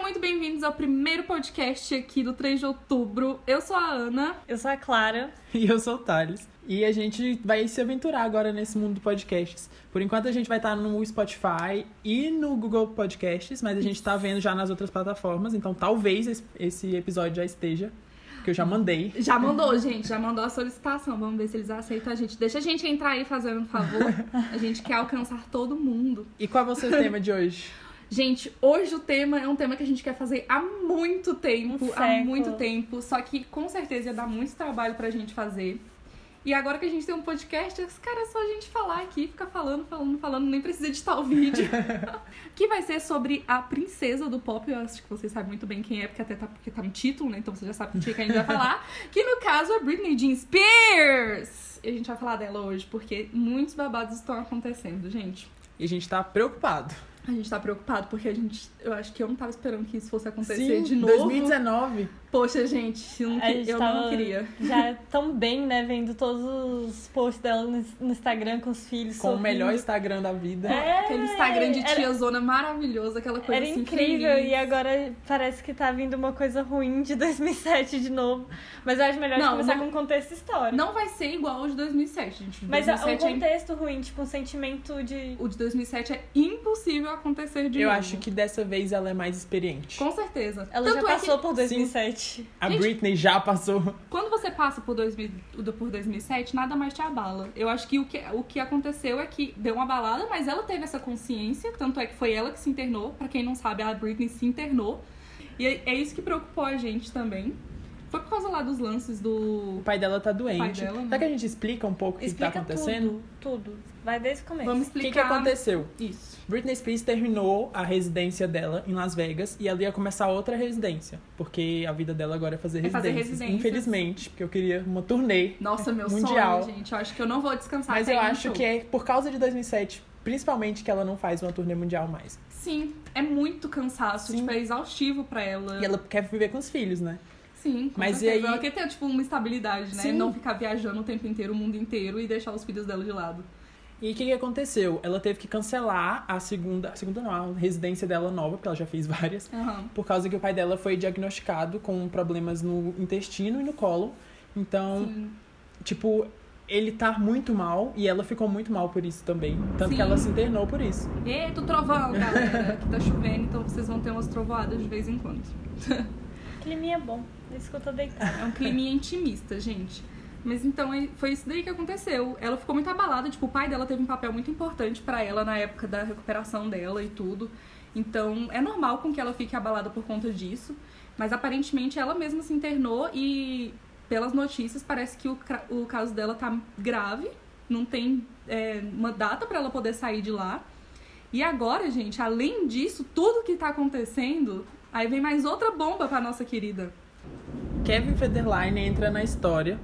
muito bem-vindos ao primeiro podcast aqui do 3 de outubro. Eu sou a Ana. Eu sou a Clara. E eu sou o Thales. E a gente vai se aventurar agora nesse mundo de podcasts. Por enquanto a gente vai estar no Spotify e no Google Podcasts, mas a gente tá vendo já nas outras plataformas, então talvez esse- esse episódio já esteja, porque eu já mandei. Já mandou, gente, já mandou a solicitação. Vamos ver se eles aceitam a gente. Deixa a gente entrar aí fazendo um favor. A gente quer alcançar todo mundo. E qual vai ser o tema de hoje? Gente, hoje o tema é um tema que a gente quer fazer há muito tempo, Um há século. muito tempo, só que com certeza ia dar muito trabalho pra gente fazer. E agora que a gente tem um podcast, os cara, é só a gente falar aqui, ficar falando, falando, falando, nem precisa editar o vídeo. que vai ser sobre a princesa do pop, eu acho que vocês sabem muito bem quem é, porque até tá, porque tá no título, né? Então você já sabe de quem a gente vai falar. Que no caso é Britney Jean Spears! E a gente vai falar dela hoje, porque muitos babados estão acontecendo, gente. E a gente tá preocupado. A gente tá preocupado porque a gente. Eu acho que eu não tava esperando que isso fosse acontecer Sim, de novo. 2019. Poxa, gente, eu, não, que- A gente eu tava não queria. já tão bem, né? Vendo todos os posts dela no no Instagram com os filhos. Com o sorrindo. melhor Instagram da vida. É, Aquele Instagram de era- tiazona maravilhoso, aquela coisa Era assim. incrível feliz. e agora parece que tá vindo uma coisa ruim de 2007 de novo. Mas eu acho melhor a gente Não, começar não- com um contexto histórico. Não vai ser igual ao de 2007, gente. O de Mas é um 2007 é contexto ruim, tipo um sentimento de. im- O de 2007 é impossível acontecer de Eu novo. acho que dessa vez ela é mais experiente. Com certeza. Ela Tanto já passou é por 2007. A Gente- Britney já passou. que quando você passa por, 2000, do- por 2007, nada mais te abala. Eu acho que o, que o que aconteceu é que deu uma balada, mas ela teve essa consciência, tanto é que foi ela que se internou. Pra quem não sabe, a Britney se internou. E é, é isso que preocupou a gente também. Foi por causa lá dos lances do. O pai dela tá doente. dela, né? Será que a gente explica um pouco o que que tá Explica acontecendo? tudo, tudo. Vai desde o começo. Vamos O que, explicar que aconteceu? isso. Britney Spears terminou a residência dela em Las Vegas e ela ia começar outra residência, porque a vida dela agora é fazer É fazer residência. residências. Infelizmente, porque eu queria uma turnê. Nossa, meu É, Mundial. sonho, gente. Eu acho que eu não vou descansar. Mas até eu ir no acho show. que é por causa de 2007, principalmente, que ela não faz uma turnê mundial mais. Sim, é muito cansaço. Sim. Tipo, é exaustivo pra ela. E ela quer viver com os filhos, né? Sim, com Mas e certeza. aí- Ela quer ter, tipo, uma estabilidade, né? Sim. Não ficar viajando o tempo inteiro, o mundo inteiro e deixar os filhos dela de lado. E o que, que aconteceu? Ela teve que cancelar a segunda, a segunda não, a residência dela nova, porque ela já fez várias. Aham. por causa que o pai dela foi diagnosticado com problemas no intestino e no colo. Então, Sim. tipo, ele tá muito mal e ela ficou muito mal por isso também. Tanto Sim. que ela se internou por isso. Eita, o trovão, galera. Aqui tá chovendo, então vocês vão ter umas trovoadas de vez em quando. Climinha é bom. Isso que eu tô deitada. É um clima intimista, gente. Mas então aí, foi isso daí que aconteceu. Ela ficou muito abalada, tipo, o pai dela teve um papel muito importante pra ela na época da recuperação dela e tudo. Então, é normal com que ela fique abalada por conta disso, mas aparentemente ela mesma se internou e pelas notícias parece que o, cra- o caso dela tá grave, não tem é, uma data pra ela poder sair de lá. E agora, gente, além disso, tudo que tá acontecendo, aí vem mais outra bomba pra nossa querida. Kevin Federline entra na história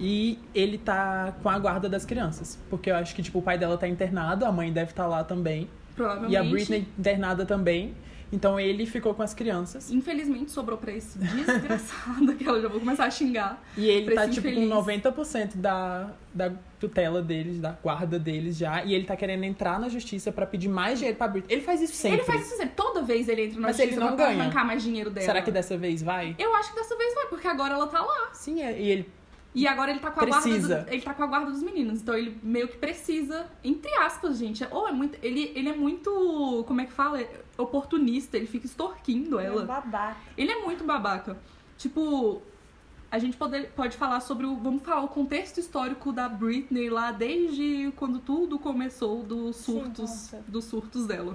e ele tá com a guarda das crianças. Porque eu acho que, tipo, o pai dela tá internado, a mãe deve estar lá também. Provavelmente. E a Britney internada também. Então ele ficou com as crianças. Infelizmente sobrou pra esse desgraçado que eu já vou começar a xingar. E ele Pra tá, esse tipo, infeliz. com 90% da, da tutela deles, da guarda deles já. E ele tá querendo entrar na justiça pra pedir mais dinheiro pra Britney. Ele faz isso sempre. Ele faz isso sempre. Toda vez ele entra na Mas justiça ele não pra ganha. arrancar mais dinheiro dela. Será que dessa vez vai? Eu acho que dessa vez vai, porque agora ela tá lá. Sim, é- e ele. E agora ele tá com a guarda. Precisa. do- ele tá com a guarda dos meninos. Então ele meio que precisa, entre aspas, gente. é- Ou é muito. Ele, ele é muito. Como é que fala? É Oportunista, ele fica extorquindo É um ela. babaca. Ele é muito babaca. Tipo, a gente pode, pode falar sobre o. Vamos falar o contexto histórico da Britney lá desde quando tudo começou dos Sim, surtos, nossa. dos surtos dela.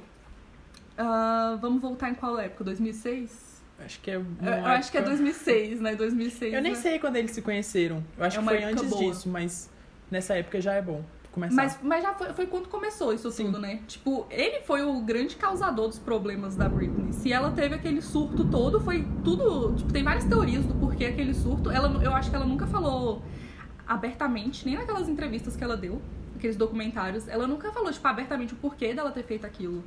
Ah, vamos voltar em qual época? 2006? Acho que é. Eu, eu acho que é 2006, né? 2006. Eu nem né? sei quando eles se conheceram. Eu É acho que uma foi época antes boa. disso, mas nessa época já é bom começar. Mas, mas já foi, foi quando começou isso Sim. tudo, né? Tipo, ele foi o grande causador dos problemas da Britney. Se ela teve aquele surto todo, foi tudo. Tipo, tem várias teorias do porquê aquele surto. Ela, nu- eu acho que ela nunca falou abertamente, nem naquelas entrevistas que ela deu, aqueles documentários. Ela nunca falou, tipo, abertamente o porquê dela ter feito aquilo.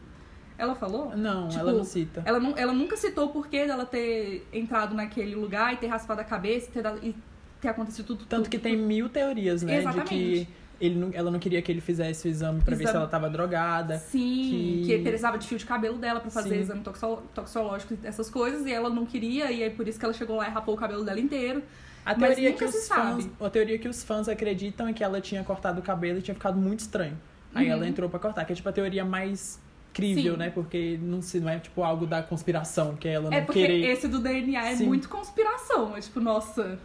Ela falou? Não, tipo, ela não cita. Ela, nu- ela nunca citou o porquê dela ter entrado naquele lugar e ter raspado a cabeça e ter, dado- e ter acontecido tudo. Tanto que tem mil teorias, né? De Exatamente. que ele não- ela não queria que ele fizesse o exame pra ver se Exame. ela tava drogada. Sim, Que- que... precisava de fio de cabelo dela pra fazer Sim. exame toxo- toxicológico e essas coisas, e ela não queria, e aí por isso que ela chegou lá e rapou o cabelo dela inteiro. A Mas teoria, nunca que os se fãs, sabe. a teoria que os fãs acreditam é que ela tinha cortado o cabelo e tinha ficado muito estranho. Aí ela entrou pra cortar, que é tipo a teoria mais Uhum. crível, Sim. né? Porque não, se, não é tipo algo da conspiração, que é ela não É porque querer. esse do DNA é Sim. muito conspiração. É tipo, nossa,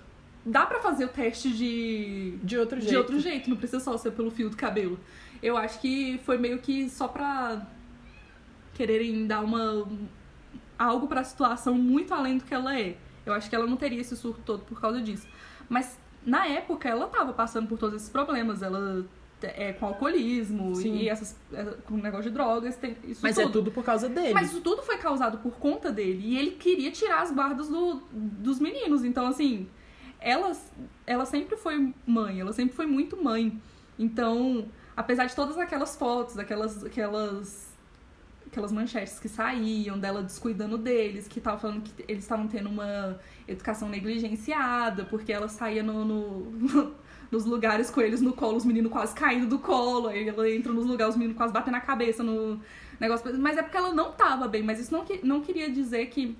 dá pra fazer o teste de. De outro jeito. De outro jeito, não precisa só ser pelo fio do cabelo. Eu acho que foi meio que só pra quererem dar uma. algo pra situação muito além do que ela é. Eu acho que ela não teria esse surto todo por causa disso. Mas na época ela tava passando por todos esses problemas. Ela é com alcoolismo Sim. e essas, essa- com negócio de drogas, tem isso Mas tudo. é tudo por causa dele. Mas isso tudo foi causado por conta dele. E ele queria tirar as guardas do- dos meninos. Então, assim, ela, ela sempre foi mãe. Ela sempre foi muito mãe. Então, apesar de todas aquelas fotos, aquelas, aquelas, aquelas manchetes que saíam dela descuidando deles, que tava falando que eles estavam tendo uma educação negligenciada, porque ela saía no- no- nos lugares com eles no colo, os meninos quase caindo do colo, aí ela entra nos lugares, os meninos quase batendo a cabeça no negócio. Mas é porque ela não tava bem, mas isso não, que- não queria dizer que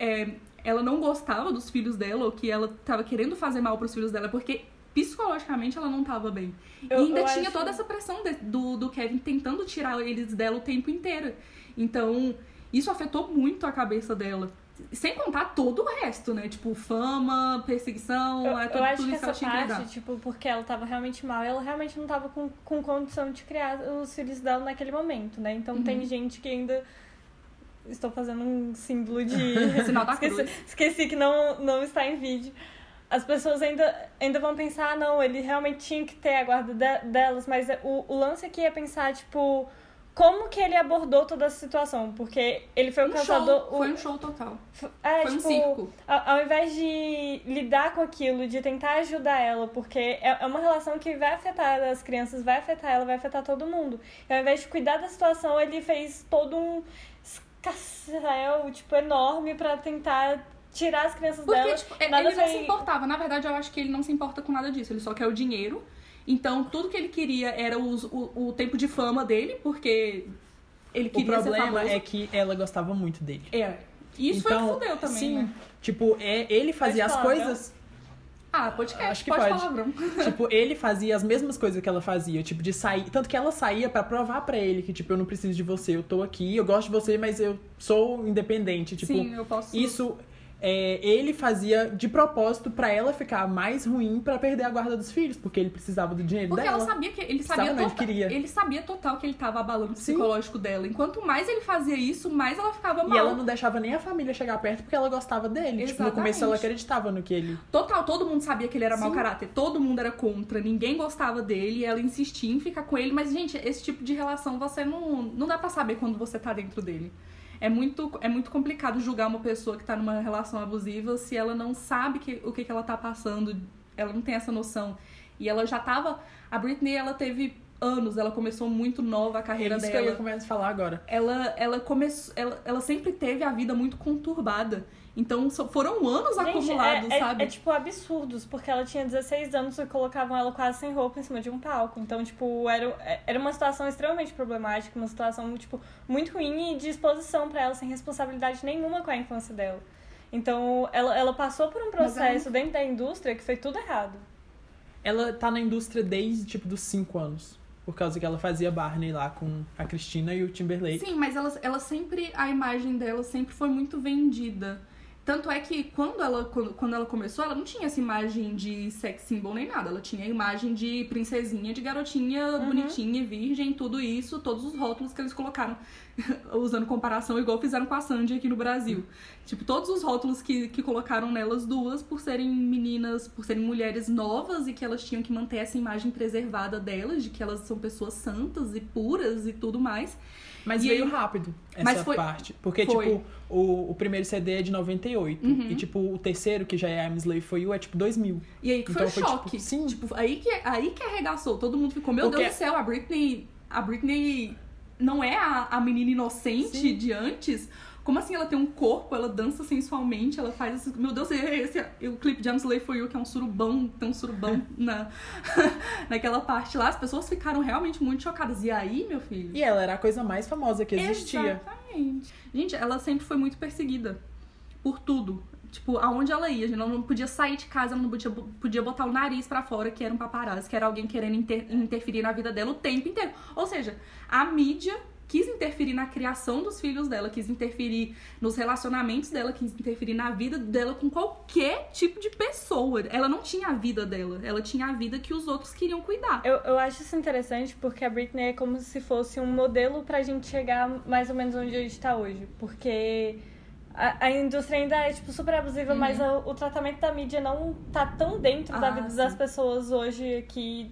é, ela não gostava dos filhos dela ou que ela tava querendo fazer mal pros filhos dela, porque psicologicamente ela não tava bem. Eu- e ainda eu tinha acho- toda essa pressão de- do, do Kevin tentando tirar eles dela o tempo inteiro. Então, isso afetou muito a cabeça dela. Sem contar todo o resto, né? Tipo, fama, perseguição, Eu, é eu tudo, acho tudo que isso ela essa tinha que lidar. parte, tipo, porque ela tava realmente mal, ela realmente não tava com, com condição de criar os filhos dela naquele momento, né? Então Uhum. tem gente que ainda. Estou fazendo um símbolo de. Sinal da esqueci, tá cruz. esqueci que não, não está em vídeo. As pessoas ainda, ainda vão pensar, ah, não, ele realmente tinha que ter a guarda de- delas, mas o, o lance aqui é pensar, tipo, como que ele abordou toda essa situação? Porque ele foi o Um causador. show, o- foi um show total. é, foi um tipo, circo. a- Ao invés de lidar com aquilo, de tentar ajudar ela, porque é é uma relação que vai afetar as crianças, vai afetar ela, vai afetar todo mundo. E ao invés de cuidar da situação, ele fez todo um escarcel, tipo, enorme pra tentar tirar as crianças Porque, dela. tipo, é- nada ele não foi- se importava. Na verdade, eu acho que ele não se importa com nada disso. Ele só quer o dinheiro. Então, tudo que ele queria era os- o, o tempo de fama dele, porque ele O queria ser problema famoso. é que ela gostava muito dele. É. E isso então, foi o que fudeu também, Sim. né? Tipo, é, ele fazia as falar, coisas. Ah, podcast. Acho que pode. pode. palavrão. Tipo, ele fazia as mesmas coisas que ela fazia, tipo, de sair. Tanto que ela saía pra provar pra ele que, tipo, eu não preciso de você, eu tô aqui, eu gosto de você, mas eu sou independente. Tipo, sim, eu posso... isso é, ele fazia de propósito pra ela ficar mais ruim pra perder a guarda dos filhos, porque ele precisava do dinheiro Porque é dela. ela sabia que ele Precisava, sabia não, ele total, queria. ele sabia total que ele tava abalando o Sim. psicológico dela. Enquanto mais ele fazia isso, mais ela ficava mal. E ela não deixava nem a família chegar perto porque ela gostava dele. Tipo, no Exatamente. começo ela acreditava no que ele. Total, todo mundo sabia que ele era mau Sim. caráter, todo mundo era contra, ninguém gostava dele, e ela insistia em ficar com ele, mas, gente, esse tipo de relação você não, não dá pra saber quando você tá dentro dele. É muito, é muito complicado julgar uma pessoa que tá numa relação abusiva se ela não sabe que- o que, que ela tá passando, ela não tem essa noção. E ela já tava. A Britney, ela teve anos, ela começou muito nova a carreira Era É isso que eu dela ia começar a falar agora. ela, ela começou. Ela, ela sempre teve a vida muito conturbada. Então so- foram anos Gente, acumulados, é, é- sabe? é, tipo absurdos, porque ela tinha 16 anos e colocavam ela quase sem roupa em cima de um palco. Então, tipo, era, era uma situação extremamente problemática, uma situação, tipo, muito ruim e de exposição pra ela, sem responsabilidade nenhuma com a infância dela. Então, ela, ela passou por um Mas ela- processo dentro da indústria que foi tudo errado. Ela tá na indústria desde, tipo, dos 5 anos. Por causa que ela fazia Barney lá com a Cristina e o Timberlake. Sim, mas ela, ela sempre. A imagem dela sempre foi muito vendida. Tanto é que quando ela, quando, quando ela começou, ela não tinha essa imagem de sex symbol nem nada. Ela tinha a imagem de princesinha, de garotinha bonitinha, virgem, tudo isso, todos os rótulos que eles colocaram, usando comparação igual fizeram com a Sandy aqui no Brasil. Tipo, todos os rótulos que, que colocaram nelas duas por serem meninas, por serem mulheres novas e que elas tinham que manter essa imagem preservada delas, de que elas são pessoas santas e puras e tudo mais. Mas E veio aí- rápido essa Mas foi- parte. Porque, foi. Uhum. tipo, o, o primeiro CD é de 98. E, tipo, o terceiro, que já é I'm Slave For You, é, tipo, 2000. E aí que Então foi foi o choque. tipo, sim. Tipo, aí que, aí que arregaçou. Todo mundo ficou, meu Porque- Deus do céu, a Britney. A Britney não é a, a menina inocente Sim. de antes. Como assim ela tem um corpo, ela dança sensualmente, ela faz esse... Meu Deus, esse, esse o clipe de I'm Slave For You, que é um surubão, tem um surubão na, naquela parte lá. As pessoas ficaram realmente muito chocadas. E aí, meu filho? E ela era a coisa mais famosa que existia. Exatamente. Gente, ela sempre foi muito perseguida por tudo. Tipo, aonde ela ia, gente, ela não podia sair de casa, ela não podia, podia botar o nariz pra fora, que era um paparazzo, que era alguém querendo inter- interferir na vida dela o tempo inteiro. Ou seja, a mídia quis interferir na criação dos filhos dela, quis interferir nos relacionamentos dela, quis interferir na vida dela com qualquer tipo de pessoa. Ela não tinha a vida dela, ela tinha a vida que os outros queriam cuidar. Eu, eu acho isso interessante porque a Britney é como se fosse um modelo pra gente chegar mais ou menos onde a gente tá hoje. Porque a, a indústria ainda é, tipo, super abusiva, mas a- o tratamento da mídia não tá tão dentro da Uhum. Ah, vida sim. das pessoas hoje que...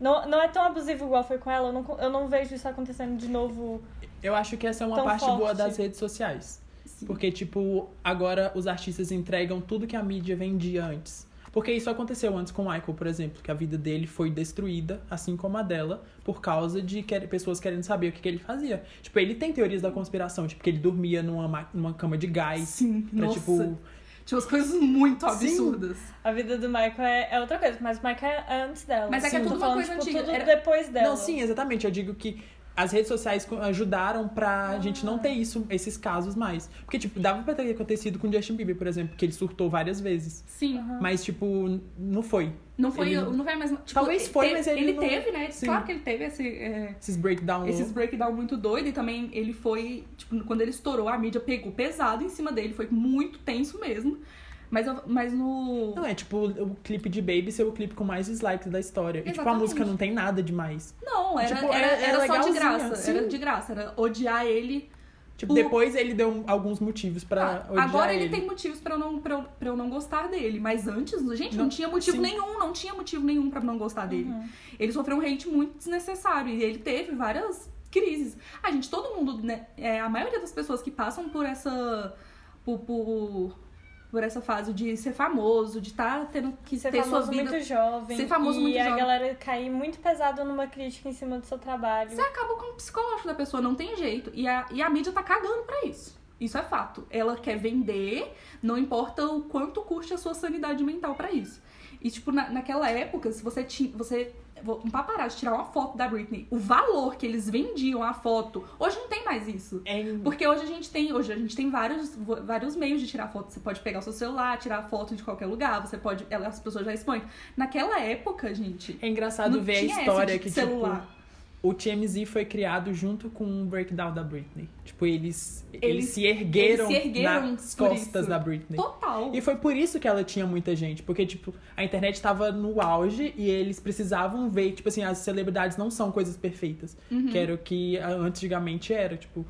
Não, não é tão abusivo igual foi com ela. Eu não, co- eu não vejo isso acontecendo de novo. Eu acho que essa é uma Tão parte boa forte. das redes sociais. Sim. Porque, tipo, agora os artistas entregam tudo que a mídia vendia antes. Porque isso aconteceu antes com o Michael, por exemplo, que a vida dele foi destruída, assim como a dela, por causa de quer- pessoas querendo saber o que, que ele fazia. Tipo, ele tem teorias da conspiração, tipo, que ele dormia numa, ma- numa cama de gás. Sim, Pra, nossa. tipo, Tinha umas coisas muito Sim. absurdas. A vida do Michael é, é outra coisa, mas o Michael é antes dela. Mas é que é Eu tô tudo uma falando, coisa tipo, antiga, tudo era- depois dela. Não, sim, exatamente. Eu digo que as redes sociais co- ajudaram pra Ah. gente não ter isso, esses casos mais. Porque, tipo, dava pra ter acontecido com o Justin Bieber, por exemplo, que ele surtou várias vezes. Sim. Mas, tipo, n- não foi. Não foi, Ele- não foi mais. Tipo, Talvez foi, te- mas ele não- teve, né? Sim. Claro que ele teve esse, é, Esses breakdowns. esses breakdown muito doido e também ele foi, tipo, quando ele estourou, a mídia pegou pesado em cima dele, foi muito tenso mesmo. Mas, eu- mas no. Não é tipo o clipe de Baby ser o clipe com mais dislikes da história. E, tipo, a Exatamente. música não tem nada demais. Não, era, Tipo, era, era- era era só de legalzinha, graça. Era sim. de graça, era odiar ele. Tipo, O- depois ele deu um- alguns motivos pra Ah, odiar agora ele, tem motivos pra eu, não, pra, eu, pra eu não gostar dele. Mas antes, gente, não, Não, tinha motivo sim. nenhum, não tinha motivo nenhum pra não gostar dele. Uhum. Ele sofreu um hate muito desnecessário e ele teve várias crises. A gente, todo mundo, né, é, a maioria das pessoas que passam por essa por, por, por essa fase de ser famoso, de estar tendo que Ser ter sua famoso vida, muito jovem. Ser famoso e muito a jovem. galera cair muito pesado numa crítica em cima do seu trabalho. você acaba com o psicológico da pessoa, não tem jeito. E a, e a mídia tá cagando pra isso. Isso é fato. Ela quer vender, não importa o quanto custe a sua sanidade mental pra isso. E, tipo, na, naquela época, se você tinha. Você, um paparazzo tirar uma foto da Britney, o valor que eles vendiam a foto, hoje não tem mais isso. É, Porque hoje a gente tem, hoje a gente tem vários, vários meios de tirar foto. Você pode pegar o seu celular, tirar foto de qualquer lugar, você pode. ela- As pessoas já expõem. Naquela época, gente. é engraçado não ver a tinha essa história de que, celular. tipo, o TMZ foi criado junto com o breakdown da Britney. Tipo, eles, eles, Eles- se ergueram, eles se ergueram nas por costas isso. da Britney. Total. E foi por isso que ela tinha muita gente, porque, tipo, a internet tava no auge e eles precisavam ver, tipo assim, as celebridades não são coisas perfeitas, Uhum. que era o que ah, antigamente era, tipo.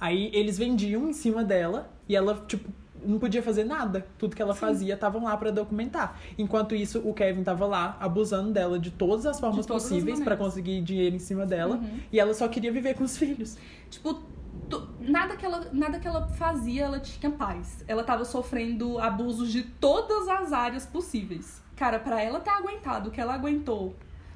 Aí eles vendiam em cima dela e ela, tipo, não podia fazer nada. Tudo que ela fazia estavam lá pra documentar. Enquanto isso, o Kevin tava lá abusando dela de todas as formas De todas as possíveis pra maneiras. Uhum. conseguir dinheiro em cima dela Uhum. e ela só queria viver com os filhos. Tipo, tu- nada, que ela, nada que ela fazia, ela tinha paz. Ela tava sofrendo abusos de todas as áreas possíveis. Cara, pra ela ter aguentado o que ela aguentou.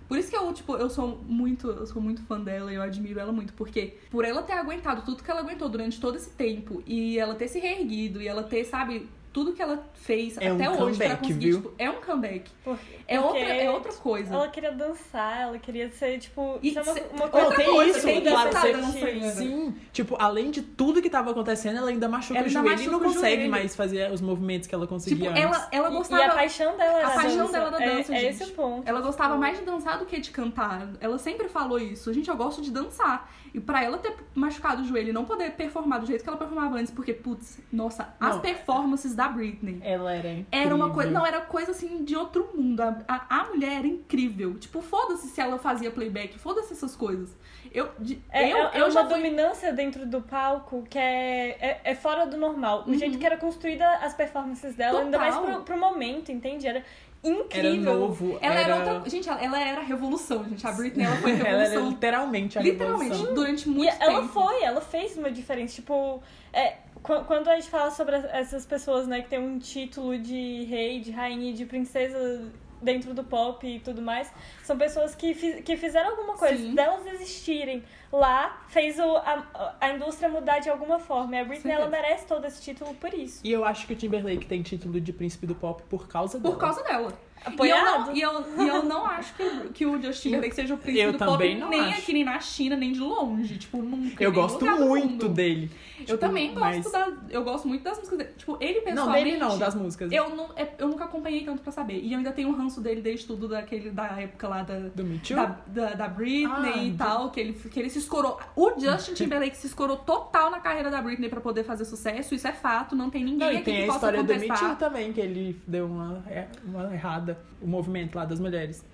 Por isso que eu, tipo, eu sou muito, eu sou muito fã dela e eu admiro ela muito, porque por ela ter aguentado tudo que ela aguentou durante todo esse tempo e ela ter se reerguido e ela ter, sabe, tudo que ela fez É um até hoje pra comeback, conseguir, viu? tipo, é um comeback. Por- É porque outra, é outra coisa. Ela queria dançar, ela queria ser, tipo. E isso é uma, cê- uma Não, coisa Outra tem coisa, isso, tem claro, dançar, você- dançar. Sim, tipo, além de tudo que tava acontecendo, ela ainda machuca Ela o ainda joelho e não machuca o consegue joelho. mais fazer os movimentos que ela conseguia Tipo, antes. ela, ela E- gostava. E a paixão dela era a paixão dança. dela da É- dança, é, gente. esse o ponto. Ela gostava mais de dançar do que de cantar. Ela sempre falou isso. Gente, eu gosto de dançar. E pra ela ter machucado o joelho e não poder performar do jeito que ela performava antes, porque, putz, nossa, as Não. performances da Britney. Ela era incrível. Era uma coisa. Não, era coisa assim de outro mundo. A, a, a mulher era incrível. Tipo, foda-se se ela fazia playback, foda-se essas coisas. Eu, de- É, eu, é- é eu uma já fui. dominância dentro do palco que é, é, é fora do normal. O jeito que era construída as performances dela, ainda mais Uhum. Total. pro, pro momento, entende? Era Era incrível. novo. Ela era... era outra. Gente, ela, ela era a revolução, gente. A Britney, ela foi a Ela era revolução. literalmente a literalmente, revolução. durante E muito tempo. ela foi, ela fez uma diferença. Tipo, é, qu- quando a gente fala sobre as- essas pessoas, né, que tem um título de rei, de rainha, de princesa dentro do pop e tudo mais, são pessoas que, fi- que fizeram alguma coisa, Sim. delas existirem. lá fez o, a, a indústria mudar de alguma forma. E a Britney, Certeza. ela merece todo esse título por isso. E eu acho que o Timberlake tem título de príncipe do pop por causa dela. Por causa dela. E eu, Apoiado. não, e, eu, e eu não acho que, que o Justin Timberlake seja o príncipe eu do pop, também não nem acho. aqui, nem na China, nem de longe. Tipo, nunca. em Eu nenhum gosto lugar do muito mundo. dele. Eu Tipo, também gosto mas- da. Eu gosto muito das músicas dele. Tipo, ele Não, pessoalmente. dele não, das músicas Eu, não, é- eu nunca acompanhei tanto pra saber. E eu ainda tenho um ranço dele desde tudo daquele, da época lá da, do Me Too. da, da, da Britney Ah, e do- tal, que ele, que ele se escorou. O Justin Timberlake se escorou total na carreira da Britney pra poder fazer sucesso, isso é fato, não tem ninguém Não, e aqui tem que a possa história do Me contestar. Too também, que ele deu uma, é, uma errada, o movimento lá das mulheres.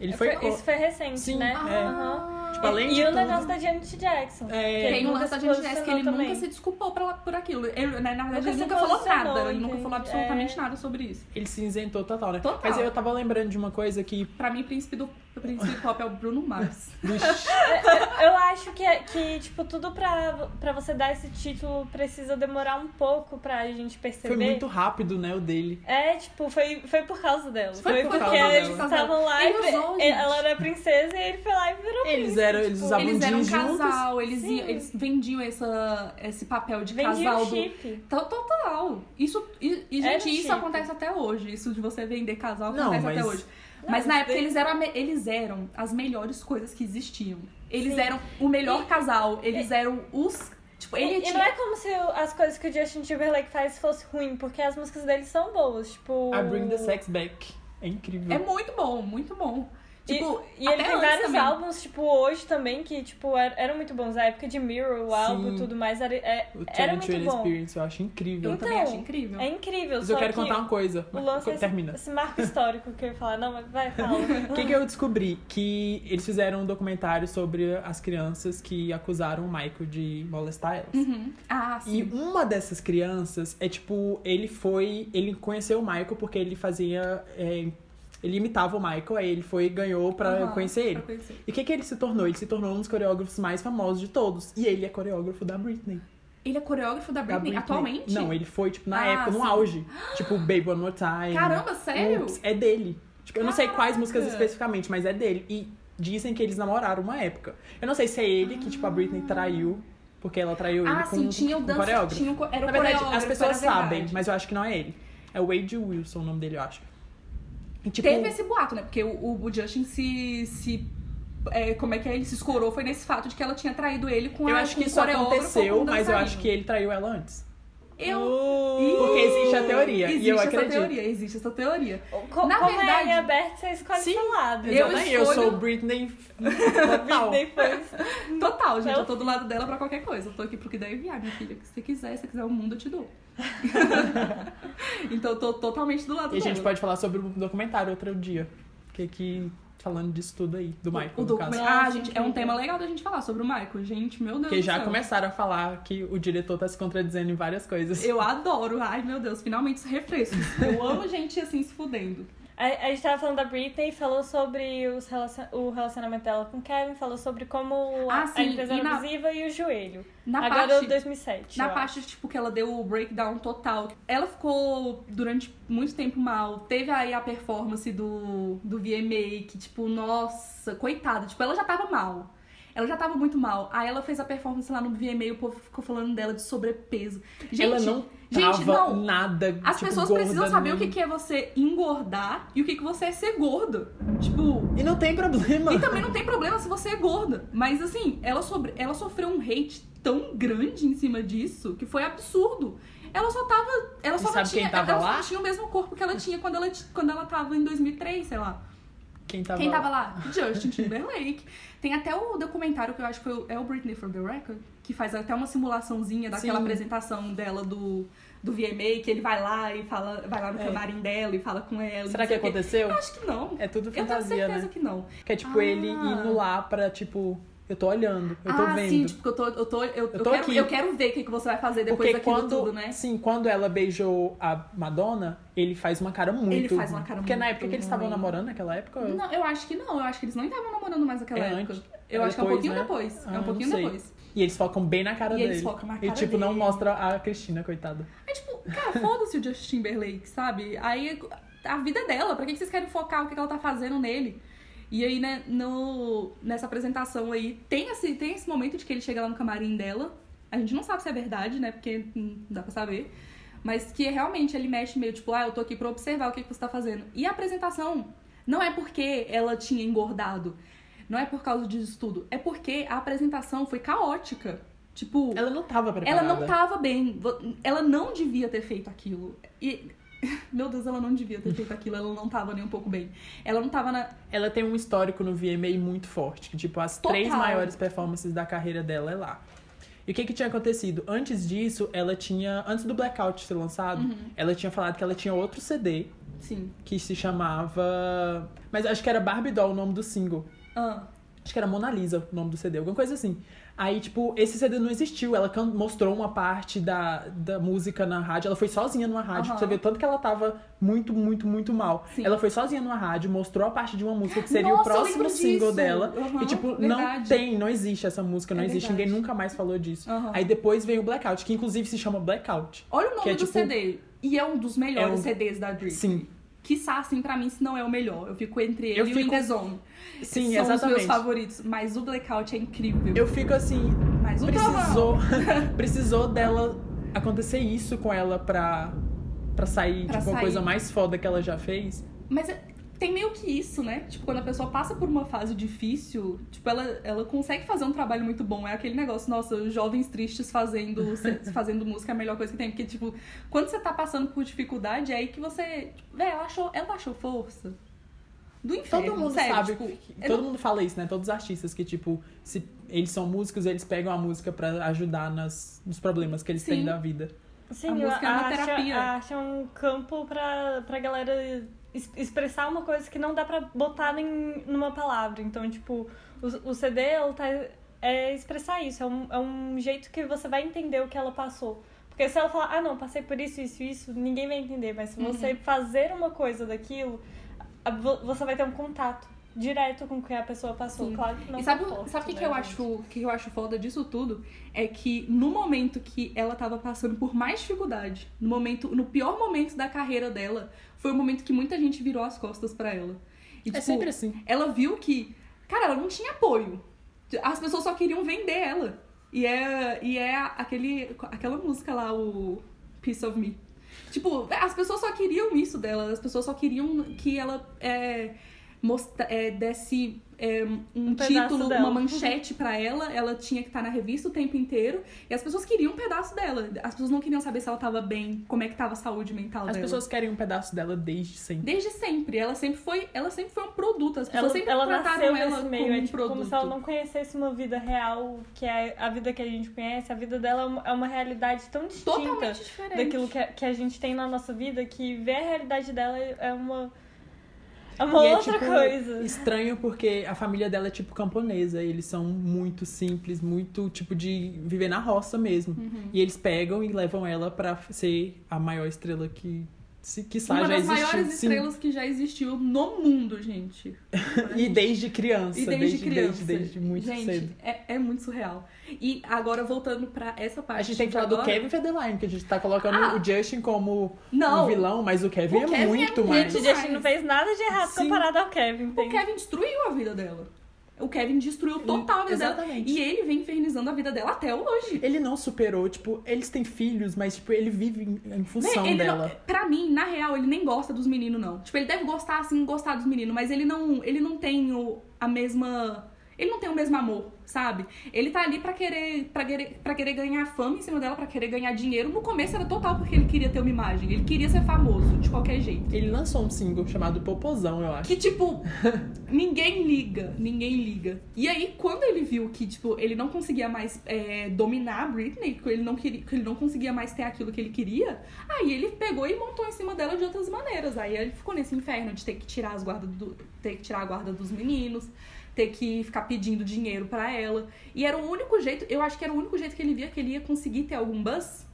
Ele É, foi. Foi- Isso foi recente, Sim, né? é. Aham. Tipo, além e de o tudo- negócio da Janet Jackson. É. que ele Tem um nunca lance da se Janet Jackson que ele posicionou nunca também. se desculpou pra, por aquilo. Ele, na, na verdade, Nunca ele se nunca falou posicionou, nada. Ele nunca entende? falou absolutamente É. nada sobre isso. Ele se isentou total, né? Total. Mas eu tava lembrando de uma coisa que. Pra mim, o príncipe do o príncipe do pop é o Bruno Mars. Vixe, Eu acho que, que tipo, tudo pra, pra você dar esse título precisa demorar um pouco pra gente perceber. foi muito rápido, né, o dele. É, tipo, foi, foi por causa dela. Foi por porque causa eles dela. estavam lá e Ele usou, e- gente. ela era princesa e ele foi lá e virou Eles príncipe, eram- eles tipo, usavam Eles eram um jeans juntos? casal, eles, iam- Sim. eles vendiam essa, esse papel de vendiam casal do, chip. Tá- Total. Isso, e, e, Era gente, isso chique. acontece até hoje. Isso de você vender casal Não, acontece mas- até hoje. Mas na época tem- eles eram, a me- eles eram as melhores coisas que existiam. Eles Sim. eram o melhor casal. Eles eram os. Tipo, ele E, e tinha. não é como se o- as coisas que o Justin Timberlake faz fosse ruim, porque as músicas dele são boas, tipo... I Bring the Sex Back. É incrível. é... muito bom, muito bom. E- Tipo, e, ele até tem antes vários também. álbuns, tipo, hoje também, que, tipo, er- eram muito bons. A época de Mirror, o Sim. álbum e tudo mais, era, é, O era muito Train bom. Experience eu acho incrível. Eu Então, também acho incrível. É incrível, Mas só eu quero que contar uma coisa. o mas lance é esse- termina. esse marco histórico que eu ia falar. Não, mas vai, fala. O que, que eu descobri? Que eles fizeram um documentário sobre as crianças que acusaram o Michael de molestar elas. Uhum. Ah, E sim. uma dessas crianças é tipo, ele foi. Ele conheceu o Michael porque ele fazia. é, ele imitava o Michael, aí ele foi e ganhou pra Aham, conhecer ele. Pra conhecer. E o que, que ele se tornou? Ele se tornou um dos coreógrafos mais famosos de todos. E ele é coreógrafo da Britney. Ele é coreógrafo da Da Britney, atualmente? Não, ele foi, tipo, na Ah, época, no sim. auge. Tipo, Baby One More Time. Caramba, sério? Oops, é dele. Tipo, eu não sei quais Caraca. músicas especificamente, mas é dele. E dizem que eles namoraram uma época. Eu não sei se é ele que, tipo, a Britney traiu, porque ela traiu ele Ah, com, sim, tinha o com dança. coreógrafo. Tinha o, co- era o Na verdade, coreógrafo, as pessoas era verdade. sabem, mas eu acho que não é ele. É o Wade Wilson o nome dele, eu acho. E, tipo, Teve esse boato, né? Porque o, o- o Justin se. se é, como é que é? Ele se escorou foi nesse fato de que ela tinha traído ele com eu a acho com que o isso coreógrafo ou com aconteceu, o mas eu dançarino. acho que ele traiu ela antes. Eu. Porque existe a teoria, Existe e eu essa acredito. teoria, existe essa teoria. Co- como é verdade- em aberto, você escolhe Sim. seu lado. Eu Exatamente, eu escolho- sou Britney total. Britney foi... Total, gente, Eu- eu tô do lado dela pra qualquer coisa. Eu tô aqui pro que der e vier, minha filha. O que você quiser, se você quiser o mundo, eu te dou. então eu tô totalmente do lado E a dela. gente pode falar sobre o documentário outro dia. Que aqui, falando disso tudo aí, do Michael, o no caso. documento. Ah, gente, é um tema legal da gente falar sobre o Michael. Gente, meu Deus Porque do já céu. começaram a falar que o diretor tá se contradizendo em várias coisas. Eu adoro. Ai, meu Deus, finalmente isso refresco. Eu amo gente assim se fudendo. A, a gente tava falando da Britney, falou sobre os relacion- o relacionamento dela com o Kevin, falou sobre como a- Ah, a sim, empresa e era na- abusiva e o joelho. Na Agora é parte... o 2007. Na eu parte, tipo, que ela deu o breakdown total. Ela ficou durante muito tempo mal. Teve aí a performance do, do VMA, que, tipo, nossa, coitada. Tipo, ela já tava mal. Ela já tava muito mal. Aí ela fez a performance lá no VMA, o povo ficou falando dela de sobrepeso. Gente, Ela não tava gente, não. nada. As tipo, pessoas gorda, precisam saber o que nem- que é você engordar e o que que você é ser gordo. Tipo, E não tem problema. e também não tem problema se você é gorda. Mas assim, ela, sobre... ela sofreu um hate tão grande em cima disso que foi absurdo. Ela só tava. Ela E só, não sabe quem tinha... tava ela lá? só não tinha o mesmo corpo que ela tinha quando ela, ti- quando ela tava em 2003, sei lá. Quem tava, Quem tava lá? Justin Timberlake. Tem até o documentário que eu acho que foi o- é o Britney for the Record, que faz até uma simulaçãozinha daquela Sim. apresentação dela do, do VMA, que ele vai lá e fala, vai lá no É. camarim dela e fala com ela. Será não sei que o quê. aconteceu? Eu acho que não. É tudo Eu tenho fantasia, certeza né? que não. Que é tipo Ah. ele indo lá pra, tipo, eu tô olhando, eu tô ah, vendo. sim, tipo, que eu tô, eu tô, eu, eu tô quero, aqui. eu quero ver o que, que você vai fazer depois Porque daquilo quando, tudo, né? sim, quando ela beijou a Madonna, ele faz uma cara muito. Ele faz uma cara Porque na muito época que eles estavam ruim. namorando, naquela época, eu- Não, eu acho que não, eu acho que eles não estavam namorando mais naquela Hum. É época. antes? eu É acho que é um depois, pouquinho né? depois. Ah, é eu um pouquinho não sei. depois. e eles focam bem na cara E dele. eles focam na e cara tipo, não dele. mostra a Cristina, coitada. É tipo, cara, foda-se o Justin Timberlake, sabe? Aí a vida é dela, pra que que vocês querem focar o que, que ela tá fazendo nele? E aí, né, no, nessa apresentação aí, tem esse, tem esse momento de que ele chega lá no camarim dela. A gente não sabe se é verdade, né? Porque hum, não dá pra saber. Mas que realmente ele mexe meio tipo, ah, eu tô aqui pra observar o que, que você tá fazendo. E a apresentação não é porque ela tinha engordado. Não é por causa disso tudo. É porque a apresentação foi caótica. Tipo, Ela não tava preparada. ela não tava bem. Vo- Ela não devia ter feito aquilo. E. Meu Deus, ela não devia ter feito aquilo. Ela não tava nem um pouco bem. Ela não tava na. Ela tem um histórico no VMA muito forte, que tipo, as Total. três maiores performances da carreira dela é lá. E o que que tinha acontecido? Antes disso, ela tinha, antes do Blackout ser lançado, ela tinha falado que ela tinha outro CD Sim. que se chamava, mas acho que era Barbie Doll o nome do single. Ah, Acho que era Mona Lisa o nome do CD, alguma coisa assim. Aí, tipo, esse CD não existiu. Ela can- mostrou uma parte da, da música na rádio. Ela foi sozinha numa rádio. Aham. Você vê o tanto que ela tava muito, muito, muito mal. Sim. Ela foi sozinha numa rádio, mostrou a parte de uma música que seria Nossa, o próximo eu lembro single disso. dela. Aham, e, tipo, não verdade. tem, não existe essa música, não É existe. verdade. Ninguém nunca mais falou disso. Aham. Aí depois veio o Blackout, que inclusive se chama Blackout. Olha o nome Que é do tipo- CD. E é um dos melhores É um- CDs da Drake. Sim, Que assim, pra mim, se não é o melhor. Eu fico entre ele Eu e fico- o In The Zone. sim, São os meus exatamente. favoritos. Mas o Blackout é incrível. Eu fico assim, Mas o precisou precisou dela acontecer isso com ela pra, pra sair Pra tipo uma sair. coisa mais foda que ela já fez. Mas é- tem meio que isso, né? Tipo, quando a pessoa passa por uma fase difícil, tipo, ela, ela consegue fazer um trabalho muito bom. É aquele negócio, nossa, jovens tristes fazendo, se- fazendo música é a melhor coisa que tem. Porque, tipo, quando você tá passando por dificuldade, é aí que você. Tipo, véi, ela achou, ela achou força. Do Todo inferno. mundo sério, sabe, tipo, que- eu todo não- mundo fala isso, né? Todos os artistas que tipo, se eles são músicos, eles pegam a música pra ajudar nas, nos problemas que eles têm Sim. da vida. Sim, A música é uma arte- terapia. A arte é um campo pra, pra galera es- expressar uma coisa que não dá pra botar em, numa palavra. Então, tipo, o, o CD ela tá, é expressar isso. É um, é um jeito que você vai entender o que ela passou. Porque se ela falar, ah, não, passei por isso, isso, isso, ninguém vai entender. Mas se Uhum. você fazer uma coisa daquilo, a- vo- você vai ter um contato direto com o que a pessoa passou. Sim. Claro que não E sabe, tá forte, sabe o que, né, que eu gente? acho que eu acho foda disso tudo? É que no momento que ela tava passando por mais dificuldade, no momento, no pior momento da carreira dela, foi o momento que muita gente virou as costas pra ela. E, é tipo, sempre assim. ela viu que, cara, ela não tinha apoio. As pessoas só queriam vender ela. E é, e é aquele, aquela música lá, o Piece of Me. Tipo, as pessoas só queriam isso dela, as pessoas só queriam que ela é, mostra, é, desse é, um pedaço título, dela. uma manchete pra ela, ela tinha que estar na revista o tempo inteiro, e as pessoas queriam um pedaço dela. As pessoas não queriam saber se ela tava bem, como é que tava a saúde mental As dela. pessoas querem um pedaço dela desde sempre. Desde sempre, ela sempre foi, ela sempre foi um produto. As pessoas Ela, sempre ela trataram nasceu ela nesse meio, como é um tipo produto. como se ela não conhecesse uma vida real, que é a vida que a gente conhece. A vida dela é uma- é uma realidade tão distinta Totalmente diferente. daquilo que a, que a gente tem na nossa vida, que ver a realidade dela é uma, é uma E é, outra tipo, coisa. Estranho porque a família dela é tipo camponesa, e eles são muito simples, muito tipo de viver na roça mesmo. é. Uhum. E eles pegam e levam ela pra ser a maior estrela que se que Uma já das existiu. maiores Sim. estrelas que já existiu no mundo, gente. E desde criança, E desde, criança. desde, desde muito gente, cedo. É, é muito surreal. E agora, voltando pra essa parte. A gente tem que de falar do agora- Kevin Federline, que a gente tá colocando Ah! o Justin como Não. um vilão, mas o Kevin, O Kevin é é muito muito mais. Gente, Justin não fez nada de errado Sim. comparado ao Kevin. O Tem. Kevin destruiu a vida dela. O Kevin destruiu total a vida dela. Exatamente. E ele vem infernizando a vida dela até hoje. Ele não superou, tipo, eles têm filhos, mas tipo, ele vive em, em função Né, ele dela. Não, pra mim, na real, ele nem gosta dos meninos, não. Tipo, ele deve gostar, assim, gostar dos meninos, mas ele não, ele não tem o, a mesma. Ele não tem o mesmo amor, sabe? Ele tá ali pra querer, pra querer, pra querer ganhar fama em cima dela, pra querer ganhar dinheiro. No começo era total porque ele queria ter uma imagem. Ele queria ser famoso, de qualquer jeito. Ele lançou um single chamado Popozão, eu acho. Que, tipo, ninguém liga, ninguém liga. E aí, quando ele viu que, tipo, ele não conseguia mais é, dominar a Britney, que ele, não queria, que ele não conseguia mais ter aquilo que ele queria, aí ele pegou e montou em cima dela de outras maneiras. Aí ele ficou nesse inferno de ter que tirar as guardas do, ter que tirar a guarda dos meninos, ter que ficar pedindo dinheiro pra ela. E era o único jeito, eu acho que era o único jeito que ele via que ele ia conseguir ter algum buzz,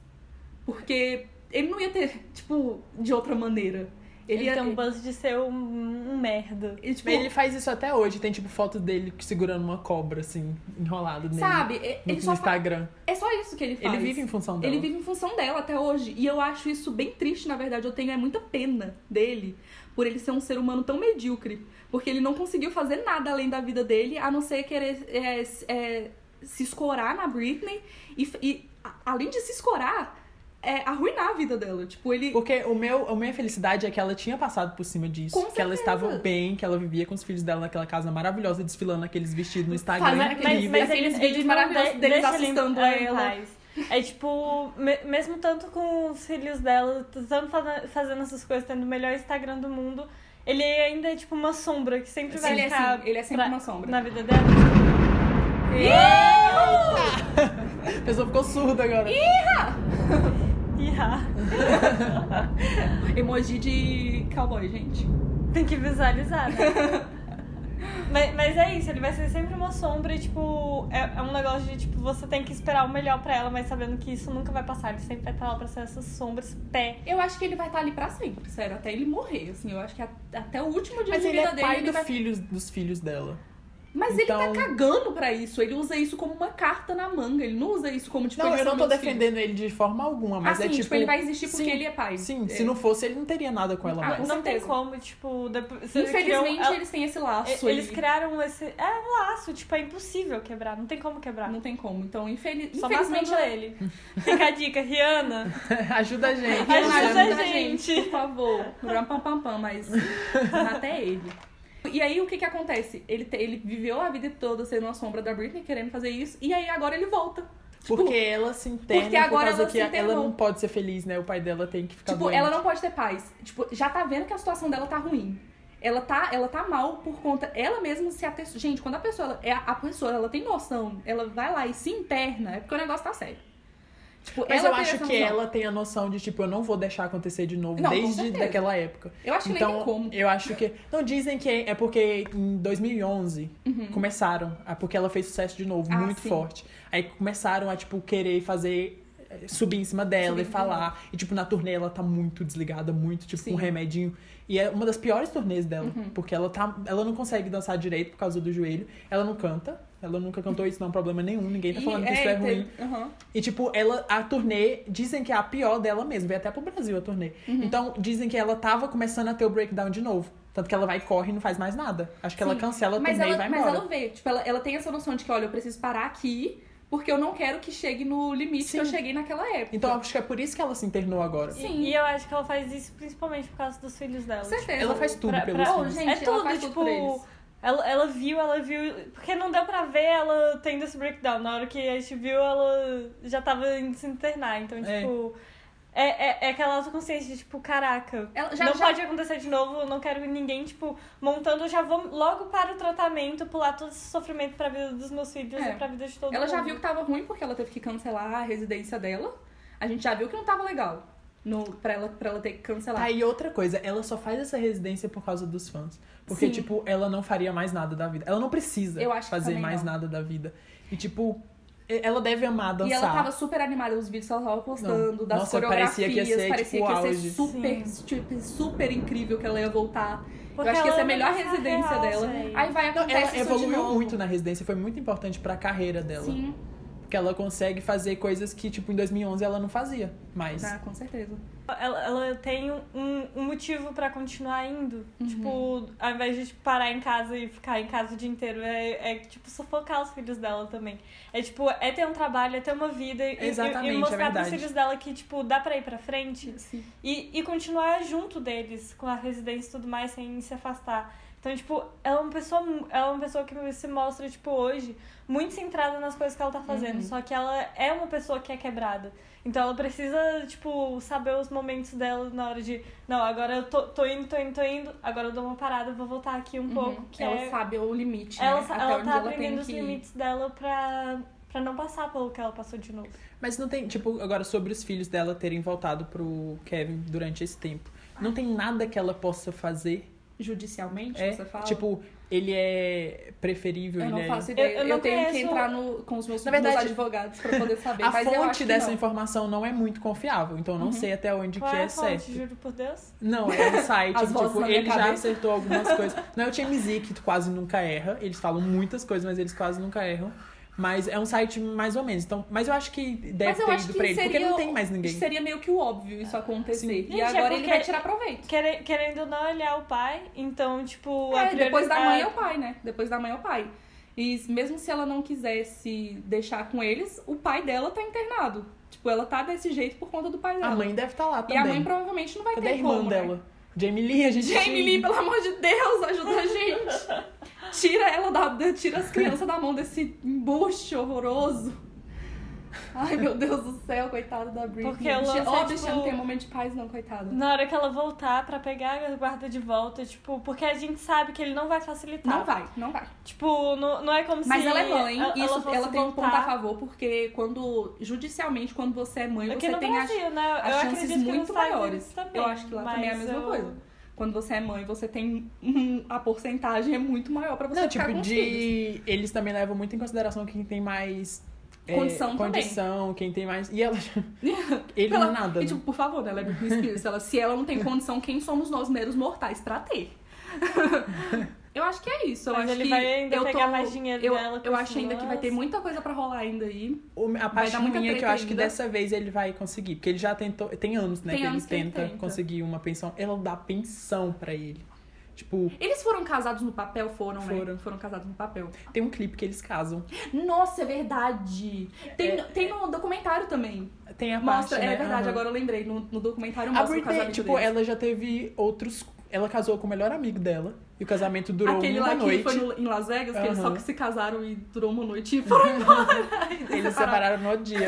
porque ele não ia ter, tipo, de outra maneira. Ele, Ele, tem um buzz de ser um, um merda. ele, tipo, ele faz isso até hoje. Tem, tipo, foto dele segurando uma cobra, assim, enrolado nele. sabe? e- No, Ele no só faz, Instagram. é só isso que ele faz. Ele vive em função dela. Ele vive em função dela até hoje. E eu acho isso bem triste, na verdade. Eu tenho é muita pena dele por ele ser um ser humano tão medíocre. Porque ele não conseguiu fazer nada além da vida dele, a não ser querer é, s- é, se escorar na Britney e, f- e a- além de se escorar, é, arruinar a vida dela. Tipo, ele. Porque o meu, a minha felicidade é que ela tinha passado por cima disso. Com que ela certeza. estava bem, que ela vivia com os filhos dela naquela casa maravilhosa, desfilando aqueles vestidos no Instagram. Fazendo Mas, aquele- incríveis. mas, mas aqueles eles, vídeos eles não maravilhosos de- deles deixa ele assustando em ela. paz. É tipo, me- mesmo tanto com os filhos dela, tanto fa- fazendo essas coisas, tendo o melhor Instagram do mundo, ele ainda é tipo uma sombra que sempre vai Ele é, ficar assim, ele é sempre pra- uma sombra. na vida dela. A pessoa ficou surda agora. Iha. Emoji de cowboy, gente. Tem que visualizar, né? mas, mas é isso, ele vai ser sempre uma sombra e, tipo, é, é um negócio de, tipo, você tem que esperar o melhor pra ela, mas sabendo que isso nunca vai passar. Ele sempre vai estar lá pra ser essa sombra, esse pé. Eu acho que ele vai estar ali pra sempre, sério, até ele morrer, assim. Eu acho que a- até o último dia Mas de ele vida é dele pai ele do vai filhos, dos filhos dela. Mas ele Então- tá cagando pra isso. Ele usa isso como uma carta na manga. Ele não usa isso como, tipo, não, eles eu são não tô meus filhos. defendendo ele de forma alguma, mas assim, é tipo... tipo, ele vai existir porque sim, ele é pai. Sim, É. se não fosse, ele não teria nada com ela Ah, mais. Com não tem certeza. como, tipo, depois, você Infelizmente, um- criou- eles têm esse ela- É, laço. eles aí. criaram esse. É um laço, tipo, é impossível quebrar, não tem como quebrar. Não tem como. Então, infeli... Só infelizmente... matando ele. Fica a dica, Rihanna. Ajuda a gente. né? Ela Ajuda ajuda a a é gente, gente. por favor. Ram, pam, pam, pam, mas até ele. E aí, o que que acontece? Ele, te- ele viveu a vida toda sendo uma sombra da Britney, querendo fazer isso. E aí, agora ele volta. Tipo, Porque ela se interna porque agora por causa ela se que ela internou. não pode ser feliz, né? O pai dela tem que ficar Tipo, doente. ela não pode ter paz. Tipo, já tá vendo que a situação dela tá ruim. Ela tá, ela tá mal por conta. Ela mesma se atestou. Gente, quando a pessoa. ela- É a, a pessoa, ela tem noção. Ela vai lá e se interna. É porque o negócio tá sério. Tipo, Mas ela eu tem acho essa que noção. ela tem a noção de, tipo, eu não vou deixar acontecer de novo Não, com desde certeza. daquela época. Eu acho que nem Então, tem como. eu acho que. Não, dizem que é porque em 2011 começaram, ah, porque ela fez sucesso de novo, Uhum. Ah, muito sim. forte. Aí começaram a, tipo, querer fazer. eh, Subir em cima dela Subir em e cima falar. E, tipo, na turnê ela tá muito desligada, muito, tipo, com Sim. Uhum. um remedinho. E é uma das piores turnês dela, porque ela, tá, ela não consegue dançar direito por causa do joelho. Ela não canta, ela nunca cantou, isso não é um problema nenhum, ninguém tá E- então, falando que isso é e teve- ruim. aham. E, tipo, ela, a turnê, dizem que é a pior dela mesmo. Veio até pro Brasil a turnê. Uhum. Então, dizem que ela tava começando a ter o breakdown de novo. Tanto que ela vai, corre e não faz mais nada. Acho que ela Sim. cancela a Mas turnê ela, e vai mas embora. ela vê, tipo, ela, ela tem essa noção de que, olha, eu preciso parar aqui porque eu não quero que chegue no limite que eu Sim. cheguei naquela época. Então, acho que é por isso que ela se internou agora. E- Sim. E, eu acho que ela faz isso principalmente por causa dos filhos dela. Com certeza. Ela faz tudo Pra- pelos pra- filhos. Gente, é ela tudo, faz tudo tipo. pra eles. ela, ela viu, ela viu. Porque não deu pra ver ela tendo esse breakdown. Na hora que a gente viu, ela já tava indo se internar. Então, É. tipo. É, é, é aquela autoconsciência de, tipo, caraca, Ela já- não já- pode acontecer de novo, eu não quero ninguém, tipo, montando, eu já vou logo para o tratamento, pular todo esse sofrimento pra vida dos meus filhos É. e pra vida de todo Ela mundo. já viu que tava ruim porque ela teve que cancelar a residência dela. A gente já viu que não tava legal no, pra, ela, pra ela ter que cancelar. Aí, outra coisa, ela só faz essa residência por causa dos fãs. Porque, Sim. tipo, ela não faria mais nada da vida. Ela não precisa Eu acho que fazer também mais não. nada da vida. E, tipo, e- ela deve amar dançar. E ela tava super animada, os vídeos que ela tava postando, Não. das Nossa, coreografias, parecia que ia ser, parecia que tipo, ia ser auge. super, tipo, super incrível que ela ia voltar. Porque Eu acho que ia ela ser a é melhor uma residência real, dela. gente. Aí vai Não, acontecer ela isso de evoluiu novo. muito na residência. Foi muito importante pra carreira dela. Sim, Porque ela consegue fazer coisas que, tipo, em 2011 ela não fazia mais. tá, com certeza. Ela, ela tem um, um motivo pra continuar indo. Uhum. Tipo, ao invés de tipo, parar em casa e ficar em casa o dia inteiro, é, é, tipo sufocar os filhos dela também. É tipo, é ter um trabalho, é ter uma vida e- e, Exatamente, e é mostrar pros verdade. filhos dela que, tipo, dá pra ir pra frente Sim. e, e continuar junto deles, com a residência e tudo mais, sem se afastar. Então, tipo, ela é uma pessoa, mu- ela é uma pessoa que se mostra, tipo, hoje, muito centrada nas coisas que ela tá Uhum. fazendo. Só que ela é uma pessoa que é quebrada. Então ela precisa, tipo, saber os momentos dela na hora de. Não, agora eu tô, tô indo, tô indo, tô indo, agora eu dou uma parada, vou voltar aqui um pouco. Uhum. Que ela é... sabe o limite, ela, né? sa- Até ela onde tá ela tem aprendendo os que... limites dela pra, pra não passar pelo que ela passou de novo. Mas não tem, tipo, agora sobre os filhos dela terem voltado pro Kevin durante esse tempo. Não tem nada que ela possa fazer. Judicialmente, é, você fala? tipo, ele é preferível, Eu ele não é... faço ideia. Eu- Eu, eu não tenho que conheço- entrar no- com os meus, Na verdade, meus advogados pra poder saber. A mas eu acho fonte que dessa não. Uhum. informação não é muito confiável, então eu não sei até onde Qual que é é a fonte, certo. juro por Deus? Não, é um site, As vozes tipo, na minha ele já cabeça. acertou algumas coisas. Não é o TMZ, que tu quase nunca erra. Eles falam muitas coisas, mas eles quase nunca erram. Mas é um site mais ou menos. Então, mas eu acho que Mas deve eu ter acho ido que pra ele, porque seria não o- tem mais ninguém. Seria meio que o óbvio isso acontecer. Sim. E Gente, é agora ele porque- vai tirar proveito. Quere- Querendo ou não, ele é o pai, então, tipo. a É, depois da mãe é o prioridade- pai, né? Depois da mãe é o pai. E mesmo se ela não quisesse deixar com eles, o pai dela tá internado. Tipo, ela tá desse jeito por conta do pai dela. A mãe deve estar lá e também. a mãe provavelmente não vai Cadê ter a irmã como, né? dela? Jamie Lee, a gente... Jamie Lee, pelo amor de Deus, ajuda a gente. Tira ela da, da- tira as crianças da mão desse embuste horroroso. Ai, meu Deus do céu, coitada da Britney. Porque o Bicha- lance Ó, é, bicha, tipo- não tem um momento de paz não, coitada. Na hora que ela voltar pra pegar a guarda de volta, tipo, porque a gente sabe que ele não vai facilitar. Não vai, não vai. Tipo, não, não é como se. Mas ela é mãe, ela, isso ela, fosse tem um ponto voltar. a favor, porque quando, judicialmente, quando você é mãe, Aqui você no tem a, Brasil, né? as eu chances acredito que nos muito Estados Unidos maiores. Também, Eu acho que lá também é a mas mesma eu- coisa. Quando você é mãe, você tem um- a porcentagem é muito maior pra você Não, ficar tipo, com os de... filhos. Eles também levam muito em consideração quem tem mais... é, Condição também. condição, quem tem mais... E ela... Ele Pela- nada. E, tipo, por favor, né? Ela é Britney Spears. Ela, se ela não tem condição, quem somos nós, meros mortais, pra ter? eu acho que é isso. Eu Mas acho ele que vai ainda eu tô- pegar mais dinheiro eu, dela com Eu esse acho ainda que vai lance. ter muita coisa pra rolar ainda aí. O- A parte dar muita ruim é que eu treta acho que ainda. dessa vez ele vai conseguir. Porque ele já tentou. Tem anos, né? Tem que anos ele que ele tenta, tenta. conseguir uma pensão. Ela dá pensão pra ele. Tipo, Eles foram casados no papel? Foram, Foram. né? Foram casados no papel. tem um clipe que eles casam. Nossa, é verdade! Tem, tem no documentário também. Tem a Mostra, parte. é né? verdade, Aham. agora eu lembrei. No, no documentário A mostra o Britney, casamento tipo, deles. ela já teve outros. Ela casou com o melhor amigo dela. E o casamento durou Aquele uma lá noite. que foi no- em Las Vegas, que eles só Aham. que se casaram e durou uma noite e foram embora. Eles separaram no dia.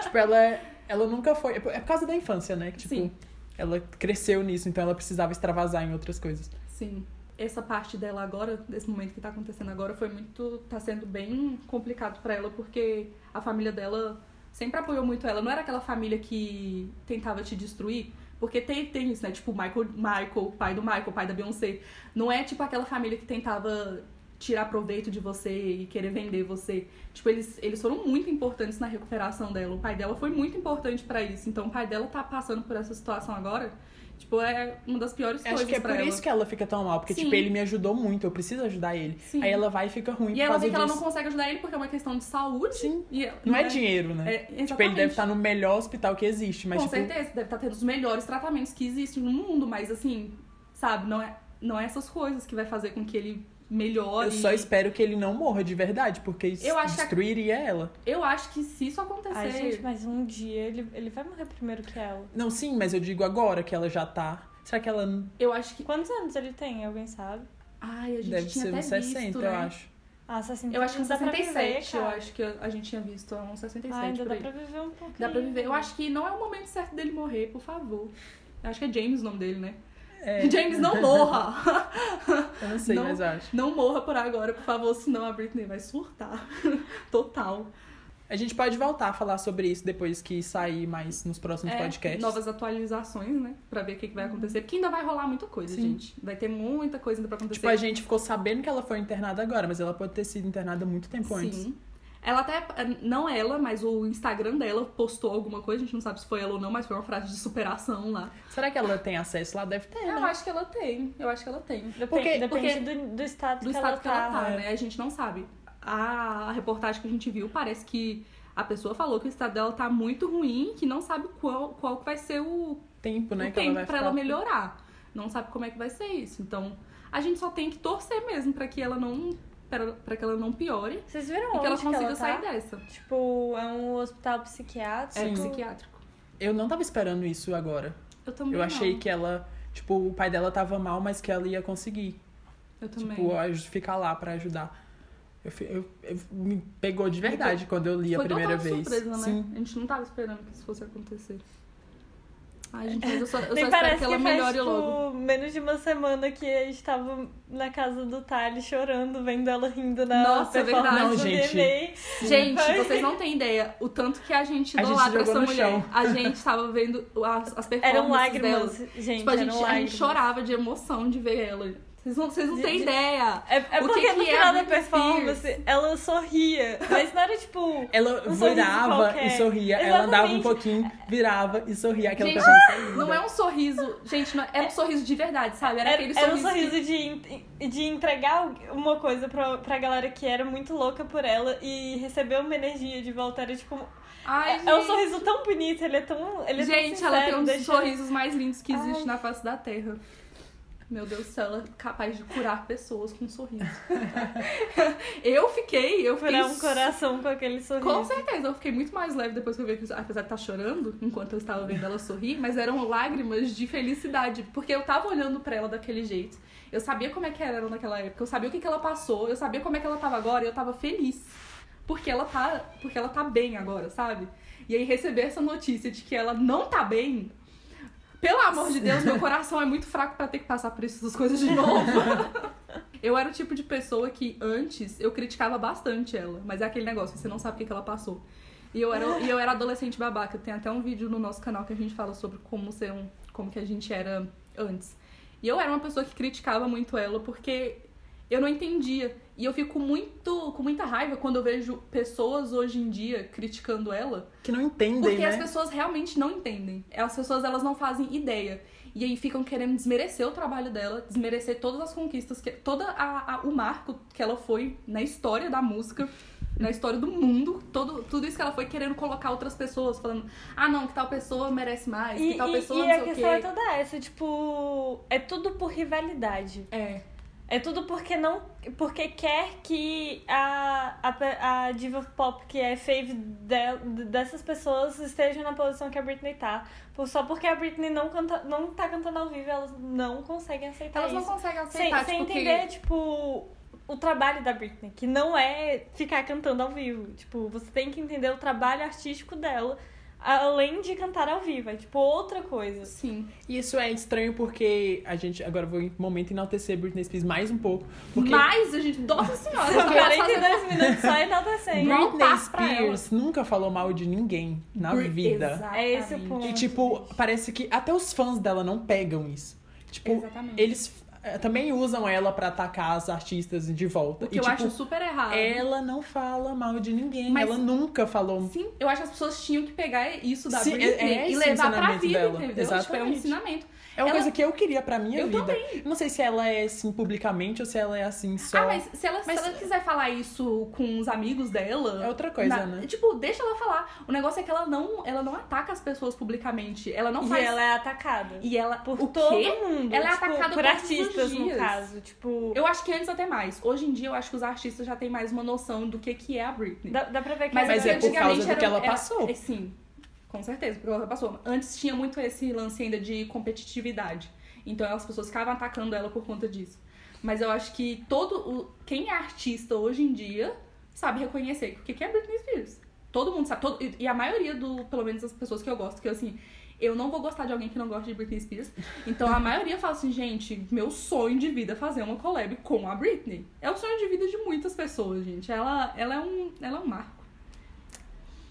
tipo, ela, ela nunca foi. É por é por causa da infância, né? Que, tipo, Sim. ela cresceu nisso, então ela precisava extravasar em outras coisas. Sim. Essa parte dela agora, desse momento que tá acontecendo agora, foi muito. tá sendo bem complicado pra ela, porque a família dela sempre apoiou muito ela. Não era aquela família que tentava te destruir. Porque tem, tem isso, né? Tipo, Michael, Michael, pai do Michael, pai da Beyoncé. Não é tipo aquela família que tentava tirar proveito de você e querer vender você. Tipo, eles, eles foram muito importantes na recuperação dela. O pai dela foi muito importante pra isso. Então, o pai dela tá passando por essa situação agora. Tipo, é uma das piores Acho coisas que é pra por ela. isso que ela fica tão mal, porque, Sim. tipo, ele me ajudou muito, eu preciso ajudar ele. Sim. Aí ela vai e fica ruim E por ela causa vê que disso. ela não consegue ajudar ele porque é uma questão de saúde. Sim. E ela- Não é né? dinheiro, né? É, exatamente. Tipo, ele deve estar no melhor hospital que existe, mas Com tipo, certeza, deve estar tendo os melhores tratamentos que existem no mundo, mas assim, sabe, não é, não é essas coisas que vai fazer com que ele melhore. eu só espero que ele não morra de verdade, porque isso Eu acho que- destruiria ela. Eu acho que se isso acontecer. Ai, gente, mas um dia ele, ele vai morrer primeiro que ela. Não, sim, mas eu digo agora que ela já tá. Será que ela Eu acho que. Quantos anos ele tem? Alguém sabe? Ai, a gente deve tinha ser até uns 60, visto, eu né? acho. Ah, 60 Eu acho que uns dá pra 67. viver, eu cara. acho que a gente tinha visto uns 67. Ah, ainda por dá aí. pra viver um pouquinho. Dá pra viver. Eu acho que não é o momento certo dele morrer, por favor. Eu acho que é James o nome dele, né? É, James, não morra! eu não sei, Não. mas eu acho. Não morra por agora, por favor, senão a Britney vai surtar. Total. A gente pode voltar a falar sobre isso depois que sair mais nos próximos É, podcasts. Novas atualizações, né? Pra ver o que, que vai acontecer. Porque ainda vai rolar muita coisa, Sim. gente. Vai ter muita coisa ainda pra acontecer. Tipo, a gente ficou sabendo que ela foi internada agora, mas ela pode ter sido internada muito tempo antes. Sim. Ela até, não ela, mas o Instagram dela postou alguma coisa, a gente não sabe se foi ela ou não, mas foi uma frase de superação lá. Será que ela tem acesso lá? Deve ter, É, Eu né? acho que ela tem, eu acho que ela tem. Depende, Porque- depende porque- do, do estado, do que, estado ela que ela tá, é. né? A gente não sabe. A reportagem que a gente viu parece que a pessoa falou que o estado dela tá muito ruim, que não sabe qual, qual que vai ser o, Tempo, né? o que ela tempo vai pra ficar- ela melhorar. Não sabe como é que vai ser isso. Então, a gente só tem que torcer mesmo pra que ela não pra, pra que ela não piore Vocês viram e onde que ela consiga tá? sair dessa. Tipo, é um hospital psiquiátrico. É Sim. psiquiátrico. Eu não tava esperando isso agora. Eu também Eu achei não. que ela, tipo, o pai dela tava mal, mas que ela ia conseguir, eu também. tipo, aj- ficar lá pra ajudar. Eu, fi- eu- eu- me pegou de verdade quando eu li a Foi primeira total vez. surpresa, né? Sim. A gente não tava esperando que isso fosse acontecer. Ai, gente, mas eu só, eu só Nem espero parece que ela faz, melhore tipo, logo. menos de uma semana que a gente tava na casa do Thales chorando, vendo ela rindo na Nossa, é performance verdade. Não, do gente. VMA. Gente, Vai. vocês não têm ideia o tanto que a gente A gente idolatra jogou essa no mulher. chão. A gente tava vendo as, as performances Eram lágrimas, dela. gente, um Tipo, a eram gente, a gente lágrimas. chorava de emoção de ver ela. Vocês não, vocês não têm ideia. É, é O que porque que no é final da Britney performance Spears? ela sorria, mas não era tipo. Ela Um sorriso virava e qualquer. sorria, ela andava um Exatamente. pouquinho, virava e sorria. Aquela Gente, pessoa linda. Não é um sorriso. Gente, não, era um sorriso de verdade, sabe? Era, né? Era, aquele era um sorriso. sorriso de, en- de entregar uma coisa pra, pra galera que era muito louca por ela e receber uma energia de volta. Era tipo. que... Ai, gente. É um sorriso tão bonito, ele é tão. Ele é tão Gente, ela tem sincero, um dos deixa- sorrisos mais lindos que existe Ai. na face da Terra. Meu Deus do céu, ela é capaz de curar pessoas com um sorriso. eu fiquei, eu fiquei... Furar um coração com aquele sorriso. Com certeza, eu fiquei muito mais leve depois que eu vi que, apesar de estar chorando, enquanto eu estava vendo ela sorrir, mas eram lágrimas de felicidade, porque eu tava olhando pra ela daquele jeito. Eu sabia como é que era ela naquela época, eu sabia o que, que ela passou, eu sabia como é que ela tava agora e eu tava feliz. Porque ela tá, porque ela tá bem agora, sabe? E aí receber essa notícia de que ela não tá bem, pelo amor de Deus, meu coração é muito fraco pra ter que passar por essas coisas de novo. Eu era o tipo de pessoa que antes eu criticava bastante ela, mas é aquele negócio, você não sabe o que, que ela passou. E eu, era, e eu era adolescente babaca. Tem até um vídeo no nosso canal que a gente fala sobre como ser um. como que a gente era antes. E eu era uma pessoa que criticava muito ela porque eu não entendia. E eu fico muito com muita raiva quando eu vejo pessoas hoje em dia criticando ela Que não entendem, porque né? as pessoas realmente não entendem. As pessoas elas não fazem ideia. E aí ficam querendo desmerecer o trabalho dela, desmerecer todas as conquistas, que, todo o marco que ela foi na história da música, na história do mundo, todo, tudo isso que ela foi querendo colocar outras pessoas, falando, ah não, que tal pessoa merece mais, E, que tal e- pessoa e não a sei o questão é quê. toda essa, tipo, é tudo por rivalidade. É, É tudo porque não. Porque quer que a, a, pe- a diva pop que é fave de- dessas pessoas esteja na posição que a Britney tá. Por- Só porque a Britney não, canta, não tá cantando ao vivo, elas não conseguem aceitar elas não isso. conseguem sem, aceitar, sem tipo, que- entender, tipo, o trabalho da Britney, que não é ficar cantando ao vivo. Tipo, você tem que entender o trabalho artístico dela, além de cantar ao vivo. É tipo outra coisa. Sim. E Isso é estranho porque a gente. Agora eu vou em momento enaltecer Britney Spears mais um pouco. Porque Mas a gente, nossa senhora, eu quero fazer 42 minutos só enaltecendo. Britney Britney voltar pra ela. Spears nunca falou mal de ninguém na Bri- vida. Exatamente. É esse o ponto. E tipo, parece que até os fãs dela não pegam isso. Tipo, Exatamente. eles eh, também usam ela pra atacar as artistas de volta. O que e eu tipo, acho super errado. ela não fala mal de ninguém. Mas- Ela nunca falou. Sim, eu acho que as pessoas tinham que pegar isso da Sim, é- Britney é e esse o levar pra ensinamento vida, dela. entendeu? Tipo, é um Exatamente. ensinamento. É uma Ela- coisa que eu queria pra minha Eu vida. Eu Não sei se ela é assim publicamente ou se ela é assim só. Ah, mas se ela, Mas- se ela quiser falar isso com os amigos dela... É outra coisa, na- né? Tipo, deixa ela falar. O negócio é que ela não, ela não ataca as pessoas publicamente. Ela não e faz... ela é atacada. E ela... Por o todo quê? mundo. Ela é tipo, atacada por todos os artistas, dias. no caso. Tipo, Eu acho que antes até mais. Hoje em dia, eu acho que os artistas já têm mais uma noção do que, que é a Britney. dá, dá pra ver que Mas, Mas é é por antigamente causa do era- que ela era- passou. é, sim, com certeza, porque ela passou. Antes tinha muito esse lance ainda de competitividade. Então as pessoas ficavam atacando ela por conta disso. Mas eu acho que todo o, quem é artista hoje em dia sabe reconhecer o que que é Britney Spears. Todo mundo sabe. todo- e- e a maioria do, pelo menos as pessoas que eu gosto, que eu, assim, eu não vou gostar de alguém que não gosta de Britney Spears. Então a maioria fala assim, gente, meu sonho de vida é fazer uma collab com a Britney. É o sonho de vida de muitas pessoas, gente. Ela, ela, é, um, ela é um marco.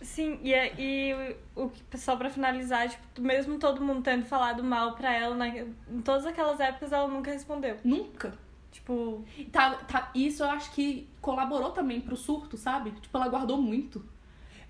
Sim, e, é- e o, o- só pra finalizar, tipo, mesmo todo mundo tendo falado mal pra ela na- em todas aquelas épocas, ela nunca respondeu. Nunca. Tipo, E Tá, tá, isso eu acho que colaborou também pro surto, sabe? Tipo, ela guardou muito.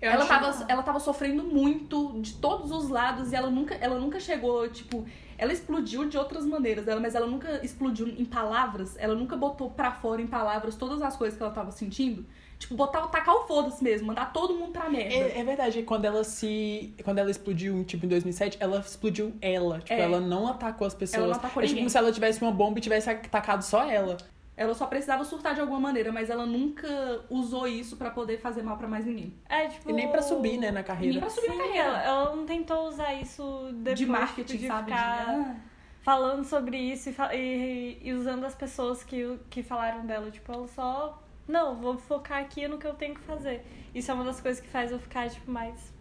Eu ela, acho- assim, tava, ela tava sofrendo muito de todos os lados e ela nunca, ela nunca chegou, tipo... Ela explodiu de outras maneiras, ela, mas ela nunca explodiu em palavras. Ela nunca botou pra fora em palavras todas as coisas que ela tava sentindo. Tipo, botar, o- tacar o foda-se mesmo, mandar todo mundo pra merda. É, é verdade, quando ela se. Quando ela explodiu, tipo, em 2007, ela explodiu ela. Tipo, É. ela não atacou as pessoas. Ela não atacou é tipo ninguém. como se ela tivesse uma bomba e tivesse atacado só ela. Ela só precisava surtar de alguma maneira, mas ela nunca usou isso pra poder fazer mal pra mais ninguém. é tipo. E nem pra subir, né, na Nem carreira. pra subir Sim, na carreira. Ela, ela não tentou usar isso depois, de tipo, marketing, de sabe? ficar De... Ah. falando sobre isso e, fa- e- e usando as pessoas que, que falaram dela. Tipo, ela só. Não, vou focar aqui no que eu tenho que fazer. Isso é uma das coisas que faz eu ficar, tipo, mais.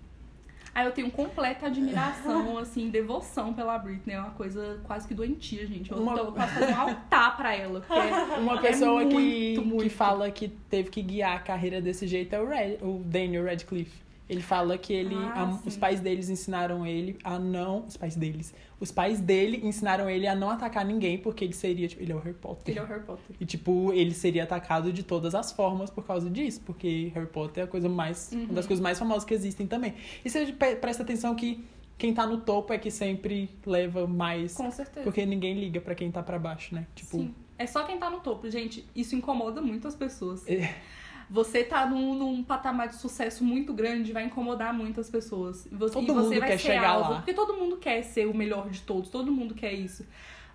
Aí eu tenho completa admiração, assim, devoção pela Britney. É uma coisa quase que doentia, gente. Eu Uma- tô quase fazendo um altar pra ela. porque Uma É pessoa que, muito, muito. que fala que teve que guiar a carreira desse jeito é o, Red, o Daniel Radcliffe. Ele fala que ele, Ah, a- sim. os pais deles ensinaram ele a não, os pais deles, os pais dele ensinaram ele a não atacar ninguém porque ele seria, tipo, ele é o Harry Potter. Ele é o Harry Potter. E, tipo, ele seria atacado de todas as formas por causa disso, porque Harry Potter é a coisa mais, uma Uhum. das coisas mais famosas que existem também. E você pe- presta atenção que quem tá no topo é que sempre leva mais, Com certeza. porque ninguém liga pra quem tá pra baixo, né? Tipo, Sim. É só quem tá no topo, gente. Isso incomoda muito as pessoas. É. Você tá num, num patamar de sucesso muito grande, vai incomodar muito as pessoas. Você, Todo e você mundo vai quer ser chegar alvo, lá. Porque todo mundo quer ser o melhor de todos, todo mundo quer isso.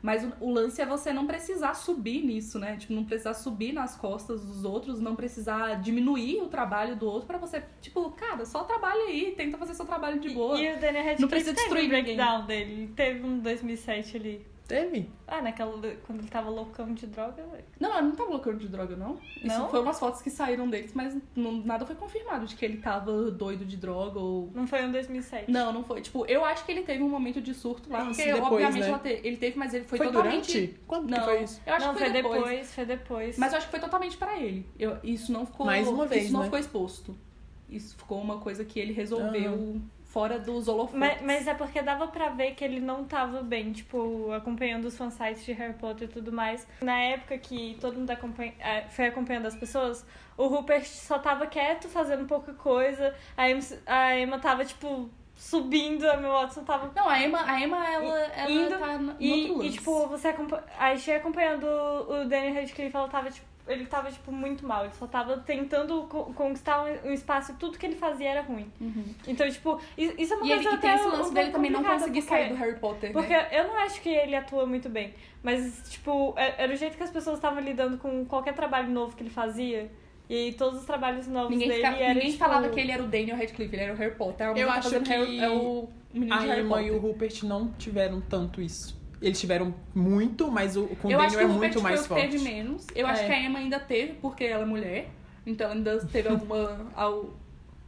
Mas o, o lance é você não precisar subir nisso, né? Tipo, não precisar subir nas costas dos outros, não precisar diminuir o trabalho do outro pra você, tipo, cara, só trabalha aí, tenta fazer seu trabalho de boa. E o Daniel Radcliffe Não precisa teve destruir um ninguém. breakdown dele. Ele Teve um 2007 ali. teve. Ah, naquela. Quando ele tava loucão de droga. velho. Não, ele não tava loucura de droga, não. Isso Não? foi umas fotos que saíram deles, mas não- nada foi confirmado de que ele tava doido de droga ou. Não foi um 2007. Não, não foi. Tipo, eu acho que ele teve um momento de surto lá, Isso, porque depois, obviamente né? ela te- ele teve, mas ele foi, totalmente. durante? Quando Não, que foi isso? eu acho não que foi, foi depois. foi depois. Mas eu acho que foi totalmente pra ele. Eu- isso não ficou. Mais uma vez, Isso não né? ficou exposto. Isso ficou uma coisa que ele resolveu fora dos holofotes. Mas, mas é porque dava pra ver que ele não tava bem, tipo, acompanhando os fansites de Harry Potter e tudo mais. Na época que todo mundo acompanha, eh, foi acompanhando as pessoas, o Rupert só tava quieto, fazendo pouca coisa. A Emma, a Emma tava, tipo, subindo, a Emma Watson tava... Não, a Emma, a Emma ela, ela indo, tá no no outro E, lance. e, tipo, você acompanha... Aí cheguei acompanhando o o Daniel Radcliffe, ela tava, tipo... Ele tava, tipo, muito mal. Ele só tava tentando co- conquistar um um espaço e tudo que ele fazia era ruim. Uhum. Então, tipo, i- isso é uma E, coisa ele, e até tem esse um lance pouco dele também não complicada, conseguir porque- sair do Harry Potter. porque né? eu não acho que ele atua muito bem, mas, tipo, é- era o jeito que as pessoas estavam lidando com qualquer trabalho novo que ele fazia. E aí todos os trabalhos novos Ninguém, dele fica- era, ninguém tipo, falava que ele era o Daniel Radcliffe, ele era o Harry Potter. A Eu mulher tá acho fazendo que Harry, é o menino A de Harry Emma Potter. e o Rupert não tiveram tanto isso. Eles tiveram muito, mas o com o Eu acho Daniel que é o Rupert muito foi mais o que forte. teve menos. Eu acho É. que a Emma ainda teve, porque ela é mulher. Então ela ainda teve alguma... al-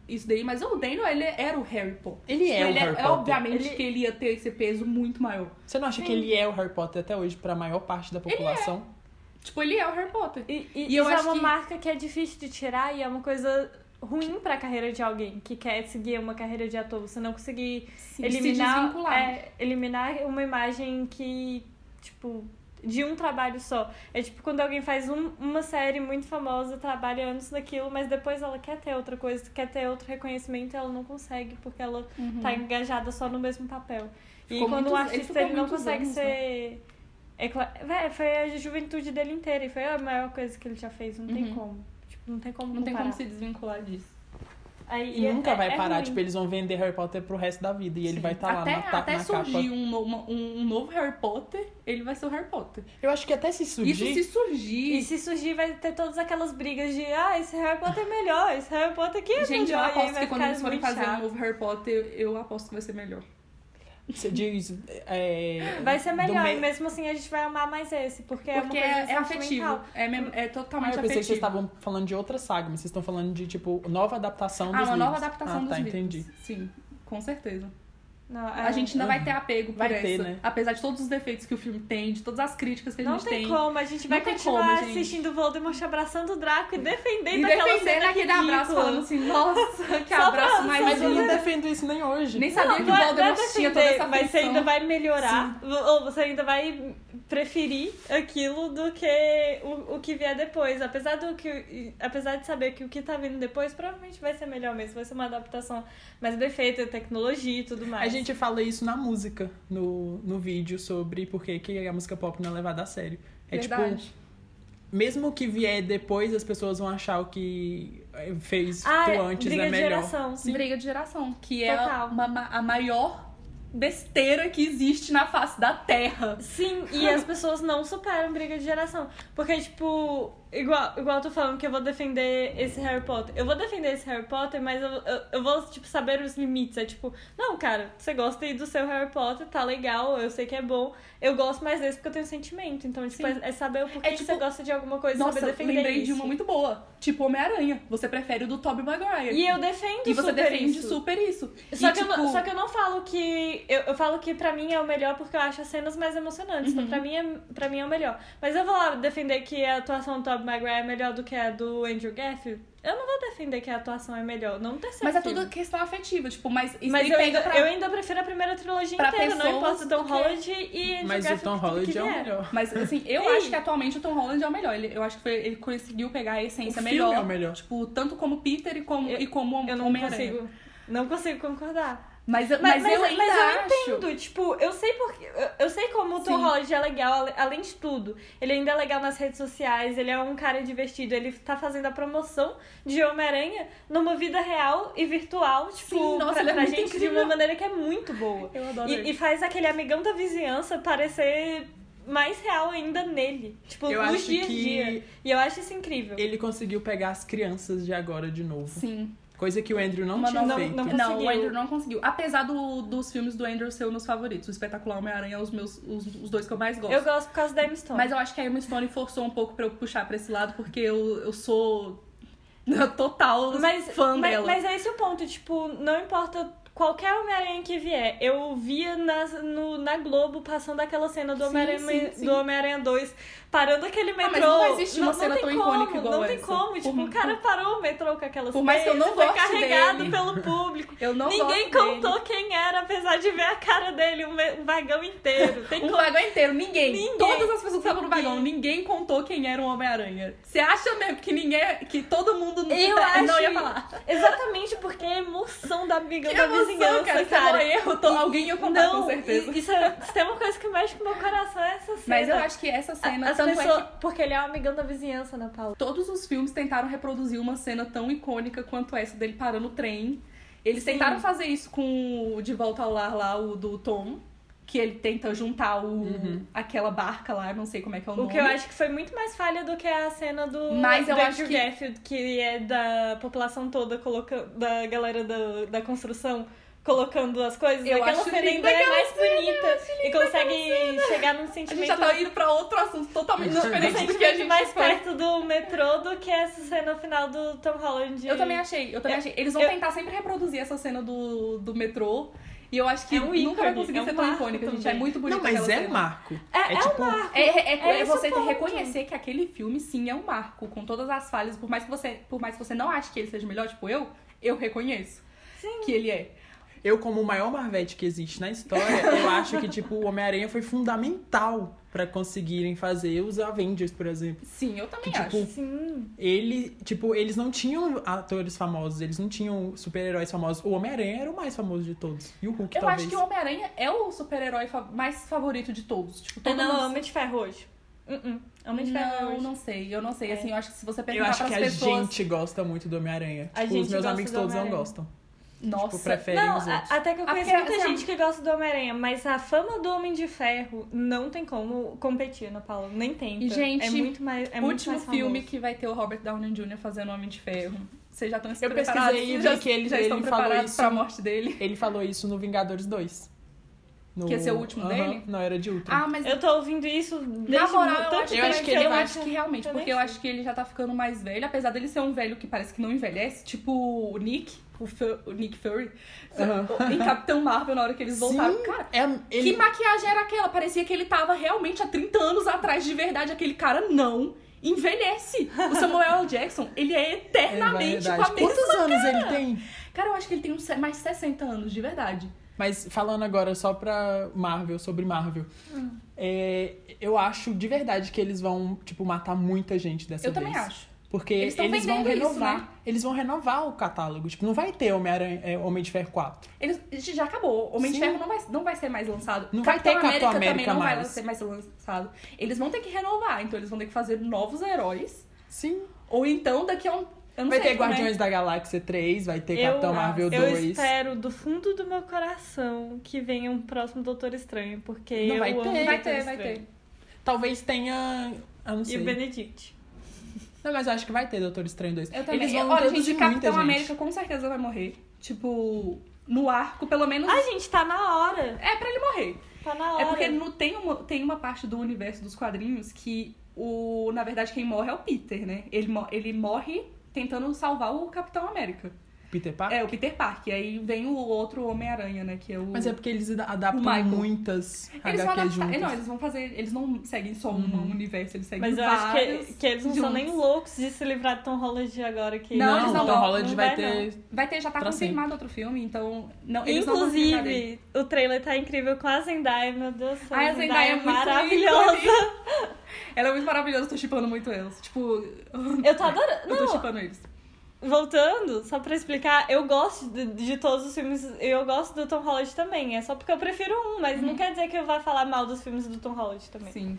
Isso daí, mas o Daniel, ele era o Harry Potter. Ele é Tipo, o ele Harry é, Potter. Obviamente Ele- que ele ia ter esse peso muito maior. Você não acha que ele é o Harry Potter até hoje pra maior parte da é. população? Tipo, ele é o Harry Potter. E, e, E eu isso é acho uma que- marca que é difícil de tirar e é uma coisa ruim pra carreira de alguém que quer seguir uma carreira de ator. Você não conseguir Sim, se eliminar, desvincular. é, eliminar uma imagem que, tipo, de um trabalho só. É tipo quando alguém faz um- uma série muito famosa, trabalha anos naquilo, mas depois ela quer ter outra coisa, quer ter outro reconhecimento e ela não consegue porque ela Uhum. tá engajada só no mesmo papel. Ficou e quando muitos- o ele artista ficou ele, não muitos consegue anos, né? ser. É cla- Véi, foi a juventude dele inteira e foi a maior coisa que ele já fez, não tem Uhum. como. Tipo, não tem como Não tem como comparar. se desvincular disso. Aí, E é- nunca é- vai é parar, ruim. tipo, eles vão vender Harry Potter pro resto da vida e ele vai estar lá até na, ta- até na surgir capa. um, no- uma- um- um novo Harry Potter, ele vai ser o Harry Potter. Eu acho que até se surgir, Isso se surgir, E se surgir, vai ter todas aquelas brigas de ah, esse Harry Potter é melhor, esse Harry Potter aqui é Gente, eu melhor. e aí aposto vai que quando ficar eles forem muito fazer um chato. novo Harry Potter, eu aposto que vai ser melhor. você diz... é, Vai ser do melhor, me- e mesmo assim a gente vai amar mais esse, porque, é uma um Porque coisa é, é sentimental. afetivo. É, mem- é Ah, totalmente eu afetivo. pensei que vocês estavam falando de outra saga, mas vocês estão falando de, tipo, nova adaptação dos ah, uma nova livros. adaptação ah, dos tá, livros. entendi. Sim, com certeza. Não, é- A gente ainda vai ter apego por ah, Vai essa. ter, né? Apesar de todos os defeitos que o filme tem, de todas as críticas que a Não gente tem, como, a gente Não vai tem continuar como, gente. assistindo o Voldemort abraçando o Draco e defendendo E aquela defendendo cena é aquele ridícula. abraço falando assim, nossa, que Só pra- abraço só mais Mas eu não lindo. defendo isso nem hoje. é- Nem sabia que Não, o não é Voldemort tinha toda defender, essa Mas você ainda função. vai melhorar, ou você ainda vai preferir aquilo do que o, o que vier depois. Apesar, do que, apesar de saber que o que tá vindo depois provavelmente vai ser melhor mesmo, vai ser uma adaptação mais bem feita, tecnologia e tudo mais. A gente fala isso na música, no, no vídeo, sobre por que que a música pop não é levada a sério. É tipo, Verdade. mesmo que vier depois, as pessoas vão achar o que eh, fez ah, tu antes briga é de melhor. geração. Briga de geração, que é Total. uma ma- a maior besteira que existe na face da Terra. Sim, e as pessoas não superam briga de geração. Porque, tipo, igual, igual eu tô falando que eu vou defender esse Harry Potter. Eu vou defender esse Harry Potter, mas eu, eu, eu vou, tipo, saber os limites. É tipo, não, cara, você gosta aí do seu Harry Potter, tá legal, eu sei que é bom. Eu gosto mais desse porque eu tenho sentimento. Então, tipo, Sim. é, é saber o porquê É, que tipo, você gosta de alguma coisa e Nossa, saber eu defender lembrei isso. de uma muito boa. Tipo Homem-Aranha. Você prefere o do Tobey Maguire. E eu defendo E você super defende isso. super isso. Só, E, que eu, não- tipo, só que eu não falo que. Eu, eu falo que pra mim é o melhor Uhum. porque eu acho as cenas mais emocionantes. Então pra mim, é, pra mim é o melhor. Mas eu vou lá defender que a atuação do Tobey Todd McGuire é melhor do que a do Andrew Garfield, eu não vou defender que a atuação é melhor, não ter Mas é tudo questão afetiva, tipo, mas isso Mas aí eu pega ainda, pra... eu ainda prefiro a primeira trilogia pra inteira, não pessoas importa o do Tom que- Holland e Andrew Mas o Garfield, Tom tudo Holland que é o vier. melhor. Mas assim, eu Ei. acho que atualmente o Tom Holland é o melhor. Ele, eu acho que foi- ele conseguiu pegar a essência O filme melhor. é o melhor. Tipo, tanto como Peter e como, Eu- e como Eu não Homem-Aranha. consigo. Não consigo concordar. Mas, eu- Mas, mas, mas, eu ainda mas eu acho. entendo, tipo, eu sei porque. Eu, eu sei como o Tom Sim. Holland é legal, ale- além de tudo. Ele ainda é legal nas redes sociais, ele é um cara divertido, ele tá fazendo a promoção de Homem-Aranha numa vida real e virtual, tipo, Sim, nossa, pra, ele é pra muito gente de uma incrível. maneira que é muito boa. Eu adoro E, ele. e faz aquele amigão da vizinhança parecer mais real ainda nele. Tipo, Eu nos acho dias a que- dia. E eu acho isso incrível. Ele conseguiu pegar as crianças de agora de novo. Sim. Coisa que o Andrew não Uma tinha nova- feito. não Não, conseguiu. o Andrew não conseguiu. Apesar do- dos filmes do Andrew ser meus favoritos. O Espetacular Homem-Aranha é os, meus, os, os dois que eu mais gosto. Eu gosto por causa da Emma Stone. Mas eu acho que a Emma Stone forçou um pouco pra eu puxar pra esse lado, porque eu, eu sou total mas, fã mas, dela. mas é esse o ponto, tipo, não importa qualquer Homem-Aranha que vier. Eu via nas, no, na Globo passando aquela cena do Sim, Homem-Aranha sim, sim. do Homem-Aranha 2, parando aquele metrô. mas não existe uma cena tem tão como, icônica igual Não tem essa. como, tipo, Por- o cara parou o metrô com aquelas Por mais que eu coisas, não foi goste carregado dele. pelo público. Eu não Ninguém gosto dele. contou quem era, apesar de ver a cara dele, um, me- um vagão inteiro. Tem Um como. vagão inteiro, ninguém. Ninguém. Todas as pessoas que estavam no vagão, ninguém contou quem era o Homem-Aranha. Você acha mesmo que ninguém. que todo mundo não- Eu não acho- ia falar? Exatamente porque é a emoção da amiga Que da emoção, vizinhança, cara. Se cara. é eu erro, tô, alguém ia contar Não, com certeza. i- Isso é, se tem uma coisa que mexe com o meu coração, é essa cena. Mas eu acho que essa cena. As tanto pessoas... é que Porque ele é um amigão da vizinhança, Ana Paula. todos os filmes tentaram reproduzir uma cena tão icônica quanto essa dele parando o trem. Eles Sim. tentaram fazer isso com o De Volta ao Lar lá, o do Tom. Que ele tenta juntar o, aquela barca lá, eu não sei como é que é o, Uhum. O nome. que eu acho que foi muito mais falha do que a cena do, Mas eu do acho Andrew que- Garfield, que é da população toda, coloca... da galera do- da construção. Colocando as coisas, Eu aquela acho cena linda ainda é aquela mais cena, eu bonita e consegue chegar num A sentimento gente um já tá indo pra outro assunto totalmente diferente do que a sentimento gente mais foi. perto do metrô do que essa cena final do Tom Holland. Eu também achei, eu também É, achei. Eles vão eu- tentar sempre reproduzir essa cena do, do metrô. E eu acho que É um nunca ícone, vai conseguir é um ser tão marco icônica, gente. É também. muito bonita Não, mas aquela é cena. marco. É, é, tipo, um marco. É, é, é- É é esse você o ponto. reconhecer que aquele filme sim é um marco, com todas as falhas, por mais que você, por mais que você não ache que ele seja melhor, tipo eu, eu reconheço Sim. que ele é. Eu, como o maior Marvete que existe na história, eu acho que, tipo, o Homem-Aranha foi fundamental pra conseguirem fazer os Avengers, por exemplo. Sim, eu também Que, acho. tipo, Sim. Ele, tipo, eles não tinham atores famosos, eles não tinham super-heróis famosos. O Homem-Aranha era o mais famoso de todos. E o Hulk, eu talvez. acho que o Homem-Aranha é o super-herói fa- mais favorito de todos. Tipo, todo não, mundo... Homem de Ferro hoje. Uh -uh. Homem de Ferro Não, hoje. não sei, eu não sei. É. Assim, eu acho que se você Eu perguntar acho pras que a pessoas. gente gosta muito do Homem-Aranha. A Tipo, gente os meus gosta amigos do todos não Homem-Aranha. gostam. Nossa, Tipo, preferem Não, é, os a- outros. até que eu Ah, conheço porque, muita assim, gente que gosta do Homem-Aranha, mas a fama do Homem de Ferro não tem como competir, Ana Paula. Nem tenta. E, gente, é muito mais. É o muito último mais filme famoso. que vai ter o Robert Downey Jr. fazendo Homem de Ferro. Vocês já estão se Eu pesquisei preparados? e vi já, que ele- já ele estão falou preparados isso. pra morte dele. Ele falou isso no Vingadores 2. No... Que esse é o último Aham, dele? Não, era de Ultron. Ah, mas Eu tô ouvindo isso desde Na moral, tanto eu acho, tempo que, é eu acho que ele eu vai- acho que realmente, Eu nem porque eu sei. acho que ele já tá ficando mais velho, apesar dele ser um velho que parece que não envelhece, tipo o Nick, o, Fu- o Nick Fury, Aham. em Capitão Marvel, na hora que eles voltaram. Sim, Cara, é, ele- que maquiagem era aquela? Parecia que ele tava realmente há 30 anos atrás de verdade. Aquele cara não envelhece. O Samuel L. Jackson, ele é é eternamente com a verdade. mesma Quantos anos ele tem? Cara, eu acho que ele tem uns se- mais 60 anos, de verdade. Mas falando agora só pra Marvel, sobre Marvel. Hum. é, eu acho de verdade que eles vão, tipo, matar muita gente dessa eu vez. também acho. Porque Eles eles, tão vão vendendo isso, renovar. né? Eles vão renovar o catálogo. Tipo, não vai ter Homem-Aranha- é, Homem de Ferro 4. Eles, gente, já acabou. Homem de Sim. Ferro não vai, não vai ser mais lançado. Não vai ter Capitão também América não vai mais. ser mais lançado. Eles vão ter que renovar, então eles vão ter que fazer novos heróis. Sim. Ou então daqui a um. Eu não vai sei ter como é. Guardiões da Galáxia 3, vai ter Eu, Capitão Marvel eu 2. espero do fundo do meu coração que venha um próximo Doutor Estranho, porque Não eu vai amo ter. Doutor Vai ter, vai Estranho. ter. Talvez tenha. Eu não E o sei. Benedict. Não, mas eu acho que vai ter Doutor Estranho 2. Eu também. Eles vão Olha, introduzir gente, muita Capitão gente. América com certeza vai morrer. Tipo, no arco, pelo menos. Ah, gente, tá na hora. É pra ele morrer. Tá na hora. É porque não tem, uma, tem uma parte do universo dos quadrinhos que, o, na verdade, quem morre é o Peter, né? Ele, mo- ele morre tentando salvar o Capitão América. Peter Parker? É, o Peter Parker. Aí vem o outro Homem-Aranha, né? Que é o. Mas é porque eles ad- adaptam O Michael. muitas eles HQs vão adaptar. é, juntas. Não, eles vão fazer. Eles não seguem só um universo, eles seguem Mas eu acho vários. que, que eles não são nem juntos. loucos de se livrar de Tom Holland agora que. Não, não, eles não é, Tom vão. Holland Não vai vai, ter. Vai ter, já tá Pra confirmado outro filme, então. Não, eles não vão tirar dele. Inclusive, o trailer tá incrível com a Zendaya, meu Deus do céu. Ai, a Zendaya é muito maravilhosa. Ela é muito maravilhosa, eu tô chipando muito eles. Tipo, Eu tô adorando. eu tô Não, chipando eles. voltando, só pra explicar, eu gosto de, de todos os filmes, eu gosto do Tom Holland também. É só porque eu prefiro um, mas não quer dizer que eu vá falar mal dos filmes do Tom Holland também. Uhum. Sim.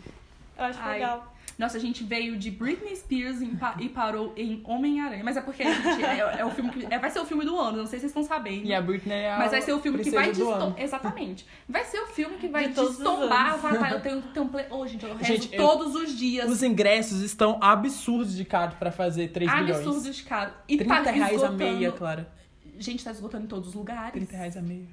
Eu acho Ai. legal. Nossa, a gente veio de Britney Spears em pa- e parou em Homem-Aranha. Mas é porque a gente. É, é o filme que. é- vai ser o filme do ano, não sei se vocês estão sabendo. E a Britney é a Mas vai ser o filme que vai princesa do destom... ano. Exatamente. Vai ser o filme que vai De todos os destombar anos. Avatar. Eu tenho, tenho um play. Ô, gente, eu rezo Gente, eu- todos os dias. Os ingressos estão absurdos de caro pra fazer 3 bilhões. Absurdos de caro. E 30 tá reais a esgotando. meia, Clara. Gente, tá esgotando em todos os lugares. 30 reais a meia.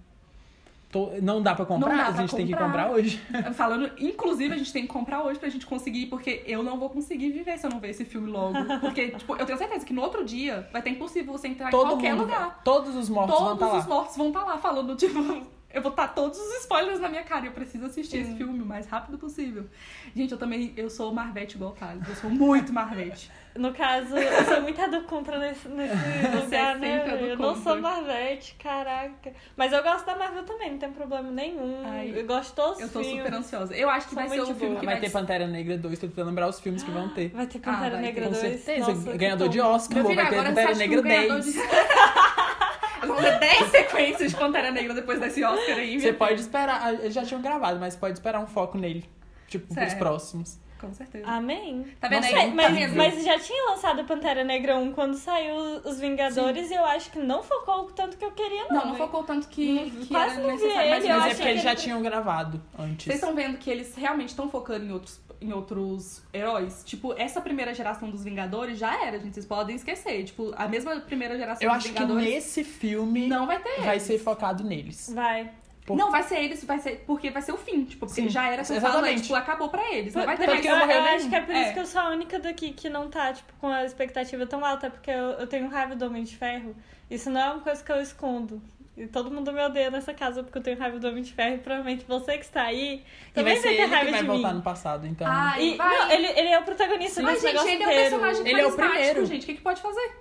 Tô- Não dá pra comprar, dá a pra gente tem que comprar. comprar hoje. Falando, inclusive, a gente tem que comprar hoje pra gente conseguir, porque eu não vou conseguir viver se eu não ver esse filme logo. Porque, tipo, eu tenho certeza que no outro dia vai estar impossível você entrar em Todo qualquer mundo, lugar. todos os mortos vão Todos tá estar os lá. mortos vão estar lá falando, tipo, eu vou estar todos os spoilers na minha cara. Eu preciso assistir esse filme o mais rápido possível. Gente, eu também, eu sou Marvete igual o Thales. Eu sou muito Marvete. No caso, eu sou muito a do contra nesse, nesse lugar, né? é sempre a do Eu não contra. sou Marvete, caraca. Mas eu gosto da Marvel também, não tem problema nenhum. Ai, eu gosto de todos os Eu tô filmes. super ansiosa. Eu acho que Sou vai ser um muito filme boa. que Vai vai... ter Pantera Negra 2, tô tentando lembrar os filmes que vão ter. Vai ter Pantera Ah, vai Negra Com 2. certeza, Nossa, que ganhador bom. de Oscar, Meu vai filho, ter agora você Pantera acha que Negra o ganhador 10. de... Eu vou ter 10 sequências de Pantera Negra depois desse Oscar é aí. Você minha pode esperar, ah, eles já tinham gravado, mas pode esperar um foco nele. Tipo, pros Sério. próximos. Com certeza. Amém. Tá vendo Nossa, aí? é Tá Ah, Mas, vendo? mas já tinha lançado Pantera Negra 1 quando saiu Os Vingadores e eu acho que não focou o tanto que eu queria, não. Não, não né? focou tanto que, Não, que quase era não vi necessário. Mas, mas ele, eu Mas é achei porque eles que já ele- tinham gravado antes. Vocês estão vendo que eles realmente estão focando em outros, em outros heróis? Tipo, essa primeira geração dos Vingadores já era, gente. Vocês podem esquecer. Tipo, a mesma primeira geração Eu dos acho que Vingadores nesse filme não é vai ter. vai ser focado neles. Vai. Por- Não, vai ser eles, vai ser. Porque vai ser o fim. Tipo, porque Sim, já era essa fala, exatamente. né? tipo, acabou pra eles. Não vai ter Tanto mais. que né? eu, não morreu eu acho nenhum. que é por isso É. que eu sou a única daqui que não tá, tipo, com a expectativa tão alta, porque eu, eu tenho raiva do Homem de Ferro. Isso não é uma coisa que eu escondo. E todo mundo me odeia nessa casa porque eu tenho raiva do Homem de Ferro. E provavelmente você que está aí E também vai vai, ser ter ele raiva que vai de voltar mim. no passado, então. Ai, E, vai. não, ele, ele é o protagonista Mas, desse gente, negócio ele é um inteiro. personagem Ele é o carismático, primeiro. gente. O que, que pode fazer?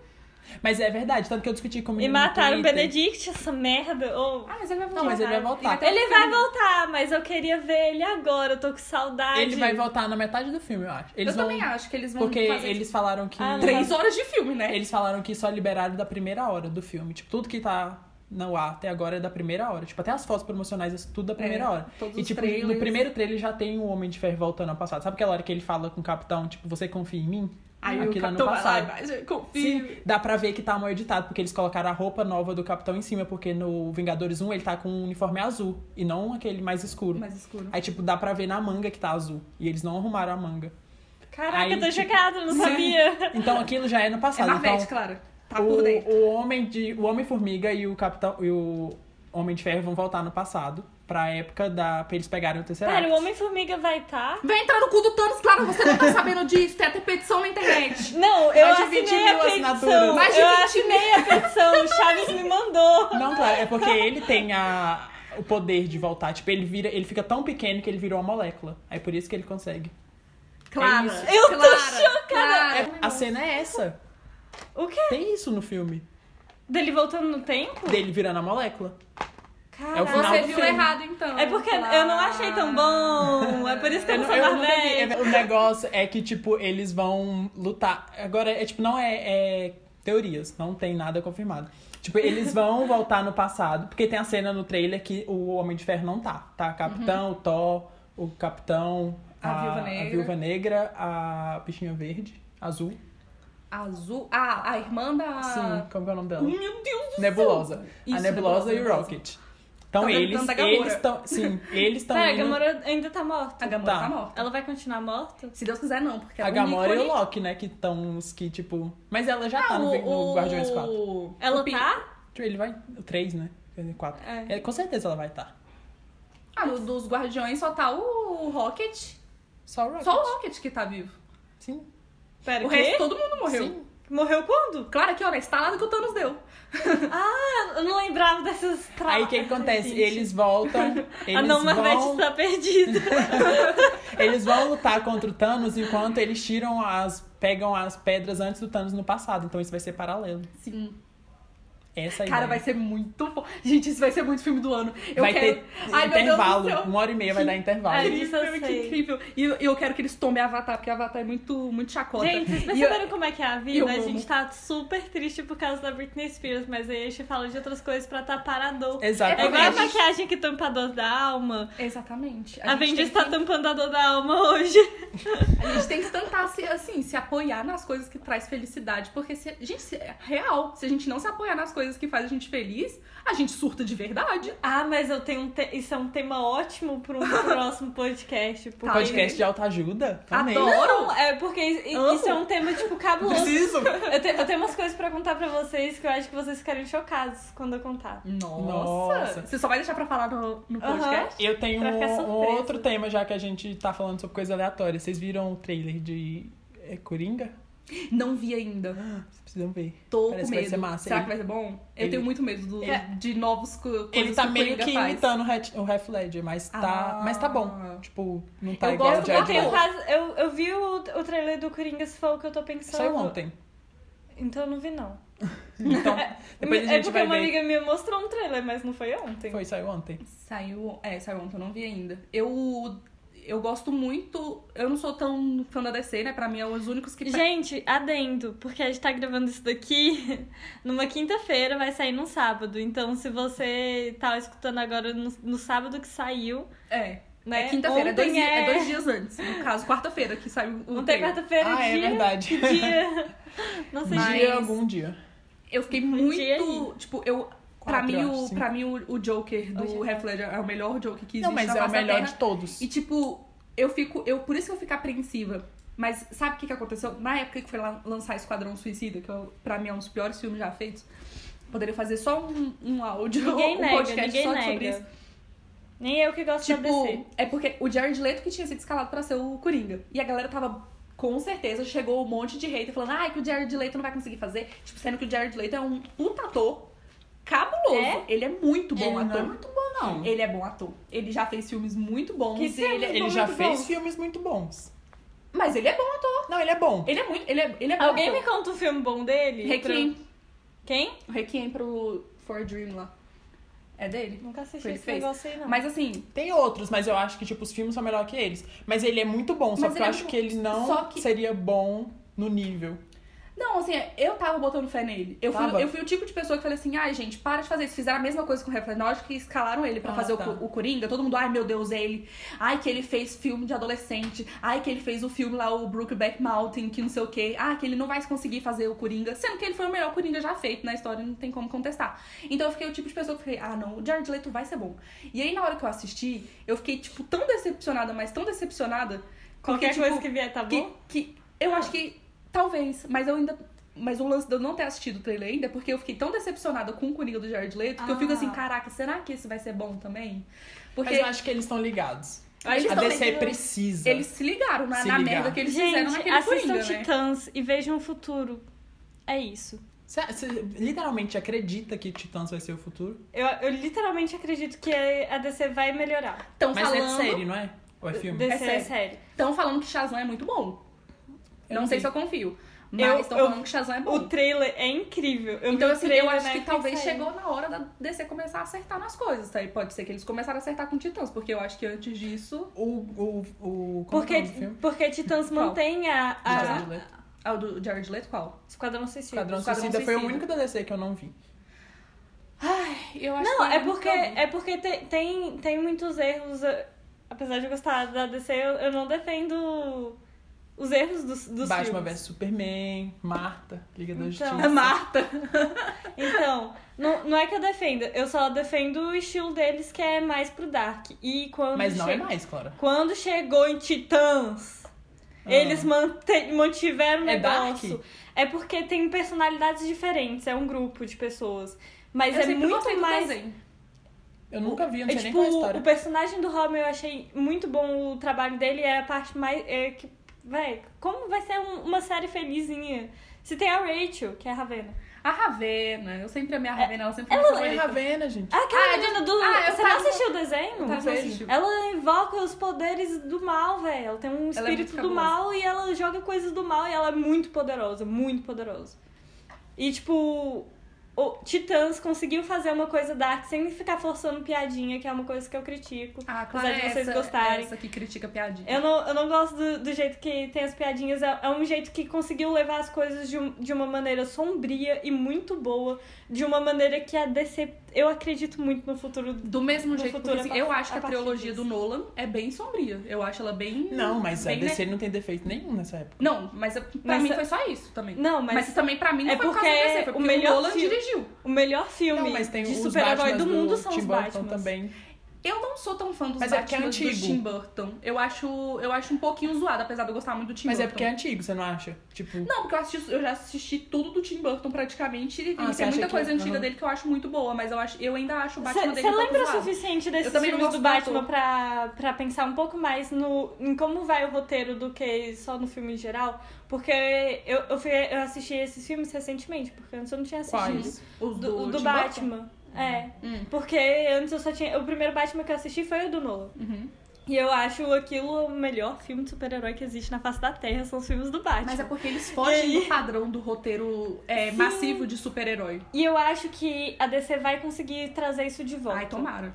Mas é verdade, tanto que eu discuti com o E menino no mataram o Twitter. Benedict, essa merda. ô. Ah, mas ele vai voltar. Não, mas ele é vai voltar. ter um Ele vai filme. voltar, mas eu queria ver ele agora, eu tô com saudade. Ele vai voltar na metade do filme, eu acho. Eles eu vão... também acho que eles vão Porque fazer tipo, eles falaram que... Ah, não. três horas de filme, né? Eles falaram que só liberaram da primeira hora do filme. Tipo, tudo que tá no ar até agora é da primeira hora. Tipo, até as fotos promocionais, isso tudo da primeira É, hora. todos e, os tipo, no trailers. primeiro trailer já tem o Homem de Ferro voltando ao passado. Sabe aquela hora que ele fala com o capitão, tipo, você confia em mim? Aí o Aquilo ano capitão vai lá e passado. vai, "Gente, confio. Sim, dá pra ver que tá mal editado, porque eles colocaram a roupa nova do capitão em cima, porque no Vingadores 1 ele tá com um uniforme azul e não aquele mais escuro. Mais escuro. Aí, tipo, dá pra ver na manga que tá azul. E eles não arrumaram a manga. Caraca, Aí, eu tô tipo, chocada, não sim. sabia. Então aquilo já é no É passado. Marvete, então, Clara. Tá o, por dentro. o homem de o homem formiga e o capitão e o homem de ferro vão voltar no passado pra época da pra eles pegarem o terceiro Cara, o Homem-Formiga vai tá? estar. Vem entrar no cu do Thanos, Clara, você não tá sabendo disso. Tem até petição na internet. Não, eu Mais de 20 assinei mil né? a petição. assinaturas. Mais de eu 20 assinei a petição, o Chaves me mandou. não claro é porque ele tem a o poder de voltar tipo ele vira ele fica tão pequeno que ele virou uma molécula aí por isso que ele consegue Clara, isso. Eu tô Clara, chocada. Clara. É- a cena é essa O quê? tem isso no filme Dele voltando no tempo? dele virando a molécula Caraca. É o final Você do viu filme. errado, então. É porque eu não achei tão bom. É por isso que eu Eu não sou não- eu nunca vi. né? Marvel. O negócio é que, tipo, eles vão lutar. Agora, é tipo, não é, é teorias, não tem nada confirmado. Tipo, eles vão voltar no passado, porque tem a cena no trailer que o Homem de Ferro não tá. Tá Capitão, o Thor, o Capitão, Uhum. A Viúva Negra. a Viúva Negra, a Bichinha Verde, Azul. Azul. Ah, a irmã da. Sim, como que é o nome dela? Meu Deus do Nebulosa. a Isso, Nebulosa e o Nebulosa. Rocket. Então, Tá eles tentando a Gamora. eles estão. Sim, eles estão. Pera, a indo- Gamora ainda tá morta. A Gamora então, Tá. tá, morta. Ela vai continuar morta? Se Deus quiser, não, porque A ela é um Gamora e o ícone. Loki, né? Que estão os que, tipo. Mas ela já tá no, Ah, no o- Guardiões 4. o- Ela o Pi- tá? Ele vai. o Três, né? Quatro. É. É, com certeza ela vai estar. Ah, no- dos Guardiões só tá o Rocket. Só o Rocket. Só o Rocket que tá vivo. Sim. Pera, O quê? resto, todo mundo morreu. Sim. Morreu quando? Claro que, olha, a estalada que o Thanos deu. Ah, eu não lembrava dessas Tá. tra... Aí o que, que acontece? Gente. Eles voltam, eles, ah, não, Marvete vão, está perdida. eles vão lutar contra o Thanos enquanto eles tiram as. pegam as pedras antes do Thanos no passado. Então isso vai ser paralelo. Sim. Essa é aí. Cara, vai ser muito Tá bom. Gente, isso vai ser muito filme do ano. Eu vai quero. ter Ai, meu Deus do intervalo. céu. É Uma hora e meia vai dar intervalo. Ai, Incrível, Isso eu que sei. incrível. E eu- eu quero que eles tomem Avatar, porque Avatar é muito, muito chacota. Gente, vocês E eu- perceberam como é que é a eu vida? A amo. gente tá super triste por causa da Britney Spears, mas aí a gente fala de outras coisas pra tapar a dor. É igual a Exatamente. maquiagem que tampa a dor da alma. Exatamente. A, gente Wendy tem está que- tampando a dor da alma hoje. A gente tem que tentar se, assim, se apoiar nas coisas que traz felicidade. Porque, se, gente, se- é real. Se a gente não se apoiar nas coisas que faz a gente feliz, a gente surta de verdade. Ah, mas eu tenho um te- isso é um tema ótimo para um próximo podcast. Porque... Tá, Podcast de autoajuda? Tá Também. Adoro. Não, é porque i- Amo. isso é um tema, tipo, cabuloso. Preciso. Eu, te- eu tenho umas coisas pra contar pra vocês que eu acho que vocês ficariam chocados quando eu contar. Nossa. Você só vai deixar pra falar no, no Aham. podcast? Eu tenho Pra um, ficar surpresa. um outro tema, já que a gente tá falando sobre coisa aleatória. Vocês viram o trailer de é, Coringa? Ah, Não vi ainda. Vocês precisam ver. Tô Parece com que vai medo. ser massa. Será Ele- que vai ser bom? Eu ele- tenho muito medo do- É. de novos co coisas Ele tá que o meio Coringa que faz. imitando o Hat- o Half Ledger, mas tá, Ah. mas tá bom. Tipo, não tá Eu igual gosto o do É, Eu, Jared tenho Leto. Leto. quase, eu, eu vi o, o trailer do Coringa, se for o que eu tô pensando. Saiu ontem. Então eu não vi, não. Então, depois a é gente porque vai uma ver. amiga minha mostrou um trailer, mas não foi ontem. Foi, saiu ontem. Saiu. É, saiu ontem, eu não vi ainda. Eu. Eu gosto muito. Eu não sou tão fã da DC, né? Pra mim é os únicos que. Gente, adendo, porque a gente tá gravando isso daqui numa quinta-feira, vai sair num sábado. Então, se você tá escutando agora no, no sábado que saiu, É. né? É então quinta-feira, é dois, ontem di- é dois dias antes. No caso, quarta-feira que saiu o. Ontem é trailer. quarta-feira, ah, é dia. verdade. dia. Não sei Mas- Dia algum dia. Eu fiquei um dia muito. Tipo, eu. pra, Quatro, mim, eu acho, o, cinco. pra mim, o, o Joker do Hoje é Heath Ledger é o melhor Joker que existe. Não, mas na é o face da melhor Terra. de todos. E tipo, eu fico. Eu, por isso que eu fico apreensiva. Mas sabe o que, que aconteceu? Na época que foi lan- lançar Esquadrão Suicida, que eu, pra mim é um dos piores filmes já feitos, poderia fazer só um, um áudio, Ninguém um nega, podcast ninguém só nega. sobre isso. Nem eu que gosto da DC. Tipo, é porque o Jared Leto que tinha sido escalado pra ser o Coringa. E a galera tava, com certeza, chegou um monte de hater falando, ai, que o Jared Leto não vai conseguir fazer. Tipo, sendo que o Jared Leto é um puta ator cabuloso. É? Ele é muito bom Ele não é ator. muito bom, não. Ele é bom ator. Ele já fez filmes muito bons. Que e filmes? ele... Ele já muito fez bom. filmes muito bons. Mas ele é bom ator. Não, ele é bom. Ele é muito. Ele é, ele é bom Alguém me ator. conta o filme bom dele? Requiem. Pra- Quem? O Requiem pro For a Dream lá. É dele? Nunca assisti Foi ele esse que fez. negócio aí, não. Mas assim, Tem outros, mas eu acho que, tipo, os filmes são melhor que eles. Mas ele é muito bom, só Mas que ele eu é acho bom. que ele não Só que- seria bom no nível. Não, assim, eu tava botando fé nele. Eu Tava? fui, eu fui o tipo de pessoa que falei assim, ai, gente, para de fazer isso. Fizeram a mesma coisa com o Reflex. Na hora que escalaram ele pra Ah, fazer o tá. Co- o, Coringa, todo mundo, ai, meu Deus, é ele. Ai, que ele fez filme de adolescente. Ai, que ele fez o filme lá, o Brookback Mountain, que não sei o quê. Ai, que ele não vai conseguir fazer o Coringa. Sendo que ele foi o melhor Coringa já feito na história, não tem como contestar. Então eu fiquei o tipo de pessoa que falei, ah, não, o Jared Leto vai ser bom. E aí, na hora que eu assisti, eu fiquei, tipo, tão decepcionada, mas tão decepcionada. porque, Qualquer tipo, coisa que vier, tá que, bom? que eu acho que talvez, mas eu ainda. Mas o lance de eu não ter assistido o trailer ainda é porque eu fiquei tão decepcionada com o Coringa do Jared Leto que eu fico Ah. assim, caraca, será que esse vai ser bom também? Porque Mas eu acho que eles estão ligados. Eu acho que a eles DC estão ligados. precisa. eles se ligaram na, Se na ligaram. merda que eles fizeram Gente, naquele assistam Coringa, né? Titãs e vejam o futuro. É isso. Você, você literalmente acredita que Titãs vai ser o futuro? Eu, eu literalmente acredito que a DC vai melhorar. Estão Mas é de falando, série, não é? Ou é filme? DC é É sério. sério. tão falando que Shazam é muito bom. Eu não não sei vi. se eu confio. Eu- Mas estão eu- falando que Shazam é O bom. trailer é incrível. Eu Então, vi o assim, trailer eu acho na que época talvez saiu. chegou na hora da DC começar a acertar nas coisas, tá? E pode ser que eles começaram a acertar com Titãs, porque eu acho que antes disso O, o, o, como é Porque, o nome do filme? porque Titãs Qual? mantém a, a Jared Leto. Ah, o do Jared Leto qual? Esquadrão Suicida. Esquadrão Esquadrão Suicida foi o Suicida. único da DC que eu não vi. Ai, eu acho Não, que eu é nunca porque, vi. é porque te- tem, tem muitos erros. eh, Apesar de eu gostar da DC, eu, eu não defendo os erros dos, dos Batman filmes. vs Superman, Marta, Liga da Então. A Justiça. é Marta. Então, não, não é que eu defenda. Eu só defendo o estilo deles que é mais pro Dark. E quando Mas não é chega- mais, Clara. Quando chegou em Titãs, Ah. eles mante- mantiveram o É negócio. dark? É porque tem personalidades diferentes, é um grupo de pessoas. Mas Eu é sempre gostei muito do mais. desenho. Eu nunca vi, eu não É, sei tipo, nem qual é a o história. personagem do Robin eu achei muito bom o trabalho dele, é a parte mais. É, que, véi, como vai ser um- uma série felizinha? Se tem a Rachel, que é a Ravena. A Ravena, eu sempre amei a Ravena, ela sempre foi Ela minha é favorita. Ravena, gente. Ah, aquela Ah, eu- menina do. ah, eu você não tava- assistiu o desenho? Eu tava Você- assistindo. Ela invoca os poderes do mal, velho. Ela tem um Ela é espírito muito cabulosa. do mal e ela joga coisas do mal e ela é muito poderosa, muito poderosa. E tipo, o Titãs conseguiu fazer uma coisa dark sem ficar forçando piadinha, que é uma coisa que eu critico. Ah, claro, apesar de é vocês essa, gostarem. Essa que critica a piadinha. Eu não, eu não gosto do, do jeito que tem as piadinhas. É, é um jeito que conseguiu levar as coisas de, um- de uma maneira sombria e muito boa. De uma maneira que a DC. Eu acredito muito no futuro. Do mesmo No jeito futuro, que eu, fiz, a eu partir- acho que a a partir trilogia disso. do Nolan é bem sombria. Eu acho ela bem. Não, mas a né? bem, DC não tem defeito nenhum nessa época. Não, mas eu- pra Mas mim a- foi só isso também. Não, mas, mas, também pra mim não é foi por causa porque da DC, foi o porque o, melhor Nolan filme- diriu. o melhor filme Não, mas tem de os super-herói Batmans do mundo são Tim os Burton Batman. também. Eu não sou tão fã dos Mas é porque é Batman do antigo. Tim Burton. Eu acho, eu acho um pouquinho zoado, apesar de eu gostar muito do Tim Mas Burton. é porque é antigo, você não acha? Tipo, Não, porque eu, assisti- eu já assisti tudo do Tim Burton praticamente. E Ah, você tem acha muita que- coisa antiga aham. dele que eu acho muito boa, mas eu, acho, eu ainda acho o Batman dele Você um pouco lembra o zoado. suficiente desses Eu também não filmes do gosto do ator. Batman pra, pra pensar um pouco mais no, em como vai o roteiro do que só no filme em geral? Porque eu, eu, fui, eu assisti esses filmes recentemente, porque antes eu não tinha assistido. quais? Os Do, do, Tim Burton? Batman. É. Hum. Porque antes eu só tinha. O primeiro Batman que eu assisti foi o do Nolan. Uhum. E eu acho aquilo o melhor filme de super-herói que existe na face da Terra, são os filmes do Batman. Mas é Tipo, porque eles E aí? fogem do padrão do roteiro é, Sim. massivo de super-herói. E eu acho que a DC vai conseguir trazer isso de volta. Ai, tomara.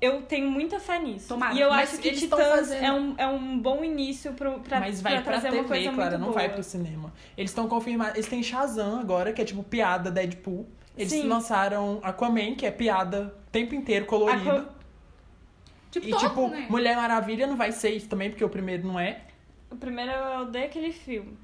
Eu tenho muita fé nisso. Tomara. E eu Mas acho que eles tão Titãs fazendo- é, um, é um bom início pro, pra, Mas vai pra, trazer uma coisa TV, Clara, muito não boa. vai pro cinema. Eles estão confirmados. Eles têm Shazam agora, que é tipo piada Deadpool. Eles Sim. lançaram Aquaman, que é piada o tempo inteiro, colorido. Aqua- Tipo, E todo, tipo, né? Mulher Maravilha não vai ser isso também, porque o primeiro não é. O primeiro eu odeio aquele filme.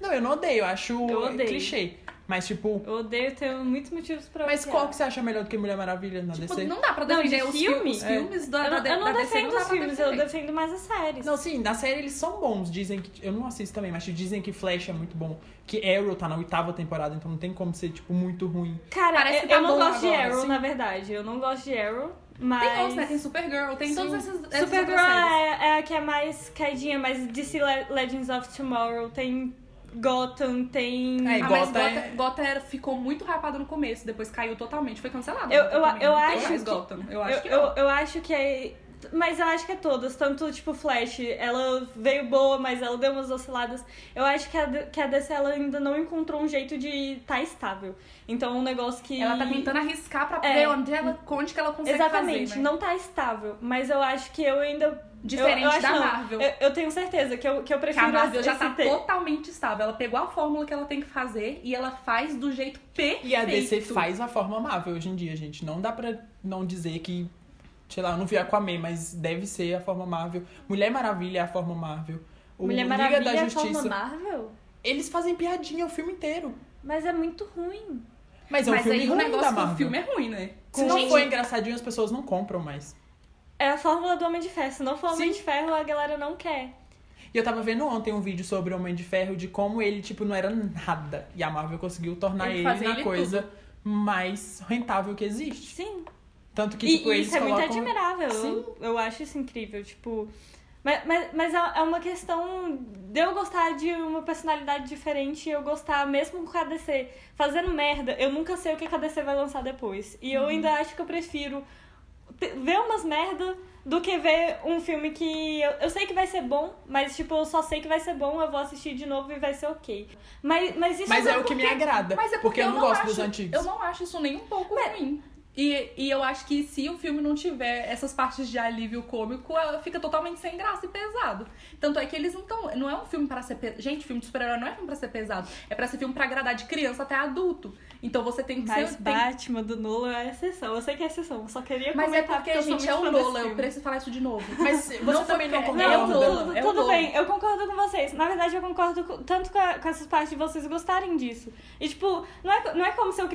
Não, eu não odeio, eu acho Eu odeio. clichê. Mas tipo, Eu odeio, tenho muitos motivos pra é? mas odiar. qual que você acha melhor do que Mulher Maravilha na Tipo, DC? não dá pra Não, de defender os filme? filmes, os É. filmes da, Eu não, da, eu não da DC defendo não dá os pra filmes, eu defender. defendo mais as séries. Não, sim, na série eles são bons, dizem que. Eu não assisto também, mas dizem que Flash é muito bom. Que Arrow tá na oitava temporada, então não tem como ser, tipo, muito ruim. Cara, Parece eu, que tá eu não bom gosto de agora, Arrow, sim. na verdade. Eu não gosto de Arrow, mas... Tem outros, né? Tem Supergirl, tem todas essas, essas Supergirl outras séries. é, é a que é mais caidinha, mas DC Le- Legends of Tomorrow tem Gotham, tem... É, Ah, Gotham mas Gotham, é- Gotham era- ficou muito rapada no começo, depois caiu totalmente, foi cancelado. Eu- Gotham eu- também, eu não tem acho mais que- Gotham. Eu acho eu, que eu, não. eu acho que é... Mas eu acho que é todas, tanto tipo Flash, ela veio boa, mas ela deu umas osciladas. Eu acho que a, D- que a DC ela ainda não encontrou um jeito de estar estável. Então é um negócio que. Ela tá tentando arriscar pra É. ver onde ela conte que ela consegue Exatamente, fazer, né? não tá estável, mas eu acho que eu ainda. Diferente eu, eu acho da não. Marvel. Eu, eu tenho certeza que eu, que eu Que prefiro a Marvel já esse tá te- totalmente estável. Ela pegou a fórmula que ela tem que fazer e ela faz do jeito perfeito. E a DC faz a forma amável hoje em dia, gente. Não dá pra não dizer que, sei lá, eu não vi Aquaman, mas deve ser a forma amável. Mulher Maravilha é a forma amável. O Mulher Liga Maravilha da é a forma Justiça. Marvel? Eles fazem piadinha o filme inteiro. Mas é muito ruim. Mas é um Mas filme aí o ruim da negócio Marvel. do filme é ruim, né? Se não Gente, for engraçadinho, as pessoas não compram mais. É a fórmula do Homem de Ferro. Se não for Homem Sim. de Ferro, a galera não quer. E eu tava vendo ontem um vídeo sobre o Homem de Ferro, de como ele, tipo, não era nada. E a Marvel conseguiu tornar Ele ele, fazia na ele coisa mais rentável que existe. Sim. Tanto que, e tipo, e eles isso é muito colocam... admirável. Sim. Eu, eu acho isso incrível. Tipo. Mas, mas, mas é é uma questão de eu gostar de uma personalidade diferente e eu gostar, mesmo com a DC fazendo merda, eu nunca sei o que a DC vai lançar depois. E Uhum. eu ainda acho que eu prefiro te- ver umas merda do que ver um filme que eu, eu sei que vai ser bom, mas tipo, eu só sei que vai ser bom, eu vou assistir de novo e vai ser ok. Mas, mas isso Mas não é o que me agrada. Mas é porque, eu não, gosto dos acho- antigos. Eu não acho isso nem um pouco ruim. E, e eu acho que se o filme não tiver essas partes de alívio cômico, ela fica totalmente sem graça e pesado. Tanto é que eles não estão. Não é um filme para ser. Pe... Gente, filme de super-herói não é filme pra ser pesado. É pra ser filme pra agradar de criança até adulto. Então você tem que Mas ser. tem- Batman do Nolan é exceção. Eu sei que é exceção. eu Só queria Mas é comentar porque, eu sou gente, muito é fã o desse Nolan, eu filme. preciso falar isso de novo. Mas você também não porque- concorda. É o Não, Nolan, tudo, é o tudo Nolan. bem, eu concordo com vocês. Na verdade, eu concordo com- tanto com, a- com essas partes de vocês gostarem disso. E, tipo, não é, co- não é como se eu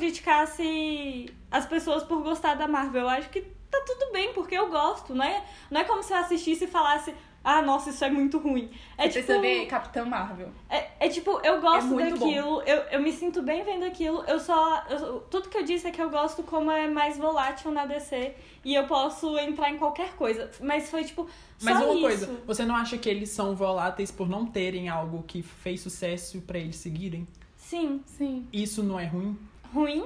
criticasse as pessoas por gostar da Marvel. Eu acho que tá tudo bem, porque eu gosto. Não é, não é como se eu assistisse e falasse, ah, nossa, isso é muito ruim. É Você tipo. precisa ver Capitã Marvel. É, é tipo, eu gosto muito daquilo, eu, eu me sinto bem vendo aquilo, eu só. eu- tudo que eu disse é que eu gosto como é mais volátil na DC e eu posso entrar em qualquer coisa. Mas foi tipo. Mas só uma isso. coisa, você não acha que eles são voláteis por não terem algo que fez sucesso pra eles seguirem? Sim. Sim. Isso não é ruim? Ruim?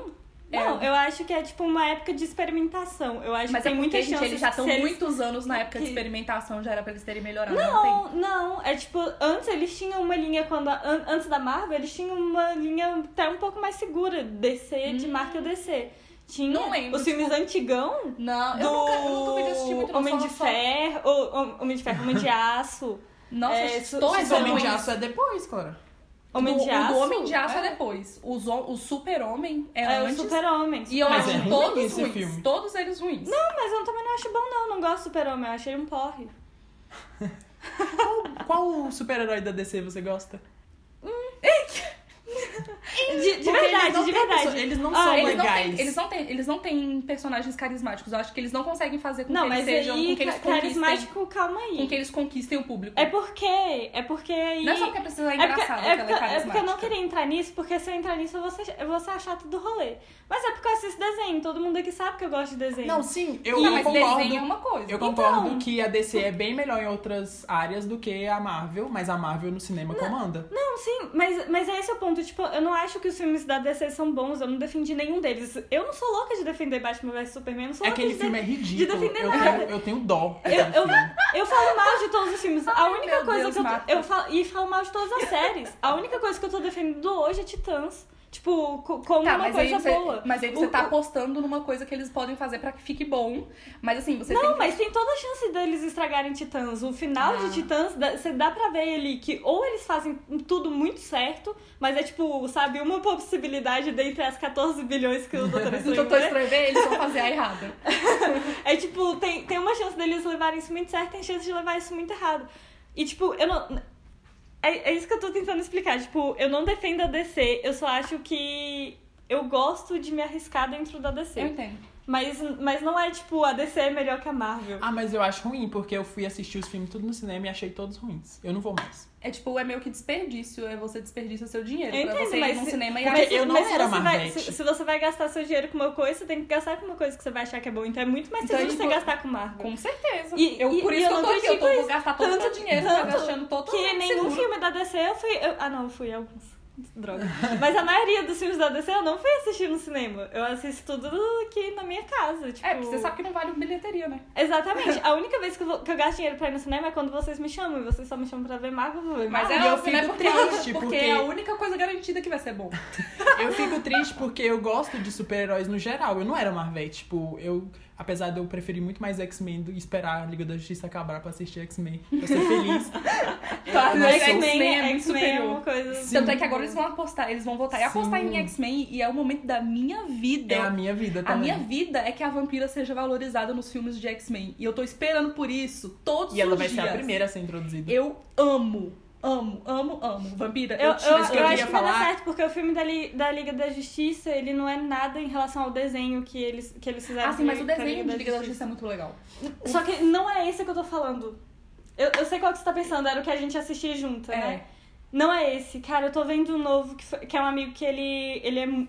É. Não, eu acho que é tipo uma época de experimentação. Eu acho Mas que é tem muita muitas gente, chances eles já estão se eles- muitos anos na época de que- experimentação, já era pra eles terem melhorado. tem? Não, não. É tipo, antes eles tinham uma linha quando. a- an- antes da Marvel, eles tinham uma linha até um pouco mais segura. DC, de marca DC. Tinha Hum. Não lembro, tipo os filmes antigão. Não, eu do nunca, eu nunca fui assistir muito não, Homem só- de só- Ferro. ou- ou- Homem de Ferro, Homem de Aço. Nossa, É, estou su- Mas Isso é Homem de ruim. Aço é depois, Clara. Homem do, de o Aço. do Homem de Aço é, depois. Os hom- o Super-Homem é, É, o antes. Super-Homem. E eu Mas acho é ruim todos esse ruins. filme. Todos eles ruins. Não, Mas eu também não acho bom, não. Eu não gosto do Super-Homem. Eu achei um porre. Qual super-herói da DC você gosta? De, de Porque eles verdade, não de têm pessoa- verdade. Eles não Ah, são eles, não legais. têm, eles, não têm, eles não têm personagens carismáticos. Eu acho que eles não conseguem fazer com Não, que eles mas é sejam. aí, com que eles ca- conquistem. carismático, calma Com aí. que eles conquistem o público. É porque. É porque aí. Não é só porque a pessoa é É porque, engraçada, é, que ela porque, é é porque eu não carismática. queria entrar nisso, porque se eu entrar nisso eu vou ser, eu vou ser a chata do rolê. Mas é porque eu assisto desenho, todo mundo aqui sabe que eu gosto de desenho. Não, sim, eu Não, mas desenho é concordo. uma coisa. Eu concordo Então. que a DC é bem melhor em outras áreas do que a Marvel, mas a Marvel no cinema comanda. Não, sim, mas, mas é esse o ponto. Tipo, eu não acho que os filmes da DC são bons, eu não defendi nenhum deles. Eu não sou louca de defender Batman vs Superman, eu não sou louca Aquele de filme é ridículo. defender eu, nada. tenho, eu tenho dó. Eu- daquele eu- filme. Eu falo mal de todos os filmes. A Ai, única meu coisa Deus, que eu, Marta. tô, eu falo e falo mal de todas as séries. A única coisa que eu tô defendendo hoje é Titãs. Tipo, co- como Tá, uma mas aí, coisa você, boa. mas aí você O- tá o- apostando numa coisa que eles podem fazer pra que fique bom. Mas assim, você tem Não, que. mas tem toda a chance deles estragarem Titãs. O final Ah. de Titãs, dá- você dá pra ver ali que ou eles fazem tudo muito certo, mas é tipo, sabe, uma possibilidade dentre as 14 bilhões que o Se Doutor eu Estranho tô vê. estranho ver, eles vão fazer a errada. É tipo, tem, tem uma chance deles levarem isso muito certo, tem chance de levar isso muito errado. E tipo, eu não. É, é isso que eu tô tentando explicar. Tipo, eu não defendo a DC, eu só acho que eu gosto de me arriscar dentro da Eu DC. entendo. Mas, mas não é tipo, a DC é melhor que a Marvel. Ah, mas eu acho ruim, porque eu fui assistir os filmes tudo no cinema e achei todos ruins. Eu não vou mais. É tipo, é meio que desperdício, é você desperdiça seu dinheiro. Eu pra entendo, você ir mas num se- cinema e É, Mas, Porque eu não mas se era você vai, Marvete. se, se você vai gastar seu dinheiro com uma coisa, você tem que gastar com uma coisa que você vai achar que é boa. Então é muito mais Então, seguro tipo, você gastar com Marvel. Com certeza. E- eu, e- por e isso eu que eu não tô aqui, eu tô, critico vou gastar todo o meu tanto- dinheiro, tanto tá gastando todo Que nenhum filme da DC eu fui. eu- ah, não, eu fui alguns. Droga. Mas a maioria dos filmes da DC eu não fui assistir no cinema. Eu assisto tudo aqui na minha casa. Tipo... É, porque você sabe que não vale bilheteria, né? Exatamente. A única vez que eu, vou- que eu gasto dinheiro pra ir no cinema é quando vocês me chamam. E vocês só me chamam pra ver Marvel. eu vou ver Mas Marvel. é e eu óbvio, né? fico Porque, triste, porque porque- é a única coisa garantida que vai ser bom. Eu fico triste porque eu gosto de super-heróis no geral. Eu não era Marvel. Tipo, eu. Apesar de eu preferir muito mais X-Men do que esperar a Liga da Justiça acabar pra assistir X-Men. Pra ser feliz. Claro, não mas sou- X-Men é muito X-Men é uma superior. coisa. Sim. Tanto é que agora eles vão apostar, eles vão votar e apostar Sim. em X-Men e é o momento da minha vida. É a minha vida A também. minha vida é que a vampira seja valorizada nos filmes de X-Men. E eu tô esperando por isso todos E ela os vai dias. ser a primeira a ser introduzida. Eu amo, amo, amo, amo. Vampira, Eu, eu, te- eu, mas o que eu eu queria acho que vai falar- dar certo, porque o filme da, Li- da Liga da Justiça, ele não é nada em relação ao desenho que eles, que eles fizeram. Ah, sim, mas o pra tá desenho de Liga da Justiça é um muito legal. Só que não é esse que eu tô falando. Eu, eu sei qual que você tá pensando, era o que a gente assistia junto, né? Não é esse. Cara, eu tô vendo um novo que, foi- que é um amigo que ele, ele é. mu-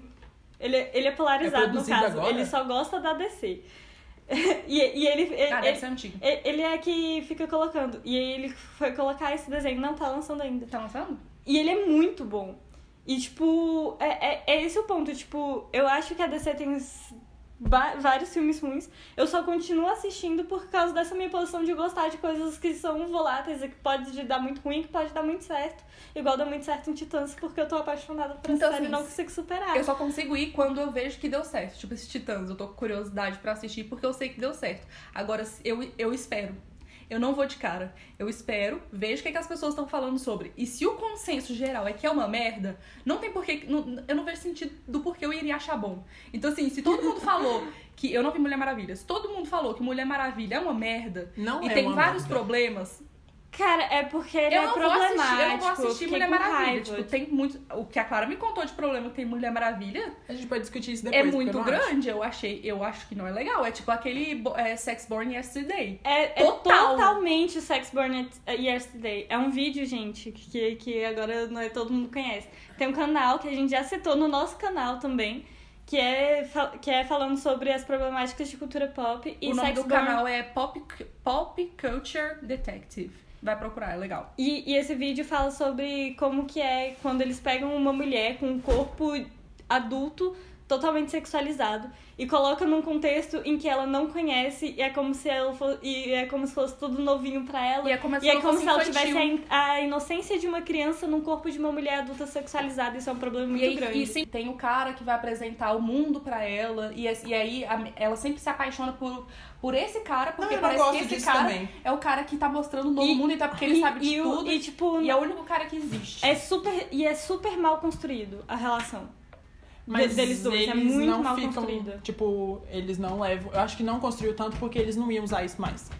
Ele, é- ele é polarizado, É no produzido caso. agora? Ele só gosta da DC. e, e ele. ele- Ah, deve ele, ser antigo. ele é que fica colocando. E aí ele foi colocar esse desenho. Não tá lançando ainda. Tá lançando? E ele é muito bom. E, tipo, é, é, é esse o ponto. Tipo, eu acho que a DC tem s- va- vários filmes ruins. Eu só continuo assistindo por causa dessa minha posição de gostar de coisas que são voláteis e que pode dar muito ruim que pode dar muito certo. Igual dá muito certo em Titãs, porque eu tô apaixonada por Então, essa série e assim, não consigo superar. Eu só consigo ir quando eu vejo que deu certo. Tipo, esses Titãs, eu tô com curiosidade pra assistir porque eu sei que deu certo. Agora, se- eu, eu espero. Eu não vou de cara. Eu espero, vejo o que, é que as pessoas estão falando sobre. E se o consenso geral é que é uma merda, não tem porquê. não- eu não vejo sentido do porquê eu iria achar bom. Então, assim, se todo mundo falou que. Eu não vi Mulher Maravilha. Se todo mundo falou que Mulher Maravilha é uma merda Não e é tem uma vários merda. problemas, Cara, é porque ele eu é não vou problemático. assistir, eu não vou assistir fiquei Mulher com Maravilha. raiva. Tipo, tem muito. O que a Clara me contou de problema que tem Mulher Maravilha. A gente pode discutir isso É depois. porque eu muito não acho. grande, eu achei, eu acho que não é legal. É tipo aquele bo- é, Sex Born Yesterday. É, é Total. totalmente Sex Born Yesterday. É um vídeo, gente, que, que agora não é- todo mundo conhece. Tem um canal que a gente já citou no nosso canal também, que é, fal- que é falando sobre as problemáticas de cultura pop e o nome do Saxburn- canal é Pop, Pop Culture Detective. Vai procurar, é legal. E, e esse vídeo fala sobre como que é quando eles pegam uma mulher com um corpo adulto totalmente sexualizado e colocam num contexto em que ela não conhece e é como se ela fo- e é como se fosse tudo novinho pra ela E é como se e é ela como fosse se ela infantil. tivesse a, in- a inocência de uma criança num corpo de uma mulher adulta sexualizada isso é um problema muito e, aí- grande e sempre tem o cara que vai apresentar o mundo pra ela. E, as- e aí a- ela sempre se apaixona por, por esse cara, porque eu não parece que gosto esse disso cara também. é o cara que tá mostrando o novo E- mundo, então porque ele E- sabe de e o- tudo. e tipo e é o único cara que existe. é super e é super mal construído a relação Mas de- deles dois eles é muito não mal ficam, construída Tipo, eles não levam. Eu acho que não construiu tanto porque eles não iam usar isso mais.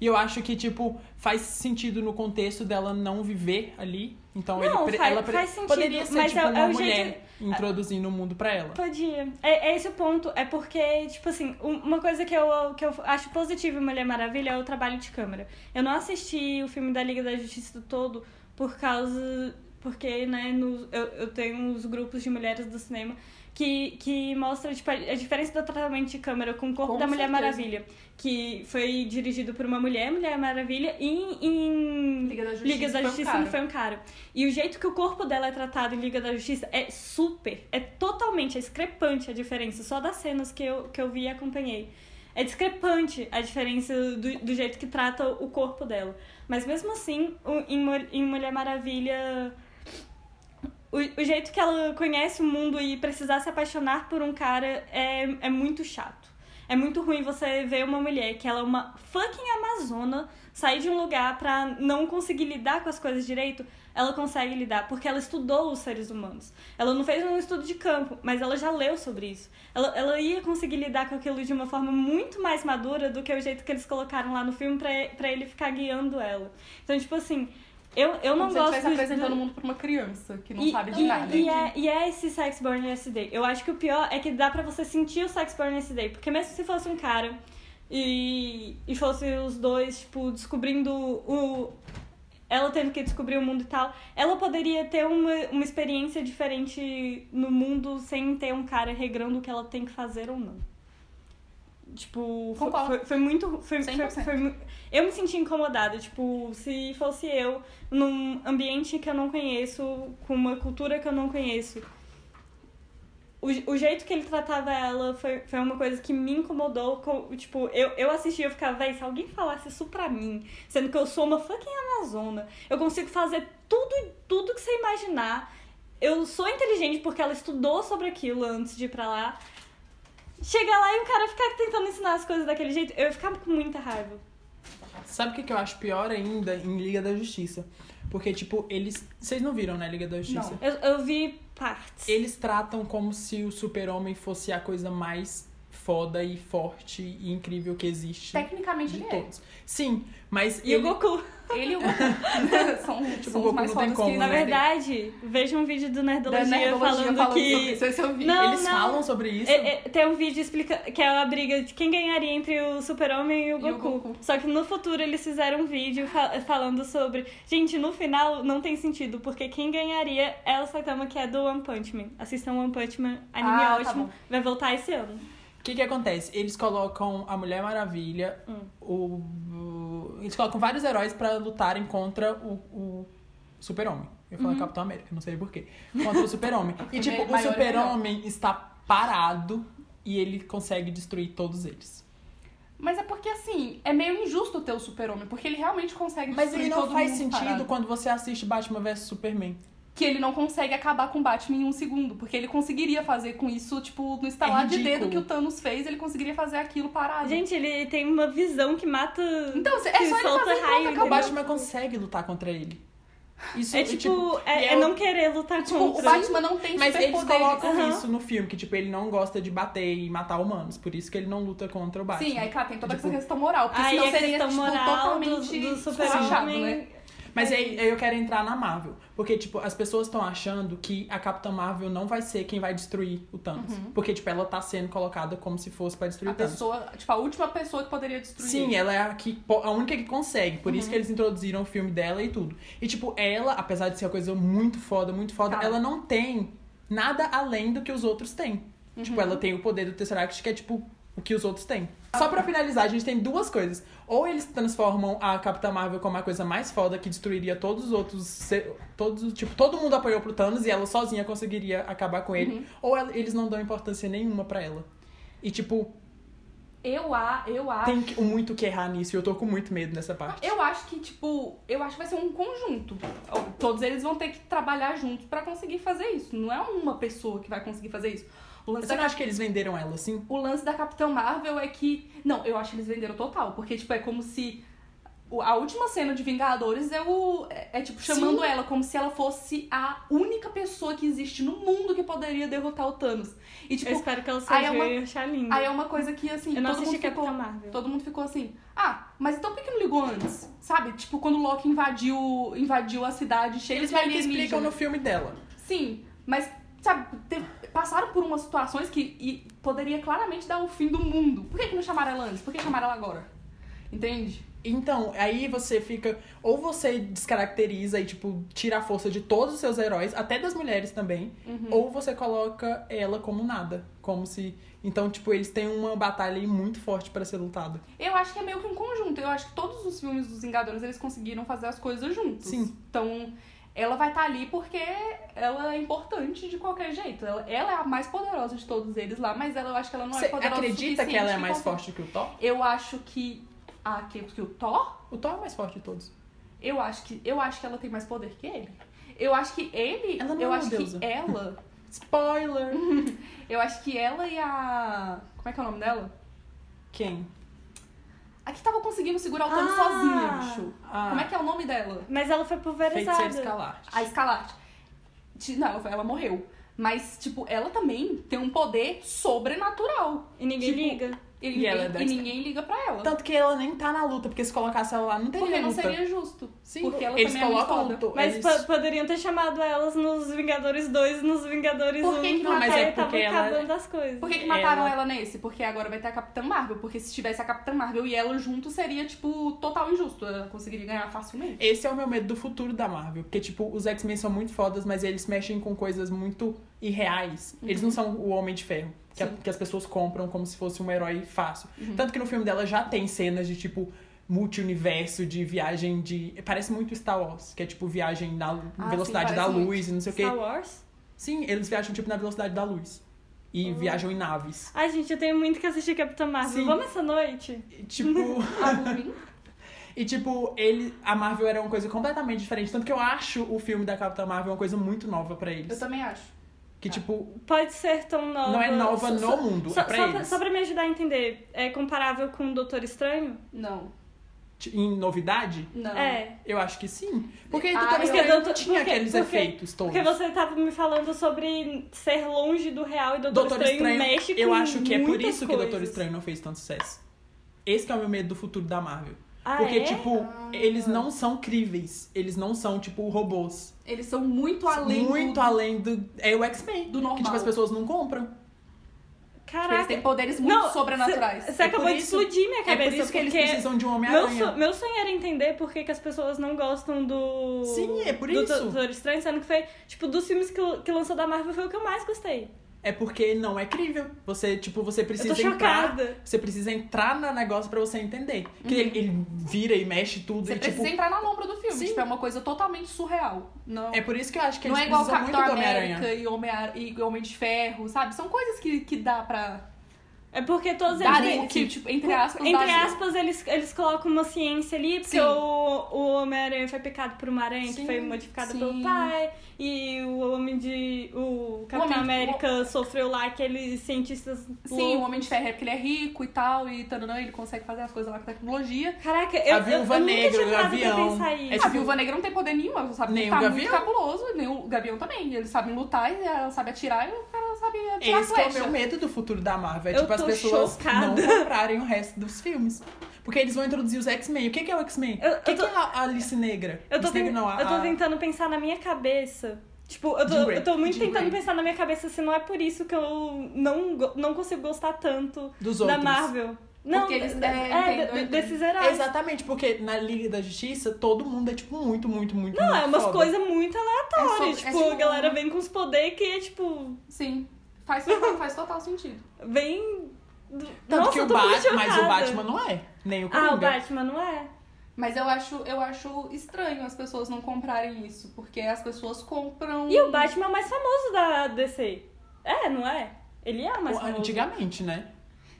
E eu acho que, tipo, faz sentido no contexto dela não viver ali. Então Não, ele, pre- faz- ela pre- faz sentido, poderia ser mas tipo, é- é uma o mulher jeito- introduzindo o mundo pra ela. Podia. É, é esse o ponto. É porque, tipo assim, um- uma coisa que eu, que eu acho positiva em Mulher Maravilha é o trabalho de câmera. Eu não assisti o filme da Liga da Justiça todo por causa. Porque, né, no- eu, eu tenho os grupos de mulheres do cinema que, que mostra tipo, a, a diferença do tratamento de câmera com o corpo Com da Mulher certeza. Maravilha. Que foi dirigido por uma mulher, Mulher Maravilha, e em. Liga da Justiça Ligas da foi um Justiça cara. não foi um cara. E o jeito que o corpo dela é tratado em Liga da Justiça é super, é totalmente, é discrepante a diferença, só das cenas que eu, que eu vi e acompanhei. É discrepante a diferença do, do jeito que trata o corpo dela. Mas mesmo assim, o- em, Mul- em Mulher Maravilha, o, o jeito que ela conhece o mundo e precisar se apaixonar por um cara é, é muito chato. É muito ruim você ver uma mulher que ela é uma fucking amazona sair de um lugar pra não conseguir lidar com as coisas direito, ela consegue lidar, porque ela estudou os seres humanos. Ela não fez um estudo de campo, mas ela já leu sobre isso. Ela, ela ia conseguir lidar com aquilo de uma forma muito mais madura do que o jeito que eles colocaram lá no filme pra, pra ele ficar guiando ela. Então, tipo assim, eu, eu não Como se gosto. ele estivesse do- apresentando do- o mundo pra uma criança que não e, sabe de e- nada. E é, e é esse Sex Burn Yesterday. Eu acho que o pior é que dá pra você sentir o Sex Burn Yesterday. Porque mesmo se fosse um cara e, e fosse os dois, tipo, descobrindo o... Ela tendo que descobrir o mundo e tal. Ela poderia ter uma, uma experiência diferente no mundo sem ter um cara regrando o que ela tem que fazer ou não. Tipo, fo- Concordo. foi, foi muito. Foi, foi, 100%. foi mu- eu me senti incomodada. Tipo, se fosse eu num ambiente que eu não conheço, com uma cultura que eu não conheço. O, je- o jeito que ele tratava ela foi, foi uma coisa que me incomodou. co- tipo, eu, eu assistia e eu ficava, véi, se alguém falasse isso pra mim, sendo que eu sou uma fucking Amazona, eu consigo fazer tudo, tudo que você imaginar. Eu sou inteligente porque ela estudou sobre aquilo antes de ir pra lá. Chega lá e o cara ficar tentando ensinar as coisas daquele jeito, eu ia ficar com muita raiva. Sabe o que, que eu acho pior ainda em Liga da Justiça? Porque, tipo, eles. Vocês não viram, né, Liga da Justiça? Não. Eu, eu vi partes. Eles tratam como se o super-homem fosse a coisa mais foda e forte e incrível que existe. Tecnicamente de ele é. todos. Sim, mas E o Goku. Ele e o Goku são, Tipo, são o Goku os mais não tem fodas como, que né? Na né? verdade, veja um vídeo do Nerdologia, Da nerdologia falando, sobre que. isso, esse eu vi. Não, eles não. falam sobre isso. É- é- tem um vídeo explica que é a briga de quem ganharia entre o Super-Homem e, o E o Goku. Goku. Só que no futuro eles fizeram um vídeo fa- falando sobre. Gente, no final não tem sentido, porque quem ganharia é o Saitama, que é do One Punch Man. Assistam One Punch Man, anime Ah, tá ótimo. bom. vai voltar esse ano. O que que acontece? Eles colocam a Mulher Maravilha, o, o- Eles colocam vários heróis pra lutarem contra o, o Super-Homem. Eu falo Capitão América, não sei porquê. Contra o Super-Homem. e, tipo, o Maior é melhor. Super-Homem está parado e ele consegue destruir todos eles. Mas é porque, assim, é meio injusto ter o super-homem, porque ele realmente consegue Mas destruir ele não todo faz mundo sentido parado. quando você assiste Batman vs Superman. Que ele não consegue acabar com o Batman em um segundo, porque ele conseguiria fazer com isso, tipo, no estalar É de ridículo. dedo que o Thanos fez, ele conseguiria fazer aquilo parado. Gente, ele tem uma visão que mata. Tá então, é só ele fazer solta enquanto raio, acaba- O Entendeu? Batman consegue lutar contra ele. Isso é tipo. e É, é o- não querer lutar Tipo, contra. o Batman não tem Mas eles superpoderes. colocam Aham. isso no filme, que tipo, ele não gosta de bater e matar humanos, por isso que ele não luta contra o Batman. Sim, aí, cara, tem toda Tipo, essa questão moral, porque Aí senão a seria, questão tipo, moral totalmente do, do esculachado, super-homem né? Mas aí, aí eu quero entrar na Marvel. Porque, tipo, as pessoas estão achando que a Capitã Marvel não vai ser quem vai destruir o Thanos. Porque, tipo, ela tá sendo colocada como se fosse pra destruir Uhum. A o Thanos. pessoa, tipo, a última pessoa que poderia destruir Ah, tá. Sim, ele. ela é a, que, po- a única que consegue. Por isso que eles introduziram o filme dela e tudo. E, tipo, ela, apesar de ser uma coisa muito foda, muito foda, Cara. ela não tem nada além do que os outros têm. Tipo, ela tem o poder do Tesseract, que é tipo o que os outros têm. Só pra finalizar, a gente tem duas coisas. Ou eles transformam a Capitã Marvel como a coisa mais foda que destruiria todos os outros. se- Todos, os- tipo, todo mundo apoiou pro Thanos e ela sozinha conseguiria acabar com ele. Ou ela- eles não dão importância nenhuma pra ela. E, tipo, Eu, a, eu acho. tem que- muito que errar nisso e eu tô com muito medo nessa parte. Eu acho que, tipo, eu acho que vai ser um conjunto. Todos eles vão ter que trabalhar juntos pra conseguir fazer isso. Não é uma pessoa que vai conseguir fazer isso. O lance, Você da, não acha que eles venderam ela assim? o lance da Capitã Marvel é que. Não, eu acho que eles venderam total. Porque, tipo, é como se. o- A última cena de Vingadores é o. É, é, tipo, chamando ela como se ela fosse a única pessoa que existe no mundo que poderia derrotar o Thanos. E, eu tipo, espero que ela aí seja é uma- e achar linda. aí é uma coisa que, assim. eu não todo assisti mundo ficou... Capitã Marvel. Todo mundo ficou assim, ah, mas então por que não ligou antes? Sabe? Tipo, quando o Loki invadiu, invadiu a cidade cheia Eles de meio que alienígenas. explicam no filme dela. Sim, mas, sabe, te- passaram por umas situações que e poderia claramente dar o fim do mundo. Por que, que não chamaram ela antes? Por que chamaram ela agora? Entende? Então, aí você fica. Ou você descaracteriza e, tipo, tira a força de todos os seus heróis, até das mulheres também. Uhum. Ou você coloca ela como nada. Como se. Então, tipo, eles têm uma batalha aí muito forte pra ser lutada. Eu acho que é meio que um conjunto. Eu acho que todos os filmes dos Vingadores, eles conseguiram fazer as coisas juntos. Sim. Então, ela vai estar ali porque ela é importante de qualquer jeito. Ela, ela é a mais poderosa de todos eles lá, mas ela, eu acho que ela não Você é poderosa o acredita que suficiente ela é e mais consegue- forte que o Thor? Eu acho que a que, que o Thor, O Thor é o mais forte de todos. eu acho que eu acho que ela tem mais poder que ele. Eu acho que ele, Ela não é eu uma acho deusa. que ela, Spoiler! eu acho que ela e a como é que é o nome dela? Quem? A que tava conseguindo segurar o Thanos Ah! sozinha, bicho. Ah, Como é que é o nome dela? Mas ela foi pulverizada. Feiticeira Escalarte. A Escalarte. Ti- Não, ela, foi- ela morreu. Mas, tipo, ela também tem um poder sobrenatural. E ninguém Tipo, liga. E, E ninguém, ela é da e Esca- ninguém liga pra ela. Tanto que ela nem tá na luta, porque se colocasse ela lá, não teria porque não luta. seria justo. Sim, porque ela eles também colocam é muito foda. o Thor- Mas eles- po- poderiam ter chamado elas nos Vingadores 2 e nos Vingadores Por 1. que que então não? Mas é aí tava porque ela- acabando as coisas. Por que, que mataram Ela- ela... nesse? Porque agora vai ter a Capitã Marvel. Porque se tivesse a Capitã Marvel e ela junto, seria, tipo, total injusto. Ela conseguiria ganhar facilmente. Esse é o meu medo do futuro da Marvel. Porque, tipo, os X-Men são muito fodas, mas eles mexem com coisas muito irreais. Eles não são o Homem de Ferro, que, a- Uhum. Sim. Uhum. que as pessoas compram como se fosse um herói fácil. Tanto que no filme dela já tem cenas de, tipo, multiuniverso, de viagem de. Parece muito Star Wars, que é tipo viagem na Ah, velocidade sim, da parece muito. luz e não sei o quê. Star Wars? Sim, eles viajam, tipo, na velocidade da luz. Ah. E viajam em naves. Ai, gente, eu tenho muito que assistir Capitã Marvel. Sim. Vamos essa noite? E, tipo. Algo ruim? E, tipo, ele, a Marvel era uma coisa completamente diferente. Tanto que eu acho o filme da Capitã Marvel uma coisa muito nova pra Eu eles. também acho. Que, tipo, Pode ser tão nova. não é nova Só- no só- mundo, Só, é pra só eles. só pra me ajudar a entender, é comparável com o Doutor Estranho? Não. T- Em novidade, Não. É. eu acho que sim. Porque Ah, ah, Doutor eu Estranho não doutor- tinha porque- aqueles porque- efeitos todos. Porque você tava me falando sobre ser longe do real e Doutor, Doutor Estranho, Estranho, mexe com eu acho que é por muitas isso que coisas. Doutor Estranho não fez tanto sucesso. Esse que é o meu medo do futuro da Marvel. Ah, porque, é? tipo, Ah. eles não são críveis. Eles não são, tipo, robôs. Eles são muito além Muito do... tipo, além do. É o X-Men. Do Que, normal. tipo, as pessoas não compram. Tipo, Eles Caraca. têm poderes muito sobrenaturais. Você É acabou por de isso- explodir minha É cabeça. por isso que eles porque precisam de meu, um Homem-Aranha. so- meu sonho era entender por que, que as pessoas não gostam do. Sim, é por do isso. Doutor Estranho, sendo que foi. Tipo, dos filmes que, eu- que lançou da Marvel foi o que eu mais gostei. É porque não é crível. Você, tipo, você precisa eu tô entrar. chocada. Você precisa entrar no negócio pra você entender. Porque Uhum. ele, ele vira e mexe tudo Você e precisa tipo. entrar na lombra do filme. Sim. Tipo, é uma coisa totalmente surreal. Não. É por isso que eu acho que não é eles igual precisam Capitão muito do Homem-Aranha. América e Homem, e Homem de Ferro, sabe? São coisas que, que dá pra É porque todos darem, eles. que, tipo, entre aspas, Entre darem- aspas, eles, eles colocam uma ciência ali, porque Sim. o, o Homem-Aranha foi picado por uma aranha que Sim, foi modificada sim. pelo pai, e o homem de. O Homem Capitão de- América sofreu lá aqueles cientistas. Sim, o loucos. Homem de Ferro é porque ele é rico e tal, e tananã, ele consegue fazer as coisas lá com tecnologia. Caraca, eu, A Viúva eu, eu Negra, nunca o tinha parado pra Gavião. pensar É isso. a Viúva Negra não tem poder nenhum, ela sabe Nem o lutar muito Gavião. cabuloso, nem o Gavião também. Eles sabem lutar, e ela sabe atirar, e o cara sabe atirar Esse que é o flecha. meu medo do futuro da Marvel. É Tipo, Eu tipo as tô pessoas chocada. não comprarem o resto dos filmes. Porque eles vão introduzir os X-Men. O que que é o X-Men? Eu- O que, eu tô- que é a Alice Negra? Eu tô, Alice Negra ten- não, a- eu tô a- tentando pensar na minha cabeça. Tipo, eu Jean tô, Grey. eu tô muito Jean tentando Grey. pensar na minha cabeça se não é por isso que eu não, go- não consigo gostar tanto dos da outros. Marvel. Não, eles, da- é, é, entendo, de- de- entendo. desses heróis. Exatamente, porque na Liga da Justiça todo mundo é tipo muito, muito, muito. Não, é muito umas foda. coisas muito É aleatórias. um sobre- é tipo, a tipo- galera vem com os poderes que é tipo. Sim. Faz, total- faz total sentido. Bem. do- Tanto Nossa, que o eu tô muito Batman, mas o chocada. Batman não é. Nem o Ah, o Coringa. Batman não é. Mas eu acho, eu acho estranho as pessoas não comprarem isso, porque as pessoas compram. E o Batman é o mais famoso da DC. É, não é? Ele é o mais famoso. Antigamente, né?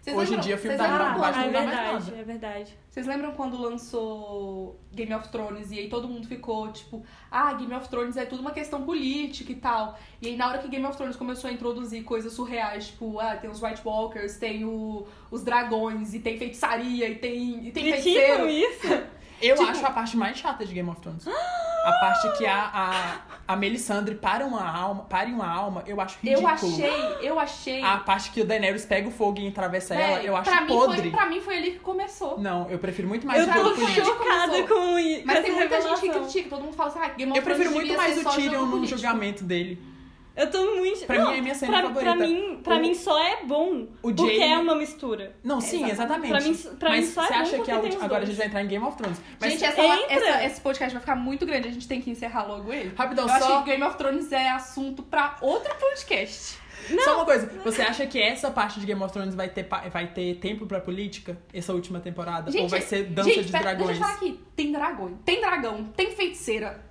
Vocês Hoje em lembram- dia, filme tá vocês da lembram quando- Marvel, Ah, Batman é não dá mais verdade, nada. é verdade. Vocês lembram quando lançou Game of Thrones e aí todo mundo ficou tipo, ah, Game of Thrones é tudo uma questão política e tal. E aí na hora que Game of Thrones começou a introduzir coisas surreais, tipo, ah, tem os White Walkers, tem o- os dragões, e tem feitiçaria, e tem, e tem Criticam feiticeiro. tipo isso? Eu Tipo acho a parte mais chata de Game of Thrones. A parte que a, a, a Melisandre para uma alma, pare uma alma, eu acho ridículo. Eu achei, eu achei. A parte que o Daenerys pega o fogo e atravessa É, Véi, ela, eu acho pra mim podre. Foi, pra mim foi ali que começou. Não, eu prefiro muito mais eu o já tô não jogo foi é político. chocada com isso. Mas tem muita gente que critica, todo mundo fala assim, ah, Game of Eu prefiro Thrones muito devia mais ser o só Tyrion jogo no político. julgamento dele. Eu tô muito. Pra não, mim é a minha cena pra, favorita. Pra mim, pra O- mim só é bom. o porque Jaime- é uma mistura. Não, sim, exatamente. Pra mim- pra Mas mim só é você bom acha que porque a tem ulti- os agora é a dois. gente vai entrar em Game of Thrones. Mas Gente, essa, entra. essa- esse podcast vai ficar muito grande, a gente tem que encerrar logo é- ele. Rapidão, Eu só- achei que Game of Thrones é assunto pra outro podcast. só uma coisa. Você acha que essa parte de Game of Thrones vai ter, pa- vai ter tempo pra política? Essa última temporada? Ou vai ser dança gente, de pera- dragões? Deixa eu falar aqui. Tem dragão, tem dragão, tem feiticeira,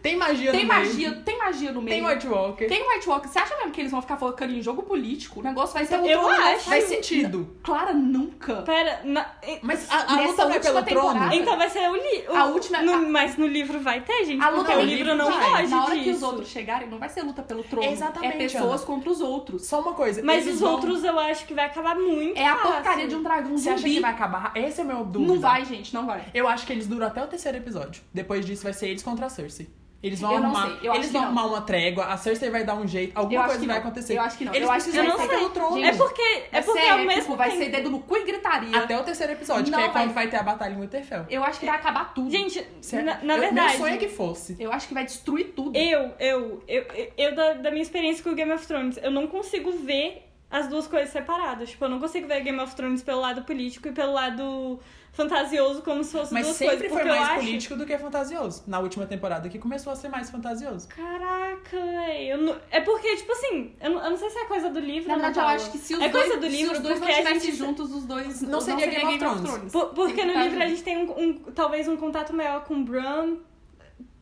Tem magia tem no magia, meio. tem magia no meio. Tem White Walker. Tem White Walker. Você acha mesmo que eles vão ficar focando em jogo político? O negócio vai ser Eu outro acho. Tá Vai Faz ser sentido. Clara nunca. Pera, na- e- Mas a, a Nessa luta não é última pelo temporada- trono? então vai ser o livro. A última- a- Mas no livro vai ter, gente. A porque luta o no livro livro não vai. pode Na hora disso. que os outros chegarem, não vai ser luta pelo trono. Exatamente, É pessoas contra os outros. Então, Só uma coisa. Mas eles os vão- outros eu acho que vai acabar muito. É a fácil. porcaria de um dragão Você acha zumbi. que vai acabar? Esse é o meu dúvida. Não vai, gente, não vai. Eu acho que eles duram até o terceiro episódio. Depois disso vai ser eles contra a Cersei. Eles vão Eu não arrumar, sei, eu acho eles que vão não. arrumar uma trégua, a Cersei vai dar um jeito, Eu alguma acho coisa que vai não. acontecer. Eu acho que não. Eles Eu acho que Eu precisam não vai sair ser pelo sei. trono. gente. É porque é, porque sério, ao mesmo tipo, vai tempo- ser dedo no cu e gritaria. Até o terceiro episódio, Não que é vai. quando vai ter a batalha em Winterfell. Eu acho que vai acabar tudo. Gente, Certo? na, na Eu- verdade. Meu sonho é que fosse. Eu acho que vai destruir tudo. Eu, eu, eu, eu, eu da, da minha experiência com o Game of Thrones, eu não consigo ver as duas coisas separadas. Tipo, eu não consigo ver Game of Thrones pelo lado político e pelo lado fantasioso, como se fossem Mas duas coisas. sempre foi porque eu mais acho- político do que fantasioso. Na última temporada que começou a ser mais fantasioso. Caraca, véi, eu não... é porque, tipo assim, eu não, eu não sei se é coisa do livro. Na verdade, eu Natal. acho que se os É dois, coisa do livro, se os dois não porque a estivessem gente- juntos, os dois Não seria Game of Thrones. Por- porque Tem no que estar livro a junto. gente tem um, um- talvez um contato maior com o Bran,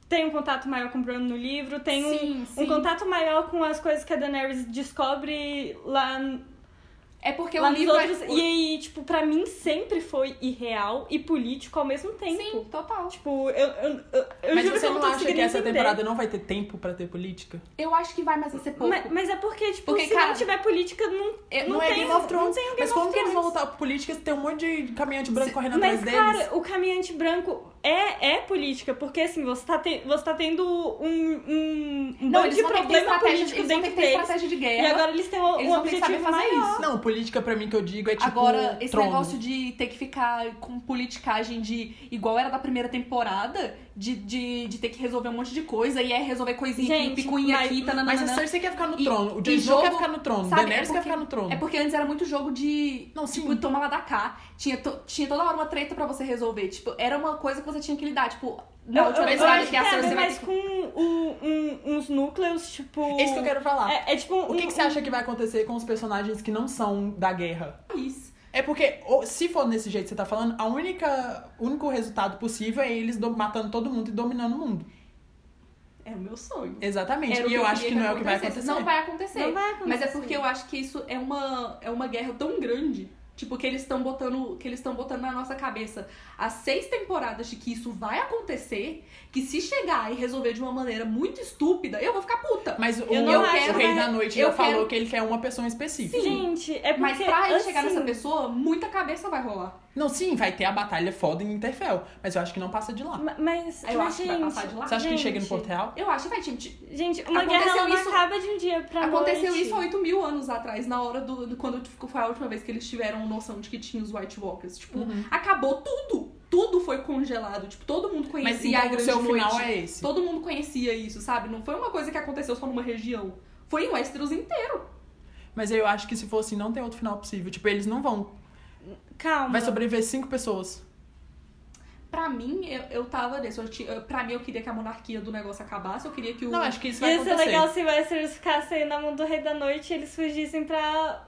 tem um contato maior com o Bran no livro, tem um, Sim, um sim. contato maior com as coisas que a Daenerys descobre lá, É porque lá o nos livro outros. é... E aí, tipo, pra mim sempre foi irreal e político ao mesmo tempo. Sim, total. Tipo, eu, eu, eu, eu Mas juro que você eu não não tô acha que conseguindo essa entender. temporada não vai ter tempo pra ter política? Eu acho que vai, mas vai ser pouco. Mas, mas é porque, tipo, Porque, se cara, não tiver política, não, é- não, não tem, é Game of não Thrones. tem o Game Mas of como que eles vão Thrones. voltar pra política se tem um monte de caminhante branco correndo Mas, atrás deles? cara, o caminhante branco é, é política, porque assim, você tá, te- você tá tendo um, um um Não, bando eles de vão ter que ter problema estratégia, eles político vão ter dentro que ter deles. estratégia de E guerra. agora eles têm um, eles um vão ter que saber objetivo fazer maior. isso. Não, política pra mim que eu digo é tipo. Agora, esse trono. negócio de ter que ficar com politicagem de igual era da primeira temporada, de, de, de ter que resolver um monte de coisa, e é resolver coisinha Gente, aqui, picuinha mas- é aqui, tananana. Mas a Cersei quer ficar no E- trono, o e Jon Snow jogo- quer ficar no trono, o sabe, Daenerys é quer porque- ficar no trono. É porque antes era muito jogo de. Não, tipo, sim. toma lá da cá. Tinha, to- tinha toda hora uma treta pra você resolver. Tipo, era uma coisa que você tinha que lidar. Tipo, na última eu temporada acho é, que a tem a ver Cersei vai mais ter que- com o- um- uns núcleos, tipo... É isso que eu quero falar. É, é tipo um... O que, que você acha que vai acontecer com os personagens que não são da guerra? Isso. É porque, ou- se for desse jeito que você tá falando, a única, o único resultado possível é eles do- matando todo mundo e dominando o mundo. Era o meu sonho. Exatamente. Era o E eu eu acho que queria não é o que vai acontecer. Não vai acontecer. Não vai acontecer. Mas é porque eu acho que isso é uma, é uma guerra tão grande. Tipo, que eles estão botando, que eles estão botando na nossa cabeça as seis temporadas de que isso vai acontecer, que se chegar e resolver de uma maneira muito estúpida, eu vou ficar puta. Mas o, Eu não eu- acho o que Rei vai- da Noite eu já falou quero- que ele quer uma pessoa específica. Gente, é porque... Mas pra ele assim, chegar nessa pessoa, muita cabeça vai rolar. Não, sim, vai ter a batalha foda em Interfell, mas eu acho que não passa de lá. ma- Mas, Eu mas, acho que gente... vai passar de lá. Você acha que gente, chega no Porto Real? Eu acho que vai, gente. Gente, uma Aconteceu guerra ela não isso- acaba de um dia pra aconteceu noite. isso há 8 mil anos atrás, na hora do. do- Quando ficou- foi a última vez que eles tiveram noção de que tinha os White Walkers. Tipo, acabou tudo. Tudo foi congelado. Tipo, todo mundo conhecia Mas então, a o grande seu noite. final é esse. Todo mundo conhecia isso, sabe? Não foi uma coisa que aconteceu só numa região. Foi em Westeros inteiro. Mas eu acho que se for assim, não tem outro final possível. Tipo, eles não vão. Calma. Vai sobreviver cinco pessoas. Pra mim, eu, eu tava nesse. Eu, ti- eu- pra mim, eu queria que a monarquia do negócio acabasse. Eu queria que o. Não, acho que isso vai Ia ser acontecer. é legal se o Westeros ficasse aí na mão do Rei da Noite e eles fugissem pra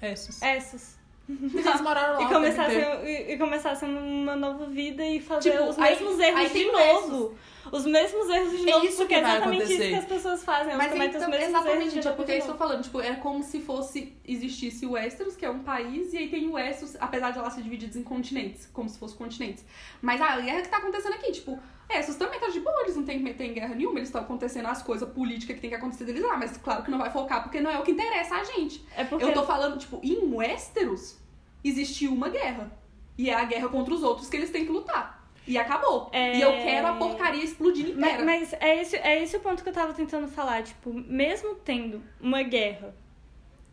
Essos. Essos. Mas É, eles moraram lá. E o começassem, tempo e, e começassem uma nova vida e fazer Tipo, os aí- mesmos aí erros tem de Essos. novo. Os mesmos erros de É novo, isso porque é que vai exatamente isso acontecer. que as pessoas fazem. Elas Mas cometem os então, mesmos erros exatamente, de gente, é novo. porque é de isso que eu novo. tô falando. Tipo, é como se fosse, existisse o Westeros, que é um país, e aí tem o Essos, apesar de ela ser divididas em continentes, como se fossem continentes. Mas a guerra que tá acontecendo aqui, tipo, Essos também tá de boa, eles não tem que meter em guerra nenhuma, eles estão acontecendo as coisas políticas que tem que acontecer deles lá, mas claro que não vai focar, porque não é o que interessa a gente. É porque Eu tô falando, tipo, em Westeros existiu uma guerra. E é a guerra contra os outros que eles têm que lutar. E acabou. É. E eu quero a porcaria explodir inteira. Mas, mas é, esse, é esse o ponto que eu tava tentando falar. Tipo, mesmo tendo uma guerra,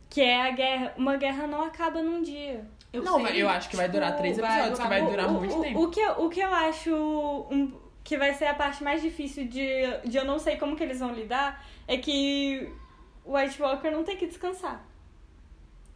que é a guerra, uma guerra não acaba num dia. Eu Não, sei, tipo, eu acho que vai durar três vai episódios, que vai o- durar o- muito o, tempo. O que, eu- o que eu acho um- que vai ser a parte mais difícil de, de eu não sei como que eles vão lidar é que o White Walker não tem que descansar.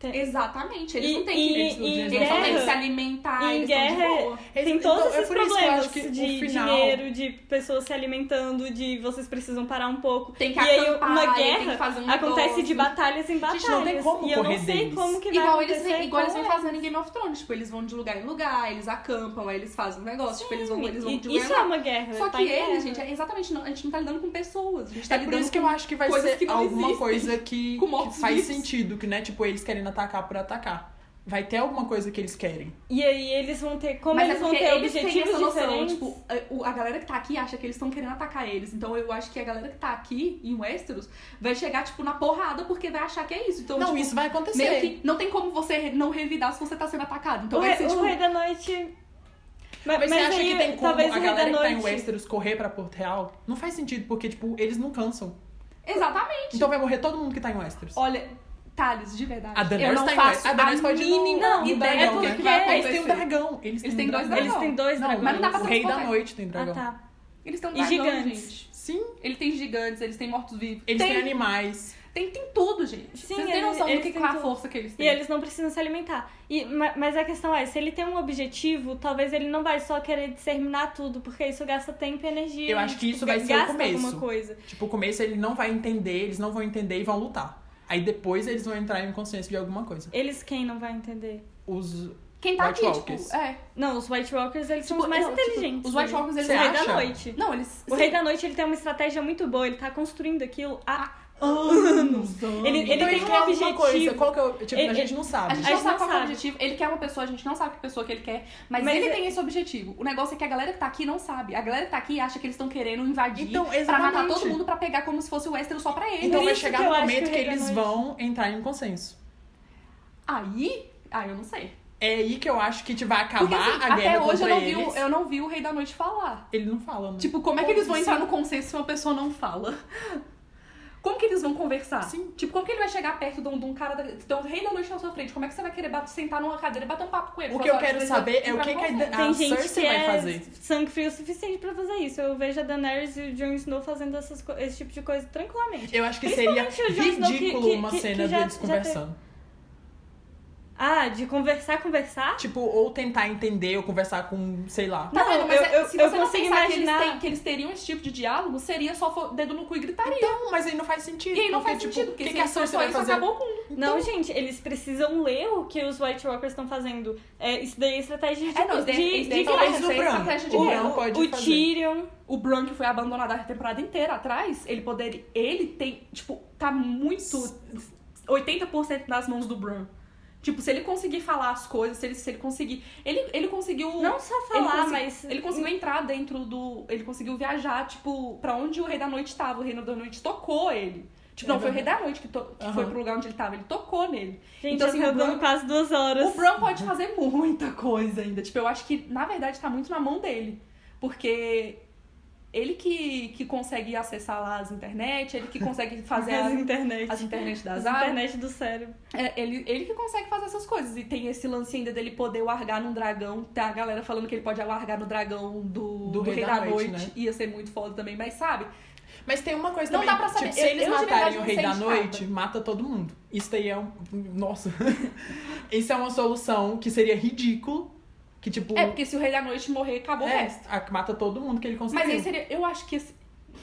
Exatamente, eles E- não têm que. e- Eles, e eles em não têm que guerra- se alimentar, em eles estão de guerra- boa. Tem todos então, é esses por isso que eu problemas acho que o de final- dinheiro, de pessoas se alimentando, de vocês precisam parar um pouco. Tem que e aí acampar, uma e guerra tem que fazer um acontece negócio. de batalhas em batalhas. não tem como e eu não correr sei deles. como que vai Igual eles, acontecer. igual eles vão com fazendo em Game of Thrones, tipo, eles vão de lugar em lugar, eles acampam, aí eles fazem um negócio, tipo, eles vão, eles vão de E- lugar em Isso é lugar. uma guerra. Só tá que em guerra. eles, gente, é exatamente, não- a gente não tá lidando com pessoas, a gente tá É por lidando isso que eu acho que vai coisas ser que não alguma existem. coisa que, Com que mortos faz vivos. sentido, que né, tipo, eles querem atacar por atacar. Vai ter alguma coisa que eles querem. E aí eles vão ter. Como Mas eles é vão porque ter eles têm objetivos essa noção, diferentes. tipo, a- o- a galera que tá aqui acha que eles estão querendo atacar eles. Então eu acho que a galera que tá aqui em Westeros vai chegar, tipo, na porrada porque vai achar que é isso. Então, não, tipo, isso vai acontecer. meio que não tem como você não revidar se você tá sendo atacado. Então o, vai rei, ser, o tipo, Rei da Noite. Mas, Mas, você acha aí, que tem como talvez a o Rei da galera que tá em Noite- Westeros correr pra Porto Real? Não faz sentido, porque, tipo, eles não cansam. exatamente. Então vai morrer todo mundo que tá em Westeros. Olha, Thales, de verdade. A eu Daenerys não tá em faço Westeros. A Daenerys pode ir no- mínima Não, o ideia dragão, do que, né? que vai É, Eles acontecer. têm um dragão. Eles, Eles têm têm um dois dragão. Eles têm dois Não, dragões. mas não dá pra o Rei da transportar. Noite tem dragão. Ah, tá. Eles têm um E dragão, gigantes. gente. Sim, Ele tem gigantes, eles têm mortos-vivos. eles tem, têm animais. tem, tem tudo, gente. Sim, Vocês têm eles- noção do eles que, têm qual a tudo. força que eles E têm. eles não precisam se alimentar. E, ma- mas a questão é, se ele tem um objetivo, talvez ele não vai só querer disseminar tudo, porque isso gasta tempo e energia. Eu e, acho que tipo, isso vai ga- ser o gasta começo. alguma coisa. Tipo, o começo ele não vai entender, eles não vão entender e vão lutar. Aí depois eles vão entrar em consciência de alguma coisa. Eles quem não vai entender? Os. Quem tá White aqui, Walkers. tipo, é. Não, os White Walkers, eles são Tipo, os é, mais não, tipo, inteligentes. os White né? Walkers, eles O Rei da acham? Noite. Não, eles. O Rei da Noite, ele tem uma estratégia muito boa, ele tá construindo aquilo há Anos! Ele- ele então tem ele um quer alguma objetivo. coisa. Qual que é o. Tipo, Ele- a gente não sabe. A gente A não gente sabe não qual é o sabe. objetivo. Ele quer uma pessoa, a gente não sabe que pessoa que ele quer. Mas, Mas ele é- tem esse objetivo. O negócio é que a galera que tá aqui não sabe. A galera que tá aqui acha que eles estão querendo invadir Então, pra matar exatamente. todo mundo pra pegar como se fosse o Westeros só pra eles. Então Por vai isso chegar que um eu acho momento que o que Rei da eles Noite- vão entrar em consenso. Aí. Ah, eu não sei. É aí que eu acho que te vai acabar Porque assim, a guerra até hoje eu contra não, vi, o- eles. eu não vi o Rei da Noite falar. Ele não fala, né? Tipo, como é que eles vão entrar no consenso se uma pessoa não fala? Como que eles vão conversar? Sim. Tipo, como que ele vai chegar perto de um, de um cara. Da... Então, o Rei da Noite na sua frente. Como é que você vai querer bater- sentar numa cadeira e bater um papo com ele? o Falar, que eu "Olha, quero vocês saber é vão o que, que entrar no a, consenso." a Tem gente Cersei que vai é fazer. sangue frio o suficiente pra fazer isso. Eu vejo a Daenerys e o Jon Snow fazendo essas co- esse tipo de coisa tranquilamente. Eu acho que seria Principalmente o Jon Snow, que- ridículo que- uma que- que cena já- deles já conversando. Ah, de conversar, conversar? Tipo, ou tentar entender, ou conversar com, sei lá. Tá Não, vendo? Mas eu- é- eu- se eu você não consigo pensar Que eles, imaginar- têm- que eles teriam esse tipo de diálogo, seria só fo- dedo no cu e gritaria. Então, mas aí não faz sentido. e aí não porque, faz tipo, sentido, o porque que, se que a eles fossem Cersei só vai isso, fazer? acabou o mundo. Não, gente, eles precisam ler o que os White Walkers estão fazendo. É, isso daí é estratégia de, É, não, isso de, daí- de, isso daí guerra. talvez Talvez o Essa é a Bran. estratégia de O guerra. Bran pode o fazer. Tyrion. O Bran, que foi abandonado a temporada inteira atrás, ele poderia... Ele tem, tipo, tá muito... 80% nas mãos do Bran. Tipo, se ele conseguir falar as coisas, se ele, se ele conseguir... Ele, ele conseguiu... Não só ele falar, consi- mas. Ele conseguiu entrar dentro do... Ele conseguiu viajar, tipo, pra onde o Rei da Noite tava. O Rei da Noite tocou ele. Tipo, É não, foi o Rei da Noite que, to- que foi Aham. pro lugar onde ele tava. Ele tocou nele. Então, Gente, então, assim, assim, o eu Bran- dando quase duas horas. O Bran pode fazer muita coisa ainda. Tipo, eu acho que, na verdade, tá muito na mão dele. Porque ele que, que consegue acessar lá as internet, ele que consegue fazer as as, internet. as internet das As áreas. internet do cérebro. É, ele, ele que consegue fazer essas coisas. E tem esse lance ainda dele poder largar num dragão. Tá a galera falando que ele pode largar no dragão do, do Rei da, Noite. né? Ia ser muito foda também, mas sabe? Mas tem uma coisa Não também. dá pra saber. Tipo, se Eu- eles eu, de verdade, matarem o não rei sei da de noite, mata todo mundo. Isso daí é um. Nossa. Isso é uma solução que seria ridículo. Que tipo. É, porque se o Rei da Noite morrer, acabou o é, resto. a- mata todo mundo que ele conseguiu. Mas aí seria. Eu acho que esse-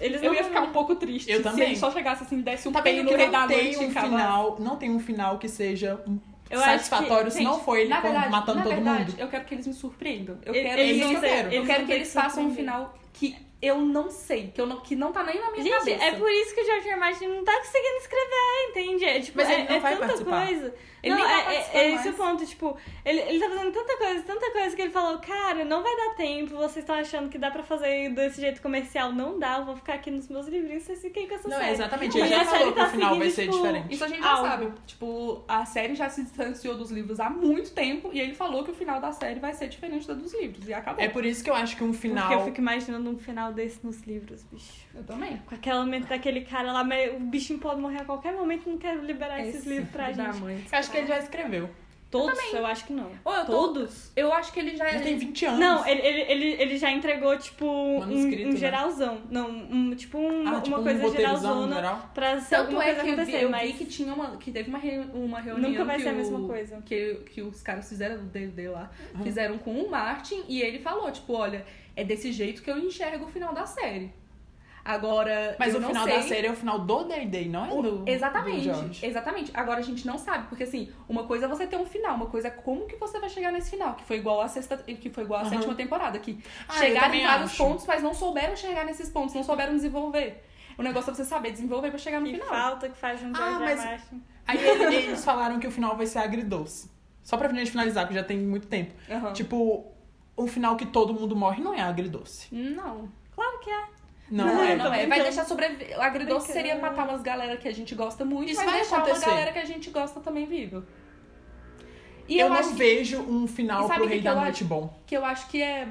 Eles eu não ia ficar um pouco triste Eu se também. ele só chegasse assim, desse um Tá peito vendo no que Rei da não Noite tem e um acaba- final. Não tem um final que seja um Eu acho que- satisfatório se Gente, não foi ele na com- verdade, matando na todo verdade, mundo. Eu quero que eles me surpreendam. Eu Eles- quero, eles que não é eles- quero. eu Eles quero não que eles têm que façam um surpreender. final que eu não sei, que, eu não, que não tá nem na minha Gente, cabeça. é por isso que o George R. R. Martin não tá conseguindo escrever, entende? É, tipo, Mas ele é, não é vai tanta participar. coisa. Ele não, nem vai é- é, participar é esse o mais. ponto, tipo, ele, ele tá fazendo tanta coisa, tanta coisa que ele falou, cara, não vai dar tempo, vocês estão achando que dá pra fazer desse jeito comercial, não dá, eu vou ficar aqui nos meus livrinhos, vocês fiquem com essa Não, série. é exatamente. Não, Ele mas já a série falou que tá o final assim, vai seguindo, ser tipo, diferente. Isso a gente já Algo. sabe. Tipo, a série já se distanciou dos livros há muito tempo e ele falou que o final da série vai ser diferente da dos livros. E acabou. É por isso que eu acho que um Porque eu final. fico imaginando um final desse nos livros, bicho. Eu também. Com aquele momento daquele cara lá, mas o bichinho pode morrer a qualquer momento, não quero liberar É esses livros pra da gente. Mãe. Eu acho que ele já escreveu. Todos? Eu, acho que não. Ou eu tô- Todos? Eu acho que ele já Ele é. tem 20 anos. Não, é ele, ele, ele, ele já entregou, tipo, um, Manuscrito, um né? geralzão. Não, um, tipo, um- Ah, uma tipo, um coisa roteirizão geralzona geral? pra se Tanto alguma é coisa que eu vi, acontecer, eu mas vi que tinha uma. que teve uma, re- uma reunião. Nunca vai que ser a o- mesma coisa. Que, que os caras fizeram do DVD lá. Fizeram com o Martin e ele falou, tipo, olha, é desse jeito que eu enxergo o final da série. Agora. Mas eu o não final sei... da série é o final do Day Day, não é do. do Exatamente, George. exatamente. Agora a gente não sabe, porque assim, uma coisa é você ter um final, uma coisa é como que você vai chegar nesse final, que foi igual à sexta, que foi igual à Aham. sétima temporada, que Ah, eu chegaram também em vários acho. pontos, mas não souberam chegar nesses pontos, não souberam desenvolver. O negócio é você saber desenvolver pra chegar no que final. falta que faz um Ah, George R. mas- Martin. Aí ele- eles falaram que o final vai ser agridoce. Só pra gente finalizar, porque já tem muito tempo. Aham. Tipo, um final que todo mundo morre não é agridoce. Não. Claro que é. Não, Não, é. é, tô não é. Vai brincando. deixar sobreviver. O agridoce Tô brincando. seria matar umas galera que a gente gosta muito, Isso mas vai deixar acontecer. uma galera que a gente gosta também viva. E eu, eu, não acho que- vejo um E final sabe pro o que Rei que da eu Noite bom. que eu acho que é.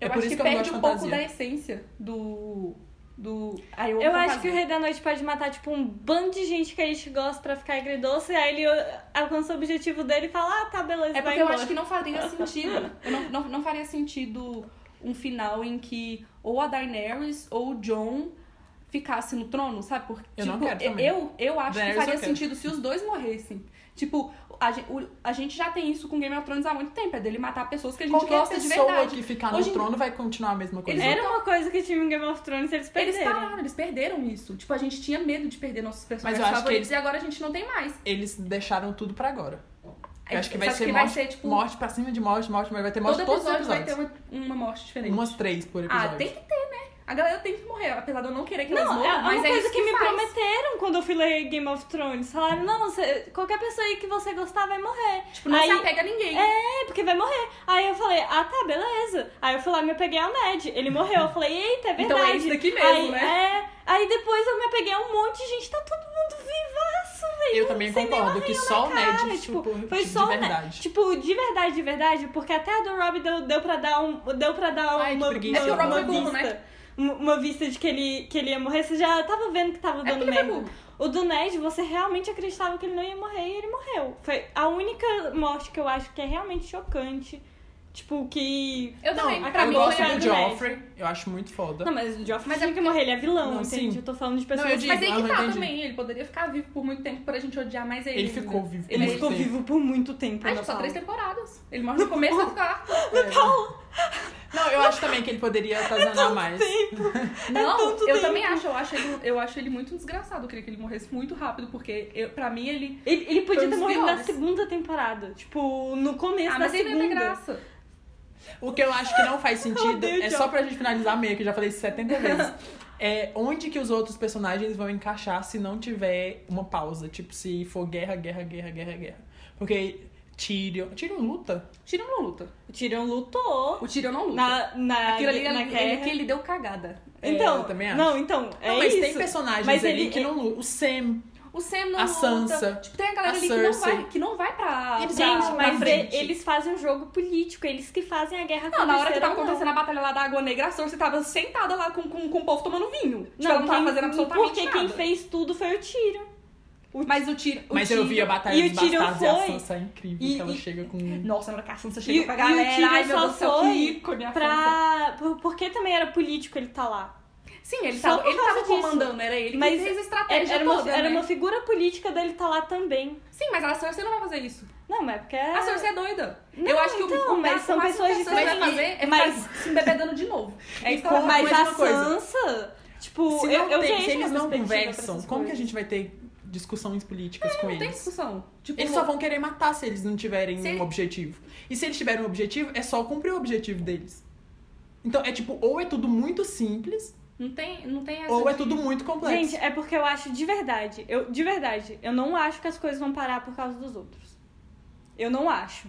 É Eu por acho isso que, que eu não perde gosto um de fantasia. pouco da essência do. do. Aí Eu acho que o Rei da Noite pode matar, tipo, um bando de gente que a gente gosta pra ficar agridoce, e aí ele uh, alcança o objetivo dele e fala, ah, tá, beleza, É vai porque eu embora. acho que não faria sentido. Eu não, não, não faria sentido um final em que ou a Daenerys ou o John ficasse no trono, sabe? Porque, Eu tipo, não quero também. eu, eu acho Daenerys que faria eu quero. sentido se os dois morressem. Tipo, a gente, a gente já tem isso com Game of Thrones há muito tempo, é dele matar pessoas que a gente Qualquer gosta de pessoa verdade. que ficar no Hoje em- trono vai continuar a mesma coisa. Eles- Era uma coisa que tinha em Game of Thrones, eles Eles perderam. pararam, eles perderam isso. Tipo, a gente tinha medo de perder nossos personagens acho que favoritos e agora a gente não tem mais. Eles deixaram tudo pra agora. Eu acho que vai Sabe ser É, que morte, vai ser, tipo, morte pra cima de morte, morte, mas vai ter morte todo todos os episódio vai ter episódios. uma, uma morte diferente. Umas três por Ah, episódio. tem que ter, né? A galera tem que morrer, apesar de eu não querer que elas Não, é morram, uma mas é coisa isso que, me faz. prometeram quando eu fui ler Game of Thrones. Falaram, não, você- qualquer pessoa aí que você gostar vai morrer. Tipo, não aí, se apega a ninguém. É, porque vai morrer. Aí eu falei, ah tá, beleza. Aí eu fui lá e me apeguei ao Ned. Ele morreu. Eu falei, eita, é Então é verdade. isso aqui mesmo, aí, né? É. Aí depois eu me apeguei a um monte de gente, tá todo mundo vivaço, velho. Eu também Sem concordo nenhum que arranhão só na o Ned é cara, ficou tipo, foi de só o Ned. verdade. Tipo, de verdade, de verdade, porque até a do Rob deu, deu pra dar um. Deu pra dar Ai, que uma, preguiça. uma- É que o Rob uma foi burro, vista. né? Uma uma vista de que ele, que ele ia morrer, você já tava vendo que tava É porque dando ele foi merda. burro. O do Ned, você realmente acreditava que ele não ia morrer e ele morreu. Foi a única morte que eu acho que é realmente chocante. Tipo, que. Eu também, não, pra eu mim acabou foi gosto a a do do Joffrey, eu acho muito foda. Não, mas o Joffrey Mas tinha é que morrer, ele é vilão, Não, entende? sim. Eu tô falando de pessoas Não, eu que- digo, Mas aí que eu tá entendi. também, ele poderia ficar vivo por muito tempo pra gente odiar mais ele. Ele ainda. ficou vivo por Ele muito ficou tempo. vivo por muito tempo. Acho na que só sala. três temporadas. Ele morre no começo da quarta. É. Não, eu acho também que ele poderia atazanar mais. Não, tanto eu tempo. também acho. Eu acho, ele, eu acho ele muito desgraçado. Eu queria que ele morresse muito rápido, porque eu, pra mim ele... Ele, ele Foi podia um ter dos morrido na piores. segunda temporada. Tipo, no começo Ah, da mas ele não segunda. tem graça. O que eu acho que não faz sentido odeio é Joffrey. só pra gente finalizar meio, que eu já falei isso 70 vezes. É onde que os outros personagens vão encaixar se não tiver uma pausa. Tipo, se for guerra, guerra, guerra, guerra, guerra. Porque Tyrion. Tyrion luta? Tyrion não luta. O Tyrion lutou O Tyrion não luta. na, na, Aquilo ali, é na ele, guerra. ele, ele deu cagada. Então, É, eu também acho. não, então, é não, mas isso. tem personagens Mas ali ele- é que não lutam. O Sam. O Sam não A luta. Sansa. Tipo, tem a galera A ali que não, Cersei. vai, que não vai pra. Eles pra- Gente, na mas e- frente. eles fazem o jogo político, eles que fazem a guerra Não, na hora que tava acontecer ou acontecendo a batalha lá da Água Negra, a Cersei tava sentada lá com, com, com o povo tomando vinho. Tipo, ela Não, não quem- tava fazendo absolutamente porque nada. quem fez tudo foi o Tyrion. Mas o tiro. Mas eu vi a e Batalha o dos Tyrion Bastardos e a foi- Sansa é incrível. e- que ela e- chega com... Nossa, na hora que a Sansa E, chega e pra o galera. ai, Tyrion meu só Deus do céu, foi que ícone, a Sansa. pra... por- Porque também era político ele tá lá. Sim, ele só tava, por ele causa tava disso. comandando, era Ah, ele tá Mas que fez a Era, estratégia era uma, toda. era né? uma figura política dele tá lá também. Sim, mas a Cersei não vai fazer isso. Não, mas é porque. Ah, senhor, você é doida. Não, eu acho que então, o, o mas máximo- são máximo pessoas que a Sansa vai diferentes. fazer é Mas- ficar se embebedando de novo. É isso que ela fala, Pô, mas mesma a Sansa, tipo, se, eu, não eu tem- vejo se eles uma não perspectiva pra conversam, essas como que coisas. a É, gente vai ter discussões políticas com Não tem eles? discussão. Tipo, Eles só vão querer matar se eles não tiverem Se um ele- objetivo. E se eles tiverem um objetivo, é só cumprir o objetivo deles. Então é tipo, ou é tudo muito simples, não tem, não tem essa ou é de- tudo muito complexo. Gente, é porque eu acho de verdade, eu de verdade, eu não acho que as coisas vão parar por causa dos outros. Eu não acho.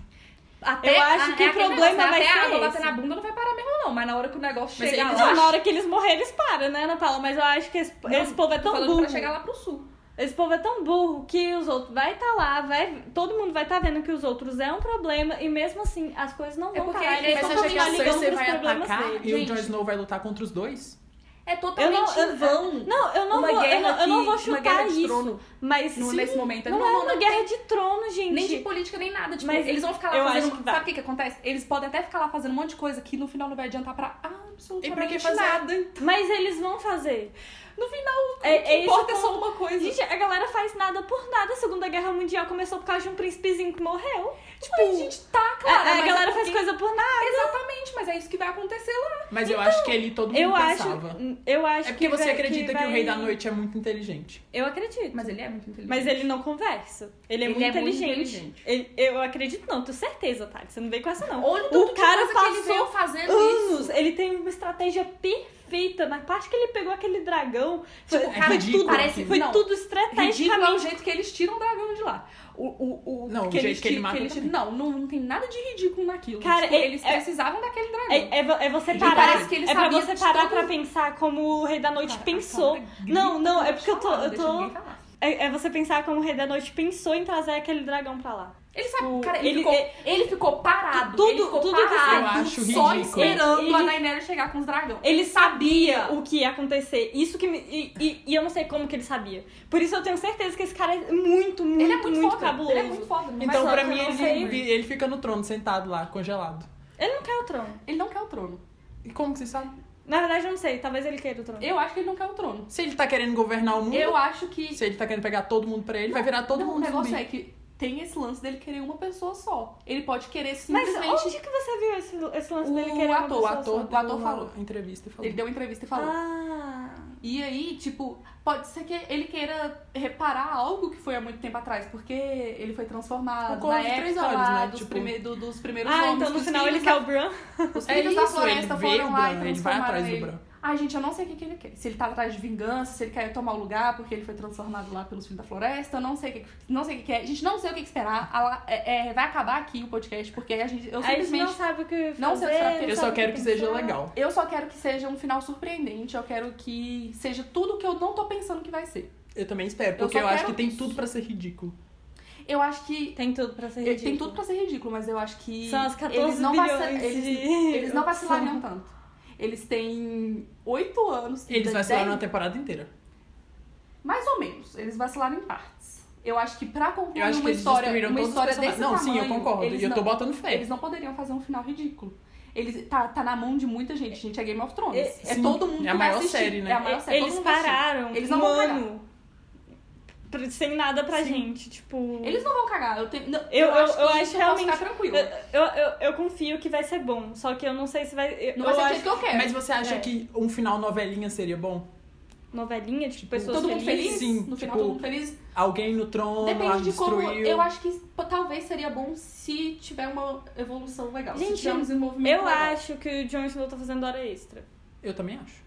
Até, eu acho a- que é o aquele problema negócio, né? vai até ser a água bater esse. na bunda não vai parar mesmo não, mas na hora que o negócio Mas chegar eles- lá, Não, na hora que eles morrerem, eles param, né, Ana Paula? Mas eu acho que esse, esse povo é tô tão falando burro. pra chegar lá pro sul. Esse povo é tão burro que os outros vai estar lá, vai, todo mundo vai estar vendo que os outros é um problema e mesmo assim as coisas não É vão porque parar. Eles é estão só ligando chegar lá, você pros vai problemas atacar deles. e o Gente. Jon Snow vai lutar contra os dois? É Eu totalmente não, eu, em vão. não, eu não uma vou, eu guerra não, eu não que- vou uma guerra chutar de isso, trono. mas no- sim, nesse momento. não, Não, é não, uma não guerra tem- de trono, gente. Nem de política, nem nada. Tipo, Mas eles vão ficar eu lá acho fazendo. que vai. sabe o que, que acontece? Eles podem até ficar lá fazendo um monte de coisa que no final não vai adiantar pra absolutamente E pra que fazer? nada. Mas eles vão fazer. No final, É- o que é isso importa é que só eu- uma coisa. Gente, a galera faz nada por nada. A Segunda Guerra Mundial começou por causa de um príncipezinho que morreu. tipo, a gente tá, A- claro. a galera faz é, coisa por nada. Exatamente, mas é isso que vai acontecer lá. Mas eu acho que ali todo mundo Então, Eu acho, pensava. eu acho É porque que você vai- acredita que, vai- o Rei da Noite é muito inteligente. Eu acredito. Mas ele é muito inteligente. Mas ele não conversa. Ele é, Ele muito, é muito inteligente. inteligente. Ele- eu acredito não, tenho certeza, Thales. Você não veio com essa não. Olha o o tanto de cara coisa que ele passou veio fazendo anos. isso. Ele tem uma estratégia perfeita. Na parte que ele pegou aquele dragão, foi, Tipo, foi cara, tudo, parece- foi não. tudo Ridículo é o estrategicamente. jeito que eles tiram o dragão de lá. O, o, o, Não, o que jeito eles que ele tiram- mata eles tiram- Não, não, não tem nada de ridículo naquilo. Cara, Tipo, é- eles é- precisavam daquele dragão. É, é vo- é você E parar, parece que ele é pra sabia você de parar tudo. pra pensar como o Rei da Noite Cara, a pensou. Sandra grita Não, não, quando é porque eu tô. fala, Eu deixa tô ninguém falar. é, é você pensar como o Rei da Noite pensou em trazer aquele dragão pra lá. Ele sabe, Tipo, cara, ele, ele- ficou, é- ele ficou parado. Tudo- ele ficou tudo que parado, eu acho só ridículo. esperando Ele- a Daenerys chegar com os dragões. Ele sabia o que ia acontecer. Isso que me, e, e- e eu não sei como que ele sabia. Por isso eu tenho certeza que esse cara é muito, muito, Ele é muito, foda. cabuloso. Ele é muito foda. não vai Então, falar pra que mim, eu não ele, sei. vi- ele fica no trono, sentado lá, congelado. Ele não quer o trono. Ele não quer o trono. E como que você sabe? Na verdade, eu não sei. Talvez ele queira o trono. Eu acho que ele não quer o trono. Se ele tá querendo governar o mundo, Eu acho que. se ele tá querendo pegar todo mundo pra ele, vai virar todo não, o mundo negócio zumbi. é que tem esse lance dele querer uma pessoa só. Ele pode querer Mas simplesmente. onde que você viu esse, esse lance dele O querer uma ator, o pessoa ator- só? o ator falou. Uma entrevista e falou. Ele deu uma entrevista e falou. Ah. E aí, tipo, pode ser que ele queira reparar algo que foi há muito tempo atrás, porque ele foi transformado Ficou na de três época olhos, lá né? dos, Tipo- prime- do- dos primeiros Ah, homens. então no que os final ele filhos quer o Bran. da- Os É filhos da isso, floresta ele vê foram o lá e Bran, ele vai transformaram atrás do ele. Bran. Ai, gente, eu não sei o que, que ele quer. Se ele tá atrás de vingança, se ele quer tomar o lugar porque ele foi transformado lá pelos filhos da floresta, eu não sei o que, que- não sei o que, que é. A gente não sei o que, que esperar. A la- é- é, vai acabar aqui o podcast, porque a gente, eu Aí a gente simplesmente não sabe o que fazer. não sei o que será que né? não ele Eu sabe só o quero que seja pensar. legal. Eu só quero que seja um final surpreendente. Eu quero que seja tudo que eu não tô pensando que vai ser. Eu também espero, Eu porque só eu, acho quero um que tem isso. tudo pra ser ridículo. Eu acho que Tem tudo pra ser Eu- É ridículo. Tem tudo pra ser ridículo, mas eu acho que. São as 14 eles não bilhões vaci- eles, de eles não opção. vacilariam tanto. Eles têm oito anos. Eles de- vacilaram dez- na temporada inteira. Mais ou menos. Eles vacilaram em partes. Eu acho que pra concluir Eu acho que uma eles história, destruíram uma todos os história personagens. desse Não, tamanho, sim, eu concordo. Eles E eu tô não, botando fé. eles não poderiam fazer um final ridículo. Eles, tá, tá na mão de muita gente. Gente, é Game of Thrones. É, Sim, todo mundo é a que vai maior assistir. série, né? É a maior série. todo Eles mundo vai assistir. pararam Eles um não vão ano pra- sem nada pra gente. Tipo. Eles não vão cagar. Eu, tenho, não, Eu- eu- acho que eu isso acho posso realmente- Ficar tranquilo. Eu, eu, eu- eu confio que vai ser bom, só que eu não sei se vai. Eu, Não vai eu ser do acho jeito que eu quero. Mas você acha É. que um final novelinha seria bom? novelinha, tipo, pessoas todo mundo felizes. feliz? Sim, no final, tipo, todo mundo feliz? Alguém no trono, lá Depende de como. destruiu. Eu acho que pô, talvez seria bom se tiver uma evolução legal. Gente, se tiver um desenvolvimento Eu legal. acho que o Jon Snow tá fazendo hora extra. Eu também acho.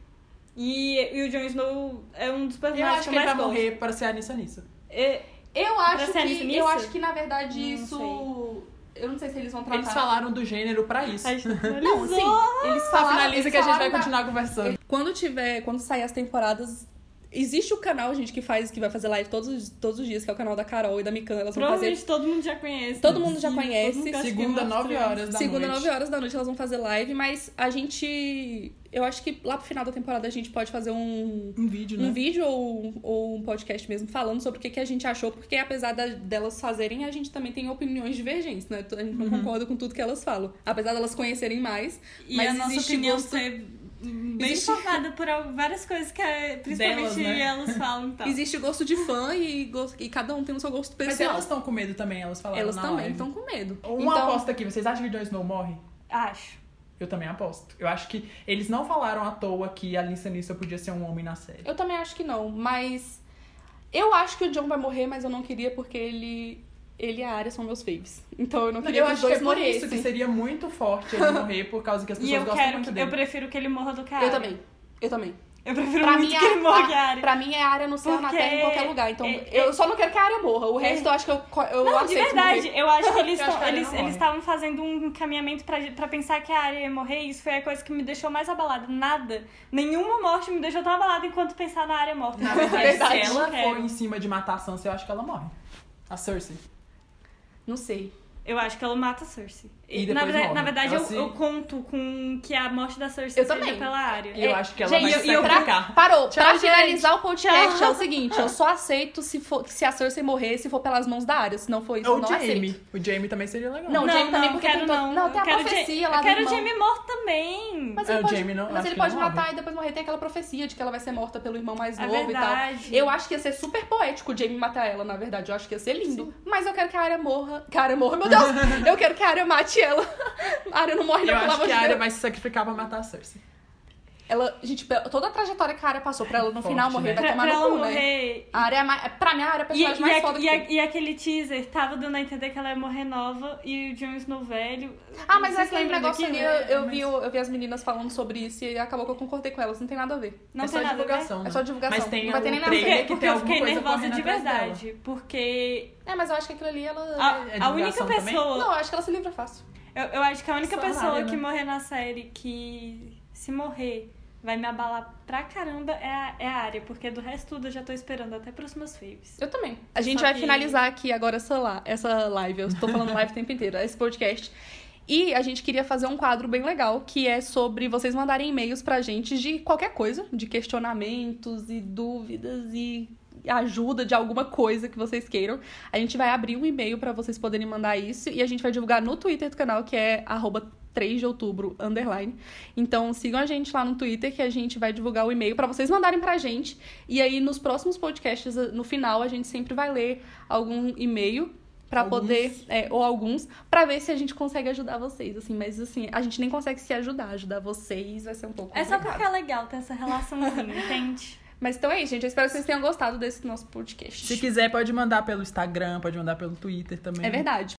E, e o Jon Snow é um dos Eu personagens acho que eu ele vai mais gosto. morrer para ser a Anissa Nissa. É, Eu acho ser que. nisso? Eu acho que, na verdade, Não isso. Eu não sei se eles vão tratar. Eles falaram do gênero pra isso. a gente Não, sim. finalizou. Eles Só falaram- finaliza eles que a gente vai falaram da- continuar conversando. Quando tiver, quando sair as temporadas, existe o canal, gente, que faz, que vai fazer live todos, os- todos os dias, que é o canal da Carol e da Mikan. Elas vão fazer. Provavelmente todo mundo já conhece. Todo mundo já Sim, conhece. todo mundo que acha que Segunda, é uma 9 estranha. horas da Segunda, noite. 9 horas da noite, elas vão fazer live, mas a gente. Eu acho que lá pro final da temporada a gente pode fazer um. Um vídeo, Uhum. né? Um vídeo ou, ou um podcast mesmo falando sobre o que, que a gente achou, porque apesar da- delas fazerem, a gente também tem opiniões divergentes, Uhum. né? A gente não concorda com tudo que elas falam. Apesar delas conhecerem mais, E Mas a nossa existe opinião gosto- ser bem informada por al- várias coisas que é, principalmente Delas, né? elas falam então. e tal. Existe gosto de fã e, gosto- e cada um tem o seu gosto Mas pessoal. elas estão com medo também, elas falaram Elas na também Então live. estão com medo. Uma Então, aposta aqui, vocês acham que Jon Snow morre? Acho. Eu também aposto. Eu acho que eles não falaram à toa que a Lisa Nissa podia ser um homem na série. Eu também acho que não, mas eu acho que o John vai morrer, mas eu não queria porque ele ele e a Arya são meus faves. Então eu não queria Eu que os acho que dois é por isso morressem. que seria muito forte ele morrer por causa que as E pessoas eu gostam quero muito que, dele. eu prefiro que ele morra do cara. Eu também. Eu também. Eu prefiro Pra muito mim, que ele morra que a a, Arya. pra mim é a área no céu, na Porque terra, em qualquer lugar. Então é- eu só não quero que a área morra. O resto eu acho que eu, co- eu Não, de aceito verdade, morrer. eu acho que eles Eu acho tão- que a Arya eles não morre. eles estavam fazendo um encaminhamento pra, pra pensar que a Arya ia morrer e isso foi a coisa que me deixou mais abalada. Nada. Nenhuma morte me deixou tão abalada enquanto pensar na Arya morta. Na verdade, É Verdade. se ela É. for em cima de matar a Sansa, eu acho que ela morre. A Cersei. Não sei. Eu acho que ela mata a Cersei. E na, depois verdade, morre. na verdade, Ela eu, se- eu conto com que a morte da Cersei Eu seja também. pela É, Arya. E eu acho que ela É, Gente, vai e eu- se e eu pra- sacrificar. Parou. Tchau, pra gente. finalizar o podcast é o seguinte, eu só aceito se, for, se a Cersei morrer, se for pelas mãos da área. Se não for isso, Ou eu não É o Jamie. aceito. O Jamie também seria legal. Não, o Jaime também, porque quero tem todo- não, não. tem Eu a assim, quero o profecia Ja- lá Eu do quero o irmão. Jamie morto também. Mas É, ele o pode, Jaime não- mas acho ele que ele pode não matar morre. e depois morrer. Tem aquela profecia de que ela vai ser morta pelo irmão mais É novo e verdade. tal. Eu acho que ia ser super poético o Jamie matar ela, na verdade. Eu acho que ia ser lindo. Mas eu quero que a Arya morra. Que a Arya morra, meu Deus! eu quero que a Arya mate ela. A Arya não morre, não, pelo Eu acho amor que de a Arya Deus. vai se sacrificar pra matar a Cersei. Ela, gente, pela- toda a trajetória que a Arya passou pra ela no Forte, final morrer, né? vai pra, tomar pra no ela cu, né? morrer. A Arya é mais, pra mim, a Arya é a E, personagem e, mais a- foda e que a- tem. e aquele teaser tava dando a entender que ela ia morrer nova e o Jon Snow velho. Ah, mas Vocês aquele lembram negócio ali, daquilo? eu, né? eu Mas vi, o- eu vi as meninas falando sobre isso e acabou que eu concordei com elas. Não tem nada a ver. Não é tem só nada a ver. divulgação. É só né? divulgação. Mas tem Não vai ter o nem na trailer Porque, que porque tem eu fiquei alguma coisa nervosa correndo de atrás dela. verdade. Porque É, mas eu acho que aquilo ali, ela... é a, a única divulgação também? pessoa. Não, eu acho que ela se livra fácil. Eu, eu acho que a única Só a pessoa Arya, né? que morrer na série que se morrer vai me abalar pra caramba é a, é a Arya, porque do resto tudo eu já tô esperando até pros meus faves. Eu também. A gente Só vai que- finalizar aqui agora essa, la- essa live. Eu tô falando live o tempo inteiro, esse podcast. E a gente queria fazer um quadro bem legal, que é sobre vocês mandarem e-mails pra gente de qualquer coisa, de questionamentos e dúvidas e ajuda de alguma coisa que vocês queiram. A gente vai abrir um e-mail pra vocês poderem mandar isso e a gente vai divulgar no Twitter do canal, que é arroba 3 de outubro, underline. Então sigam a gente lá no Twitter que a gente vai divulgar o e-mail pra vocês mandarem pra gente. E aí nos próximos podcasts, no final, a gente sempre vai ler algum e-mail pra Alguns. poder é, ou alguns pra ver se a gente consegue ajudar vocês, assim, mas assim, a gente nem consegue se ajudar, ajudar vocês vai ser um pouco É só complicado. porque é legal ter essa relaçãozinha, entende? Mas então é isso, gente, eu espero que vocês tenham gostado desse nosso podcast. Se quiser, pode mandar pelo Instagram, pode mandar pelo Twitter também. É verdade.